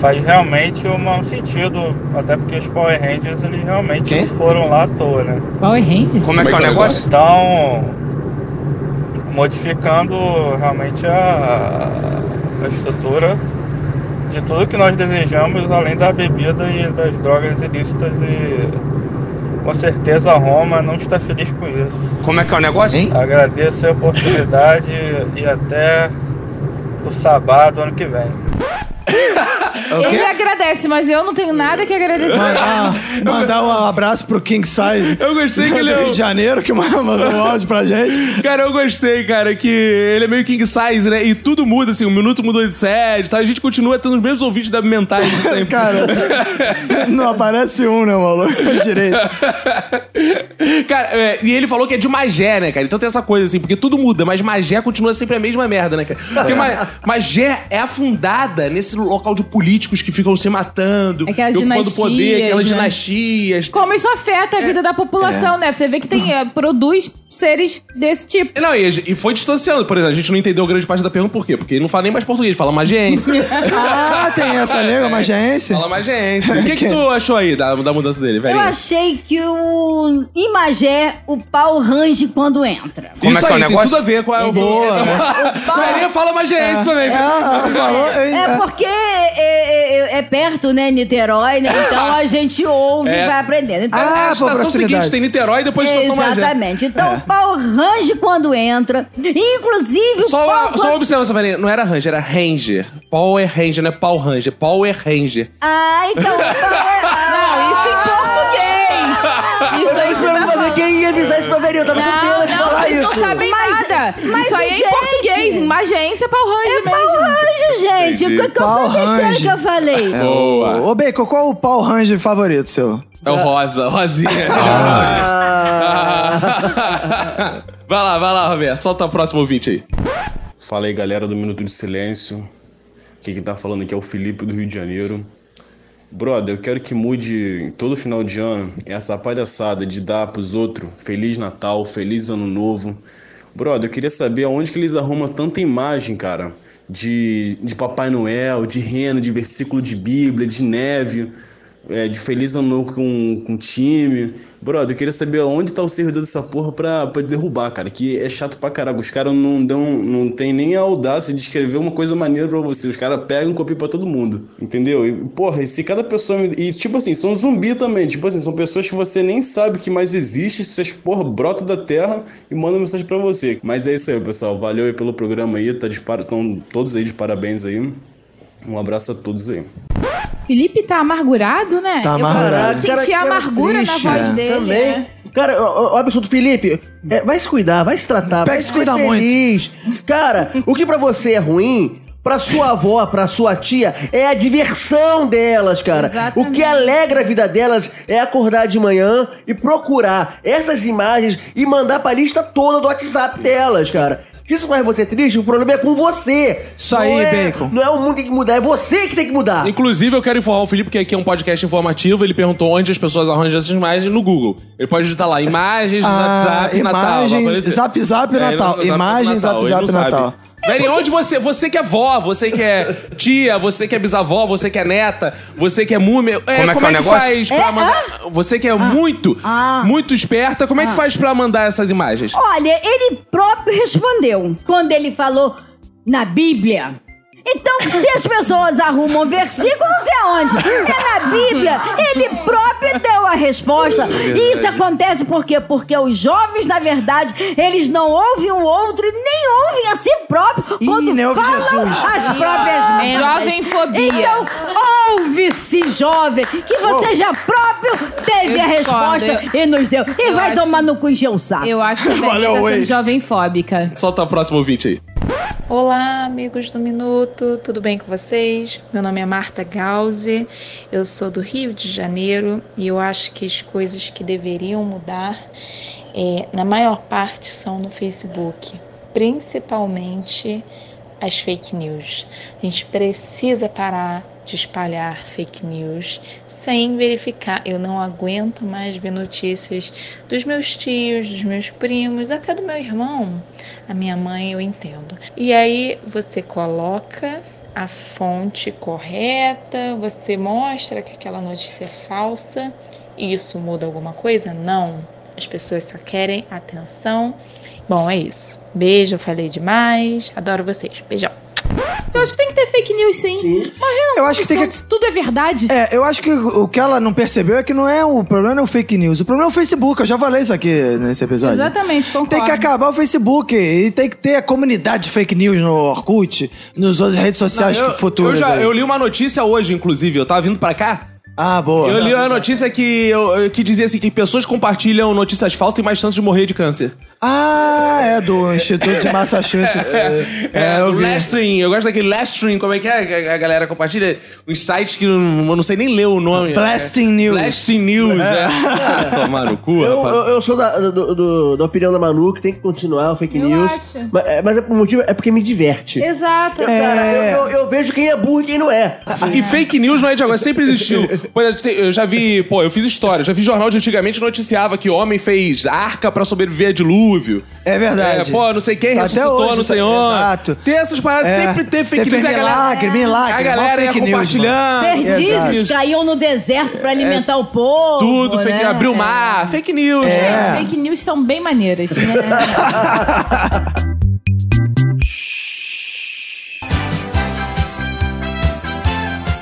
faz realmente uma- um sentido, até porque os Power Rangers eles realmente
Quem?
não foram lá à toa, né?
Qual é rende?
Como é que é o negócio?
Então, modificando realmente a, a estrutura de tudo que nós desejamos, além da bebida e das drogas ilícitas e com certeza a Roma não está feliz com isso.
Como é que é o negócio?
Hein?
Agradeço a oportunidade e até o sábado ano que vem.
é
Ele agradece, mas eu não tenho nada que agradecer.
Mandar, mandar um abraço pro King Size.
Eu gostei que ele é
do Rio
um-
de Janeiro, que mandou um áudio pra
[LAUGHS]
gente.
Cara, eu gostei, cara, que ele é meio king size, né? E tudo muda, assim, um minuto mudou de sede, tá? A gente continua tendo os mesmos ouvintes da mentalidade de sempre.
Cara, não aparece um, né, maluco? Direito.
[LAUGHS] Cara, é, e ele falou que é de Magé, né, cara? Então tem essa coisa, assim, porque tudo muda, mas Magé continua sempre a mesma merda, né, cara? Porque Ma- Magé é afundada nesse local de políticos que ficam se matando,
É aquelas
que ocupando
dinastias,
poder, aquelas
né?
dinastias.
Como isso afeta a vida da
É.
população, né? Você vê que tem, eh, produz seres desse tipo.
[LAUGHS]
Não, e, e foi distanciando, por exemplo, a gente não entendeu grande parte da pergunta, por quê? Porque ele não fala nem mais português, ele fala magéense.
Ah,
[LAUGHS]
tem essa língua, mas já é esse?
fala
[LAUGHS]
magéense. O que, que tu achou aí da, da mudança dele,
Eu
velho?
achei que o em Magé o pau range quando entra.
Como
Isso
é que é
aí,
o
tem
negócio?
tudo a ver com a...
Boa,
é
né?
[LAUGHS] Só Maria fala magéense também.
Ah, falou.
É porque é, é- é perto, né, Niterói, né? Então
[LAUGHS]
a gente ouve
É.
e vai aprendendo. Então,
Ah,
a
por
estação seguinte
proximidade.
tem Niterói e depois a estação Magé.
Exatamente. Então
É.
o pau range quando entra. Inclusive o
Só
pau
uma, só uma observação, Maria. Não era Ranger, era Ranger. Power Ranger, não é Power Ranger. Power Ranger. [LAUGHS]
Ah, então o pau é...
[LAUGHS]
Não, isso em português! Isso aí
ia avisar isso pra Verinha, eu tava com pena de
Não, não,
falar
vocês
isso.
não sabem
Mas-
nada.
mas,
Isso aí é em
gente-
português, em uma agência pra o
É
Range
pau
mesmo.
range, gente.
Entendi. É.
Qual qual foi
Pau
a besteira
range.
que eu falei?
É
Boa.
Ô, Bacon, qual o pau range favorito seu?
É o rosa, rosinha.
Ah.
[LAUGHS] vai lá, vai lá, Roberto. Solta o próximo ouvinte aí.
Fala aí, galera do Minuto de Silêncio. Aqui quem tá falando aqui é o Felipe do Rio de Janeiro. Brother, eu quero que mude em todo final de ano essa palhaçada de dar pros outros Feliz Natal, Feliz Ano Novo. Brother, eu queria saber aonde que eles arrumam tanta imagem, cara, de, de Papai Noel, de reno, de versículo de Bíblia, de neve, é, de Feliz Ano Novo com, com time. Brother, eu queria saber aonde tá o servidor dessa porra pra, pra derrubar, cara, que é chato pra caraca. Os caras não dão, não tem nem a audácia de escrever uma coisa maneira pra você. Os caras pegam e copiam pra todo mundo, entendeu? E, porra, e se cada pessoa... E, tipo assim, são zumbi também. Tipo assim, são pessoas que você nem sabe que mais existe. Vocês, porra, brotam da terra e mandam mensagem pra você. Mas é isso aí, pessoal. Valeu aí pelo programa aí. Tá de par... Tão todos aí de parabéns aí. Um abraço a todos aí.
Felipe tá amargurado, né?
Tá
Eu
amargurado.
senti
Cara,
a
cara
amargura
triste,
na voz
é.
dele.
Também.
é.
Cara, o, o absurdo, Felipe, é, vai se cuidar, vai se tratar, vai
Pega e se cuida muito.
muito. Cara, o que pra você é ruim, pra sua avó, pra sua tia, é a diversão delas, cara.
Exatamente.
O que alegra a vida delas é acordar de manhã e procurar essas imagens e mandar pra lista toda do WhatsApp delas, cara. Se isso faz você triste, o problema é com você.
Isso
Não
aí,
é-
Bacon.
Não é o mundo que tem que mudar, é você que tem que
Ah.
mudar.
Inclusive, eu quero informar o Felipe que aqui é um podcast informativo. Ele perguntou onde as pessoas arranjam essas imagens no Google. Ele pode digitar lá imagens,
Ah,
zap, zap, Natal. vai
imagens,
aparecer.
zap, zap,
É,
Natal.
zap,
Imagens, zap,
Ele
zap,
não sabe.
Natal.
Velho, onde você, você que é vó, você que é tia, você que é bisavó, você que é neta, você que é múmia, é, como é que,
é o negócio?
faz pra mandar? Você que é muito,
Ah.
muito esperta, como é que faz pra mandar essas imagens?
Olha, ele próprio respondeu quando ele falou na Bíblia. Então, se as pessoas arrumam versículo, não sei aonde. É na Bíblia. Ele próprio deu a resposta. E isso acontece por quê? Porque os jovens, na verdade, eles não ouvem o outro e nem ouvem a si próprio
Ih,
quando
nem ouve
falam
Jesus.
as próprias merdas.
Jovem fobia.
Então, ouve-se, jovem, que você já próprio teve
Eu
a
discordo,
resposta e nos deu. E
eu
vai
acho-
tomar no cu encher o saco.
Eu acho que a Verinha tá sendo jovem fóbica.
Solta o próximo ouvinte aí.
Olá, amigos do Minuto, tudo bem com vocês? Meu nome é Marta Gause, eu sou do Rio de Janeiro e eu acho que as coisas que deveriam mudar, eh, na maior parte, são no Facebook, principalmente as fake news. A gente precisa parar de espalhar fake news sem verificar. Eu não aguento mais ver notícias dos meus tios, dos meus primos, até do meu irmão. A minha mãe, eu entendo. E aí você coloca a fonte correta, você mostra que aquela notícia é falsa. E isso muda alguma coisa? Não. As pessoas só querem atenção. Bom, é isso. Beijo, eu falei demais. Adoro vocês. Beijão.
Eu acho que tem que ter fake news, sim.
Eu acho que tem
Então,
que.
se tudo é verdade.
É, eu acho que o que ela não percebeu é que não é o problema, não é o fake news. O problema é o Facebook. Eu já falei isso aqui nesse episódio.
Exatamente, concordo.
Então Tem que acabar o Facebook e tem que ter a comunidade de fake news no Orkut, nas outras redes sociais
Eu-
futuras.
eu, já-
aí.
eu li uma notícia hoje, inclusive. Eu tava vindo pra cá.
Ah, boa.
Eu li uma notícia que, eu- eu- que dizia assim: que pessoas que compartilham notícias falsas têm mais chance de morrer de câncer.
Ah, é do Instituto de Massachusetts. é,
[LAUGHS] É,
eu
o
vi.
Lastream, eu gosto daquele Lastream, como é que é? Que A galera compartilha uns sites que eu não eu não sei nem ler o nome.
Blasting News.
Blasting News, é. Ah, [LAUGHS] Tomar no cu,
Eu,
rapaz.
eu- eu sou da, do- do- da opinião da Manu que tem que continuar o fake
Eu
news.
acho.
Mas, é- mas é por motivo é porque me diverte.
Exato.
Eu,
É.
É.
cara, eu, eu- eu vejo quem é burro e quem não é.
E fake news não é de agora, sempre existiu. Pô, eu te- Eu já vi, pô, eu fiz história, já vi jornal de antigamente que noticiava que homem fez arca pra sobreviver a dilúvio.
É verdade.
É, pô, não sei quem
Até
ressuscitou,
hoje,
não sei
isso-
onde.
Exato.
Tem essas paradas,
É.
sempre teve fake
Teve
news. e a galera-
milagre, milagre,
A
mó
galera ia
fake news,
compartilhando.
Perdizes
Exato. É.
caíam no deserto pra alimentar o povo.
Tudo, fake
né?
news. Abriu o mar, fake news.
É.
As fake news são bem maneiras. né?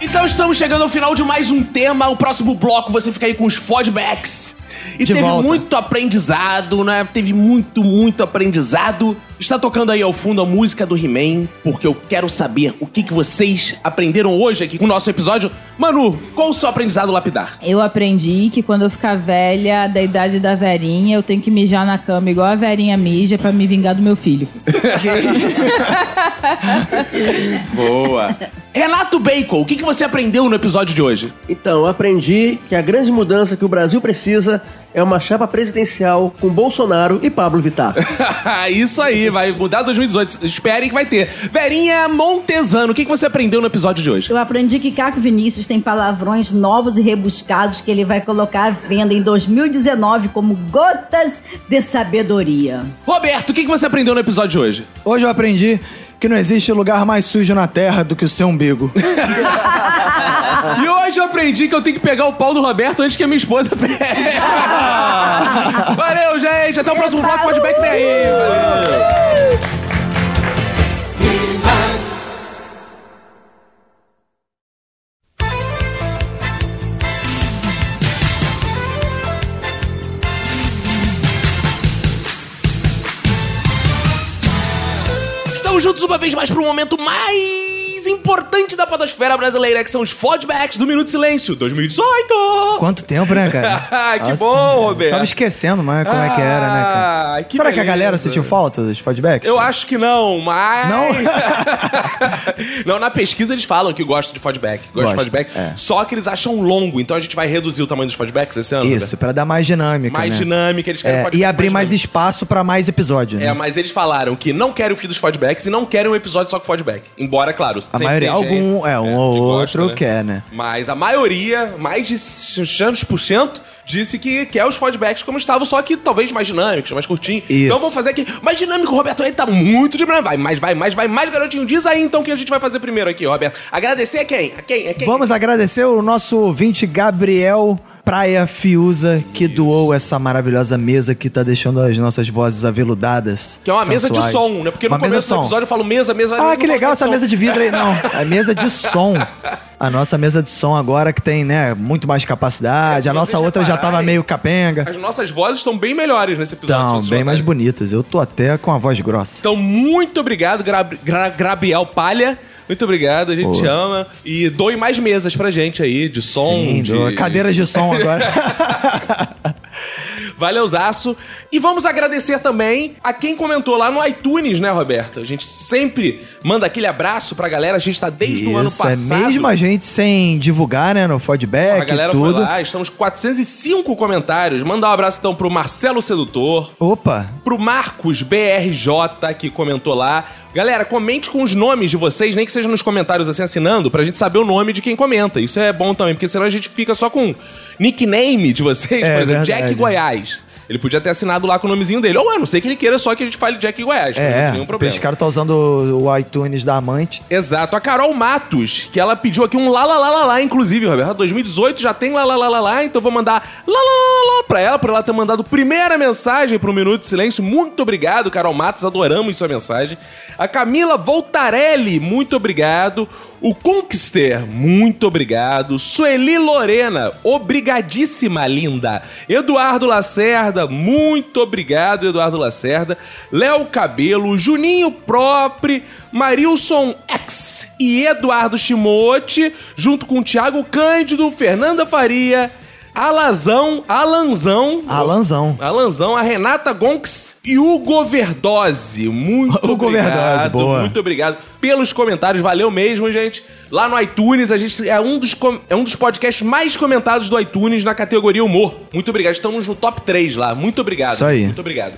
Então estamos chegando ao final de mais um tema. O próximo bloco você fica aí com os fodbacks. E
De
teve
volta.
muito aprendizado, né? Teve muito, muito aprendizado. Está tocando aí ao fundo a música do He-Man, porque eu quero saber o que, que vocês aprenderam hoje aqui com o nosso episódio. Manu, qual o seu aprendizado lapidar?
Eu aprendi que quando eu ficar velha, da idade da verinha, eu tenho que mijar na cama igual a verinha mija pra me vingar do meu filho.
Boa. [LAUGHS] Renato Bacon, o que, que você aprendeu no episódio de hoje?
Então, eu aprendi que a grande mudança que o Brasil precisa é uma chapa presidencial com Bolsonaro e Pablo Vittar.
[LAUGHS] Isso aí, vai mudar 2018. Esperem que vai ter. Verinha Montesano, o que, que você aprendeu no episódio de hoje?
Eu aprendi que Caco Vinícius tem palavrões novos e rebuscados que ele vai colocar à venda em 2019 como gotas de sabedoria.
Roberto, o que, que você aprendeu no episódio de hoje?
Hoje eu aprendi que não existe lugar mais sujo na terra do que o seu umbigo.
E hoje eu aprendi que eu tenho que pegar o pau do Roberto antes que a minha esposa pegue. [LAUGHS] Valeu, gente. Até o próximo bloco. Feedback vem aí. Valeu. Estamos juntos uma vez mais para o momento mais importante da podosfera brasileira, que são os fodbacks do Minuto de Silêncio 2018.
Quanto tempo, né,
[LAUGHS]
cara?
Que bom, Roberto.
Tava esquecendo, mas como é que era, né,
Ah,
cara?
que
Será que
beleza.
a galera sentiu falta dos feedbacks?
Eu acho que não, mas.
Não?
[LAUGHS] não, na pesquisa eles falam que gostam de feedback. Gostam de
Gosto,
feedback.
é.
Só que eles acham longo, então a gente vai reduzir o tamanho dos feedbacks esse ano.
Isso,
né?
pra dar mais dinâmica,
Mais
né?
dinâmica, eles querem
É,
feedback
e abrir mais
dinâmico.
espaço pra mais episódio, né?
É, mas eles falaram que não querem o fim dos feedbacks e não querem um episódio só com feedback. Embora, claro,
A
sempre
maioria,
tem gente,
algum, é, um ou
que gosta,
outro
né?
quer, né?
Mas a maioria, mais de 600%, disse que quer os feedbacks como estavam, só que talvez mais dinâmicos, mais curtinhos.
Isso.
Então vamos fazer aqui. Mais dinâmico, Roberto, aí tá muito dinâmico. Vai, mais, vai, mais, vai, mais, garotinho. Diz aí então o que a gente vai fazer primeiro aqui, Roberto. Agradecer a quem? A quem? A quem?
Vamos agradecer o nosso ouvinte Gabriel Praia Fiuza, que doou essa maravilhosa mesa que tá deixando as nossas vozes aveludadas.
Que é uma mesa de
sensuais.
som, né? Porque no
Uma mesa
começo do
som.
episódio eu falo mesa, mesa. eu não
Ah, que
falo
legal essa
som.
mesa de vidro
[LAUGHS]
aí. Não, a mesa de som. A nossa mesa de som agora que tem, né, muito
É,
mais
se
capacidade. a nossa
vocês
outra já
repararem,
tava meio capenga.
As nossas vozes estão bem melhores nesse episódio. se
Então,
vocês
bem mais
notarem.
bonitas. Eu tô até com a voz grossa.
Então, muito obrigado, Gra Gra- Grabiel Palha. Muito obrigado, a gente
Pô.
ama. E doe mais mesas pra gente aí, de som.
Sim,
de...
doa cadeiras de
[LAUGHS]
som agora.
Valeuzaço. E vamos agradecer também a quem comentou lá no iTunes, né, Roberta? A gente sempre manda aquele abraço pra galera. A gente tá desde o ano
Isso, é
passado.
mesmo a gente sem divulgar, né, no
A
feedback e
galera
tudo.
foi lá, estamos com 405 comentários. Mandar um abraço então pro Marcelo Sedutor,
Opa,
pro Marcos BRJ que comentou lá. Galera, comente com os nomes de vocês, nem que seja nos comentários assim assinando, pra gente saber o nome de quem comenta. Isso é bom também, porque senão a gente fica só com nickname de vocês,
É,
por exemplo,
verdade.
Jack Goiás. Ele podia ter assinado lá com o nomezinho dele. Ou a não ser que ele queira só que a gente fale Jack Goiás. não
É,
tem
é.
nenhum problema.
Os caras estão usando o- o iTunes da amante.
Exato. A Carol Matos, que ela pediu aqui um lá, lá, lá, lá, lá inclusive, Roberto. 2018 já tem lá, lá, lá, lá, lá, então vou mandar lá, lá, lá, lá, lá pra ela, pra ela ter mandado primeira mensagem pro Minuto de Silêncio. Muito obrigado, Carol Matos, adoramos sua mensagem. A Camila Voltarelli, muito obrigado. O Conquister, muito obrigado. Sueli Lorena, obrigadíssima, linda. Eduardo Lacerda, muito obrigado, Eduardo Lacerda. Léo Cabelo, Juninho Propre, Marilson X e Eduardo Shimote, junto com Thiago Cândido, Fernanda Faria, Alazão, Alanzão.
Alanzão.
Alanzão, a Renata Gonks e Hugo Verdose. Muito
[LAUGHS] Hugo
obrigado.
Verdose, boa.
Muito obrigado pelos comentários. Valeu mesmo, gente. Lá no iTunes, a gente é um dos, com- é um dos podcasts mais comentados do iTunes na categoria humor. Muito obrigado. Estamos no top 3 lá. Muito obrigado.
Isso aí.
Muito obrigado.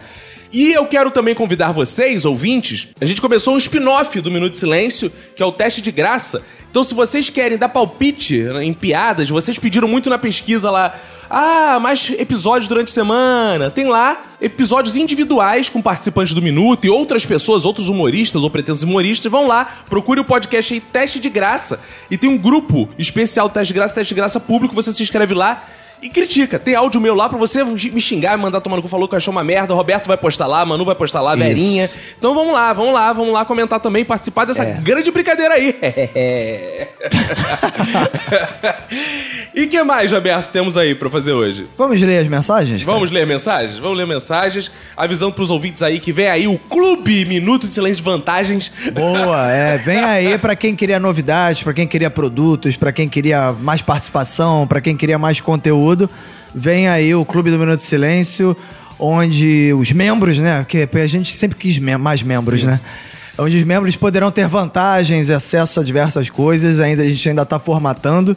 E eu quero também convidar vocês, ouvintes. A gente começou um spin-off do Minuto de Silêncio, que é o teste de graça. Então, se vocês querem dar palpite né, em piadas, vocês pediram muito na pesquisa lá. Ah, mais episódios durante a semana. Tem lá episódios individuais com participantes do Minuto e outras pessoas, outros humoristas ou pretensos humoristas. Vão lá, procure o podcast aí, Teste de Graça. E tem um grupo especial Teste de Graça, Teste de Graça Público. Você se inscreve lá e critica. Tem áudio meu lá pra você me xingar, mandar tomar no cu, falou que achou uma merda. O Roberto vai postar lá, a Manu vai postar lá, a
Isso.
Verinha. Então vamos lá, vamos lá, vamos lá comentar também, participar dessa grande brincadeira aí. E que mais, Roberto, temos aí pra fazer hoje?
Vamos ler as mensagens? cara?
Vamos ler mensagens? Vamos ler mensagens, avisando pros ouvintes aí que vem aí o Clube Minuto de Silêncio de Vantagens.
Boa, é. Vem aí pra quem queria novidades, pra quem queria produtos, pra quem queria mais participação, pra quem queria mais conteúdo. Vem aí o Clube do Minuto de Silêncio, onde os membros, né? Porque a gente sempre quis mem- mais membros, né? Onde os membros poderão ter vantagens, acesso a diversas coisas. Ainda a gente ainda tá formatando,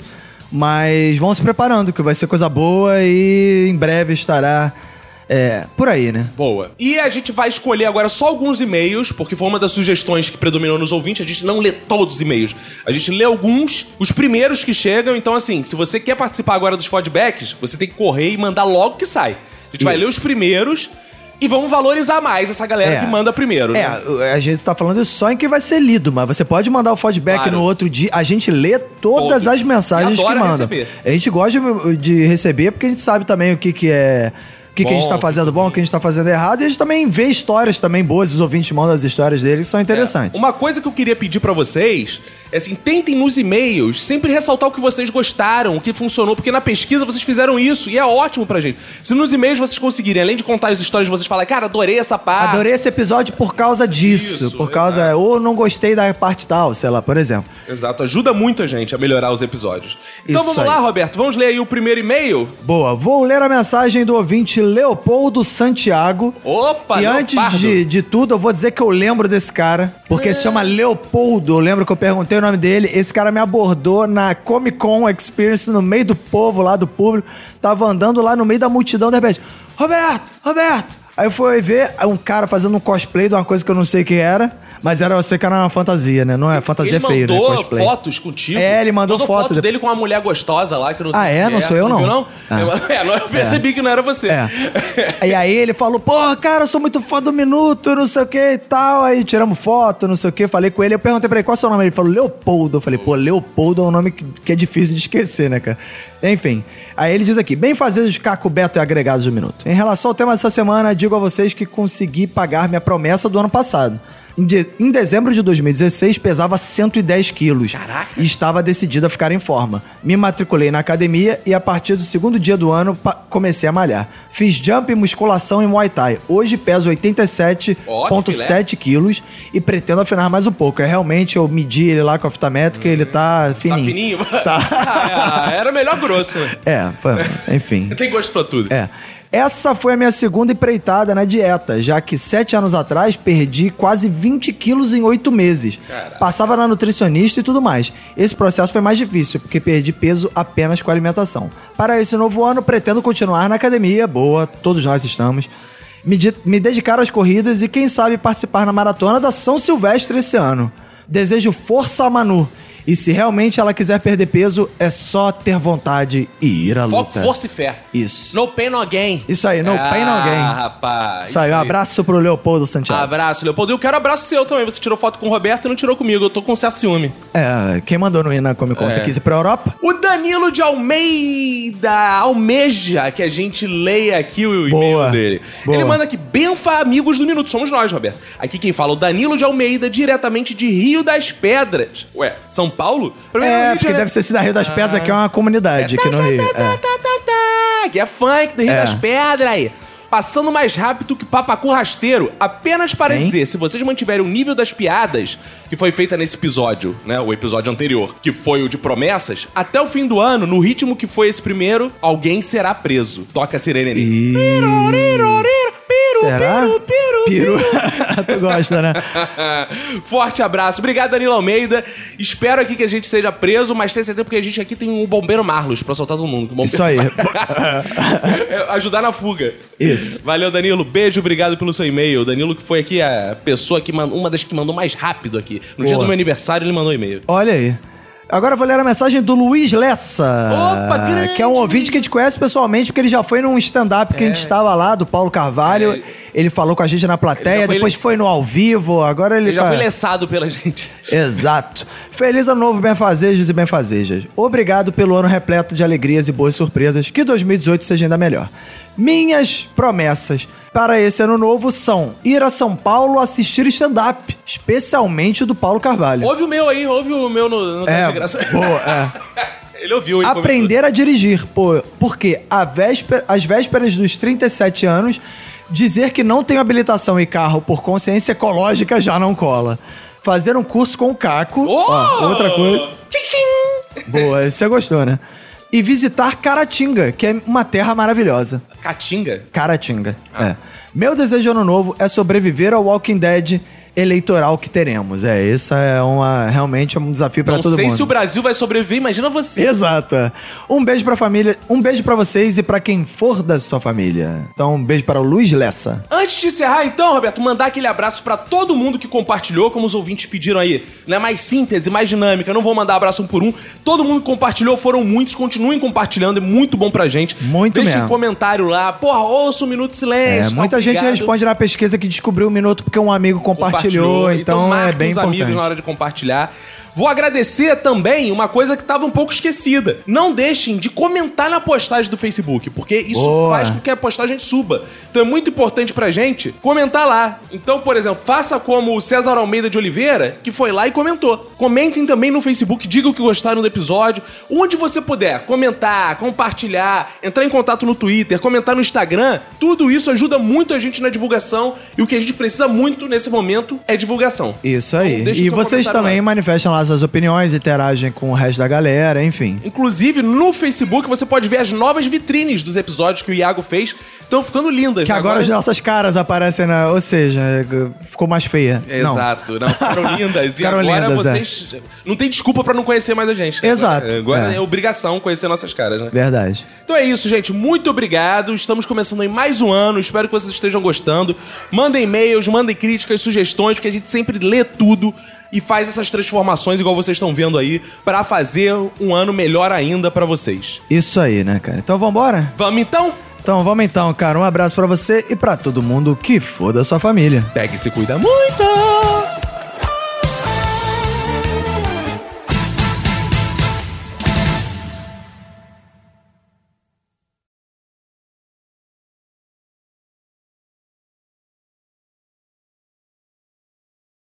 mas vão se preparando, que vai ser coisa boa e em breve estará é, por aí, né?
Boa. E a gente vai escolher agora só alguns e-mails, porque foi uma das sugestões que predominou nos ouvintes. A gente não lê todos os e-mails. A gente lê alguns, os primeiros que chegam. Então, assim, se você quer participar agora dos feedbacks, você tem que correr e mandar logo que sai. A gente vai ler os primeiros e vamos valorizar mais essa galera
É.
que manda primeiro, né?
É, a gente tá falando isso só em que vai ser lido, mas você pode mandar o feedback
Claro.
no outro dia. A gente lê todas
Todos.
as mensagens
E
que
adora
manda.
receber.
A gente gosta de receber porque a gente sabe também o que, que é. O que, que a gente
Bom, tipo,
tá fazendo bom, o que a gente tá fazendo errado, e a gente também vê histórias também boas, os ouvintes mandam as histórias deles,
É,
que são interessantes.
Uma coisa que eu queria pedir pra vocês é assim, tentem nos e-mails sempre ressaltar o que vocês gostaram, o que funcionou, porque na pesquisa vocês fizeram isso e é ótimo pra gente. Se nos e-mails vocês conseguirem, além de contar as histórias, vocês falarem, cara, adorei essa parte.
Adorei esse episódio por causa disso,
Isso,
por causa. Ou não gostei da parte tal, sei lá, por exemplo.
Exato, ajuda muito a gente a melhorar os episódios. Então
Isso
vamos lá,
aí.
Roberto, vamos ler aí o primeiro e-mail?
Boa, vou ler a mensagem do ouvinte Leopoldo Santiago.
Opa,
e
Leopardo.
antes de, de tudo, eu vou dizer que eu lembro desse cara, porque se
É.
chama Leopoldo. Eu lembro que eu perguntei o nome dele. Esse cara me abordou na Comic Con Experience, no meio do povo lá, do público. Tava andando lá no meio da multidão, de repente, Roberto, Roberto. Aí eu fui ver aí um cara fazendo um cosplay de uma coisa que eu não sei o que era, mas era você que era uma fantasia, né? Não é fantasia
Ele
feia, né?
mandou
Cosplay.
fotos contigo.
É, ele mandou
Mandou foto
foto.
dele com uma mulher gostosa lá que eu não sei
Ah,
se
é? Não sou
tu
eu, não.
viu,
Ah.
Eu- É, não, eu percebi que não era você. [LAUGHS]
É. e aí ele falou, porra, cara, eu sou muito fã do Minuto, não sei o que e tal. Aí tiramos foto, não sei o que, falei com ele. Eu perguntei pra ele, qual é o seu nome? Ele falou, Leopoldo. Eu falei, pô, Leopoldo é um nome que, que é difícil de esquecer, né, cara? Enfim, aí ele diz aqui, bem fazer os Caco Beto e agregados do Minuto. Em relação ao tema dessa semana, digo a vocês que consegui pagar minha promessa do ano passado. Em, de- em dezembro de 2016, pesava 110 quilos. Caraca! E estava decidido a ficar em forma. Me matriculei na academia e, a partir do segundo dia do ano, pa- comecei a malhar. Fiz jump, musculação e muay thai. Hoje peso
Ó, que filé.
87,7 quilos e pretendo afinar mais um pouco. É, realmente, eu medi ele lá com a fita métrica e ele tá
[LAUGHS] Tá
fininho.
fininho?
Tá.
Ah, era melhor grosso. né?
é, foi- enfim.
[LAUGHS] Tem gosto pra tudo.
É. Essa foi a minha segunda empreitada na dieta, já que sete anos atrás perdi quase 20 quilos em oito meses. Passava na nutricionista e tudo mais. Esse processo foi mais difícil, porque perdi peso apenas com alimentação. Para esse novo ano, pretendo continuar na academia, boa, todos nós estamos. Me, de- me dedicar às corridas e, quem sabe, participar na maratona da São Silvestre esse ano. Desejo força a Manu. E se realmente ela quiser perder peso, é só ter vontade e ir à
Foco,
luta.
força e fé.
Isso.
No pain, no gain.
Isso aí, no pain, no gain.
Ah, rapaz.
Isso aí, um
isso
abraço pro Leopoldo Santiago.
Abraço, Leopoldo. E eu quero abraço seu também. Você tirou foto com o Roberto e não tirou comigo. Eu tô com certo ciúme.
É, quem mandou não ir na Comic Con?
É.
Você quis ir pra Europa?
O Danilo de Almeida almeja que a gente leia aqui o e-mail
Boa.
dele.
Boa.
Ele manda aqui, benfa amigos do Minuto, somos nós, Roberto. Aqui quem fala, é o Danilo de Almeida, diretamente de Rio das Pedras. Ué, São Paulo? Pra Ah. mim era
É,
Rio de
porque
Janeiro.
deve ser se da Rio das Pedras, que é uma comunidade aqui no Rio. É.
Tá, tá, tá, que é funk do Rio
É.
das Pedras aí. Passando mais rápido que papacu rasteiro, apenas para
Hein?
dizer, se vocês mantiverem o nível das piadas que foi feita nesse episódio, né, o episódio anterior, que foi o de promessas, até o fim do ano, no ritmo que foi esse primeiro, alguém será preso. Toca a sirene ali.
Ih.
Pirororororor, piru,
Será?
piru, piru,
Piru. [LAUGHS] tu gosta, né?
[LAUGHS] Forte abraço. Obrigado, Danilo Almeida. Espero aqui que a gente seja preso, mas tem certeza porque a gente aqui tem um bombeiro Marlos pra soltar todo mundo. que o bombeiro-
Isso aí.
[LAUGHS] É, Ajudar na fuga.
Isso.
Valeu, Danilo. Beijo, obrigado pelo seu e-mail. Danilo, que foi aqui a pessoa que mandou, uma das que mandou mais rápido aqui. No dia
Boa.
do meu aniversário, ele mandou e-mail.
Olha aí. Agora eu vou ler a mensagem do Luiz Lessa.
Opa, grande
Que é um ouvinte que a gente conhece pessoalmente, porque ele já foi num stand-up que a gente estava lá, do Paulo Carvalho.
É.
Ele falou com a gente na
Ele
plateia,
já foi
depois
le-
foi no ao vivo, agora ele,
Ele já
tá-
foi lançado pela gente.
Exato. Feliz ano novo, benfazejos e benfazejas. Obrigado pelo ano repleto de alegrias e boas surpresas. Que 2018 seja ainda melhor. Minhas promessas para esse ano novo são ir a São Paulo assistir stand-up, especialmente o do Paulo Carvalho. É,
[LAUGHS] Ouve o meu aí, ouve o meu no, no Tarde de né, Tá graça.
boa, é.
Ele ouviu, ele
Aprender a dirigir. Pô, porque a véspera, às vésperas dos 37 anos, dizer que não tenho habilitação e carro por consciência ecológica já não cola. Fazer um curso com o Caco.
Oh!
Ó, outra coisa. Boa, você gostou, né? E visitar Caratinga, que é uma terra maravilhosa.
Catinga?
Caratinga.
Ah.
É. Meu desejo ano novo é sobreviver ao Walking Dead eleitoral que teremos. É, isso é uma realmente é um desafio pra
Não
todo mundo.
sei se o Brasil vai sobreviver, imagina você.
Exato. é. Um beijo pra família, um beijo pra vocês e pra quem for da sua família. Então, um beijo para o Luiz Lessa.
Antes de encerrar, então, Roberto, mandar aquele abraço pra todo mundo que compartilhou, como os ouvintes pediram aí. Né? Mais síntese, mais dinâmica. Não vou mandar abraço um por um. Todo mundo que compartilhou, foram muitos. Continuem compartilhando, é muito bom pra gente.
Muito
Deixem
mesmo.
comentário lá. Porra, ouça um minuto de
É,
silêncio. tá?
muita gente
Obrigado.
responde na pesquisa que descobriu o minuto porque um amigo compartilhou, então, é
marque
bem
os
importante.
amigos na hora de compartilhar. Vou agradecer também uma coisa que estava um pouco esquecida. Não deixem de comentar na postagem do Facebook, porque isso
Boa.
faz com que a postagem suba. Então é muito importante pra gente comentar lá. Então, por exemplo, faça como o César Almeida de Oliveira, que foi lá e comentou. Comentem também no Facebook, digam o que gostaram do episódio. Onde você puder, comentar, compartilhar, entrar em contato no Twitter, comentar no Instagram, tudo isso ajuda muito a gente na divulgação e o que a gente precisa muito nesse momento é divulgação.
Isso aí.
Então, deixa
e
seu
vocês
comentário
também
lá.
manifestam lá suas opiniões, interagem com o resto da galera, enfim.
Inclusive, no Facebook você pode ver as novas vitrines dos episódios que o Iago fez. Estão ficando lindas.
Que
né?
agora as nossas caras aparecem na. Ou seja, ficou mais feia. Não.
é- Exato, não, ficaram
[LAUGHS]
lindas. E
Ficaram
agora
lindas, é.
vocês. Não tem desculpa pra não conhecer mais a gente.
Exato,
Agora, agora é.
é.
obrigação conhecer nossas caras, né?
Verdade.
Então é isso, gente. Muito obrigado. Estamos começando aí mais um ano. Espero que vocês estejam gostando. Mandem e-mails, mandem críticas, sugestões, porque a gente sempre lê tudo e faz essas transformações, igual vocês estão vendo aí, pra fazer um ano melhor ainda pra vocês.
Isso aí, né, cara? Então vambora?
Vamos então?
Então vamos então, cara. Um abraço pra você e pra todo mundo que for da sua família.
Pegue e se cuida muito!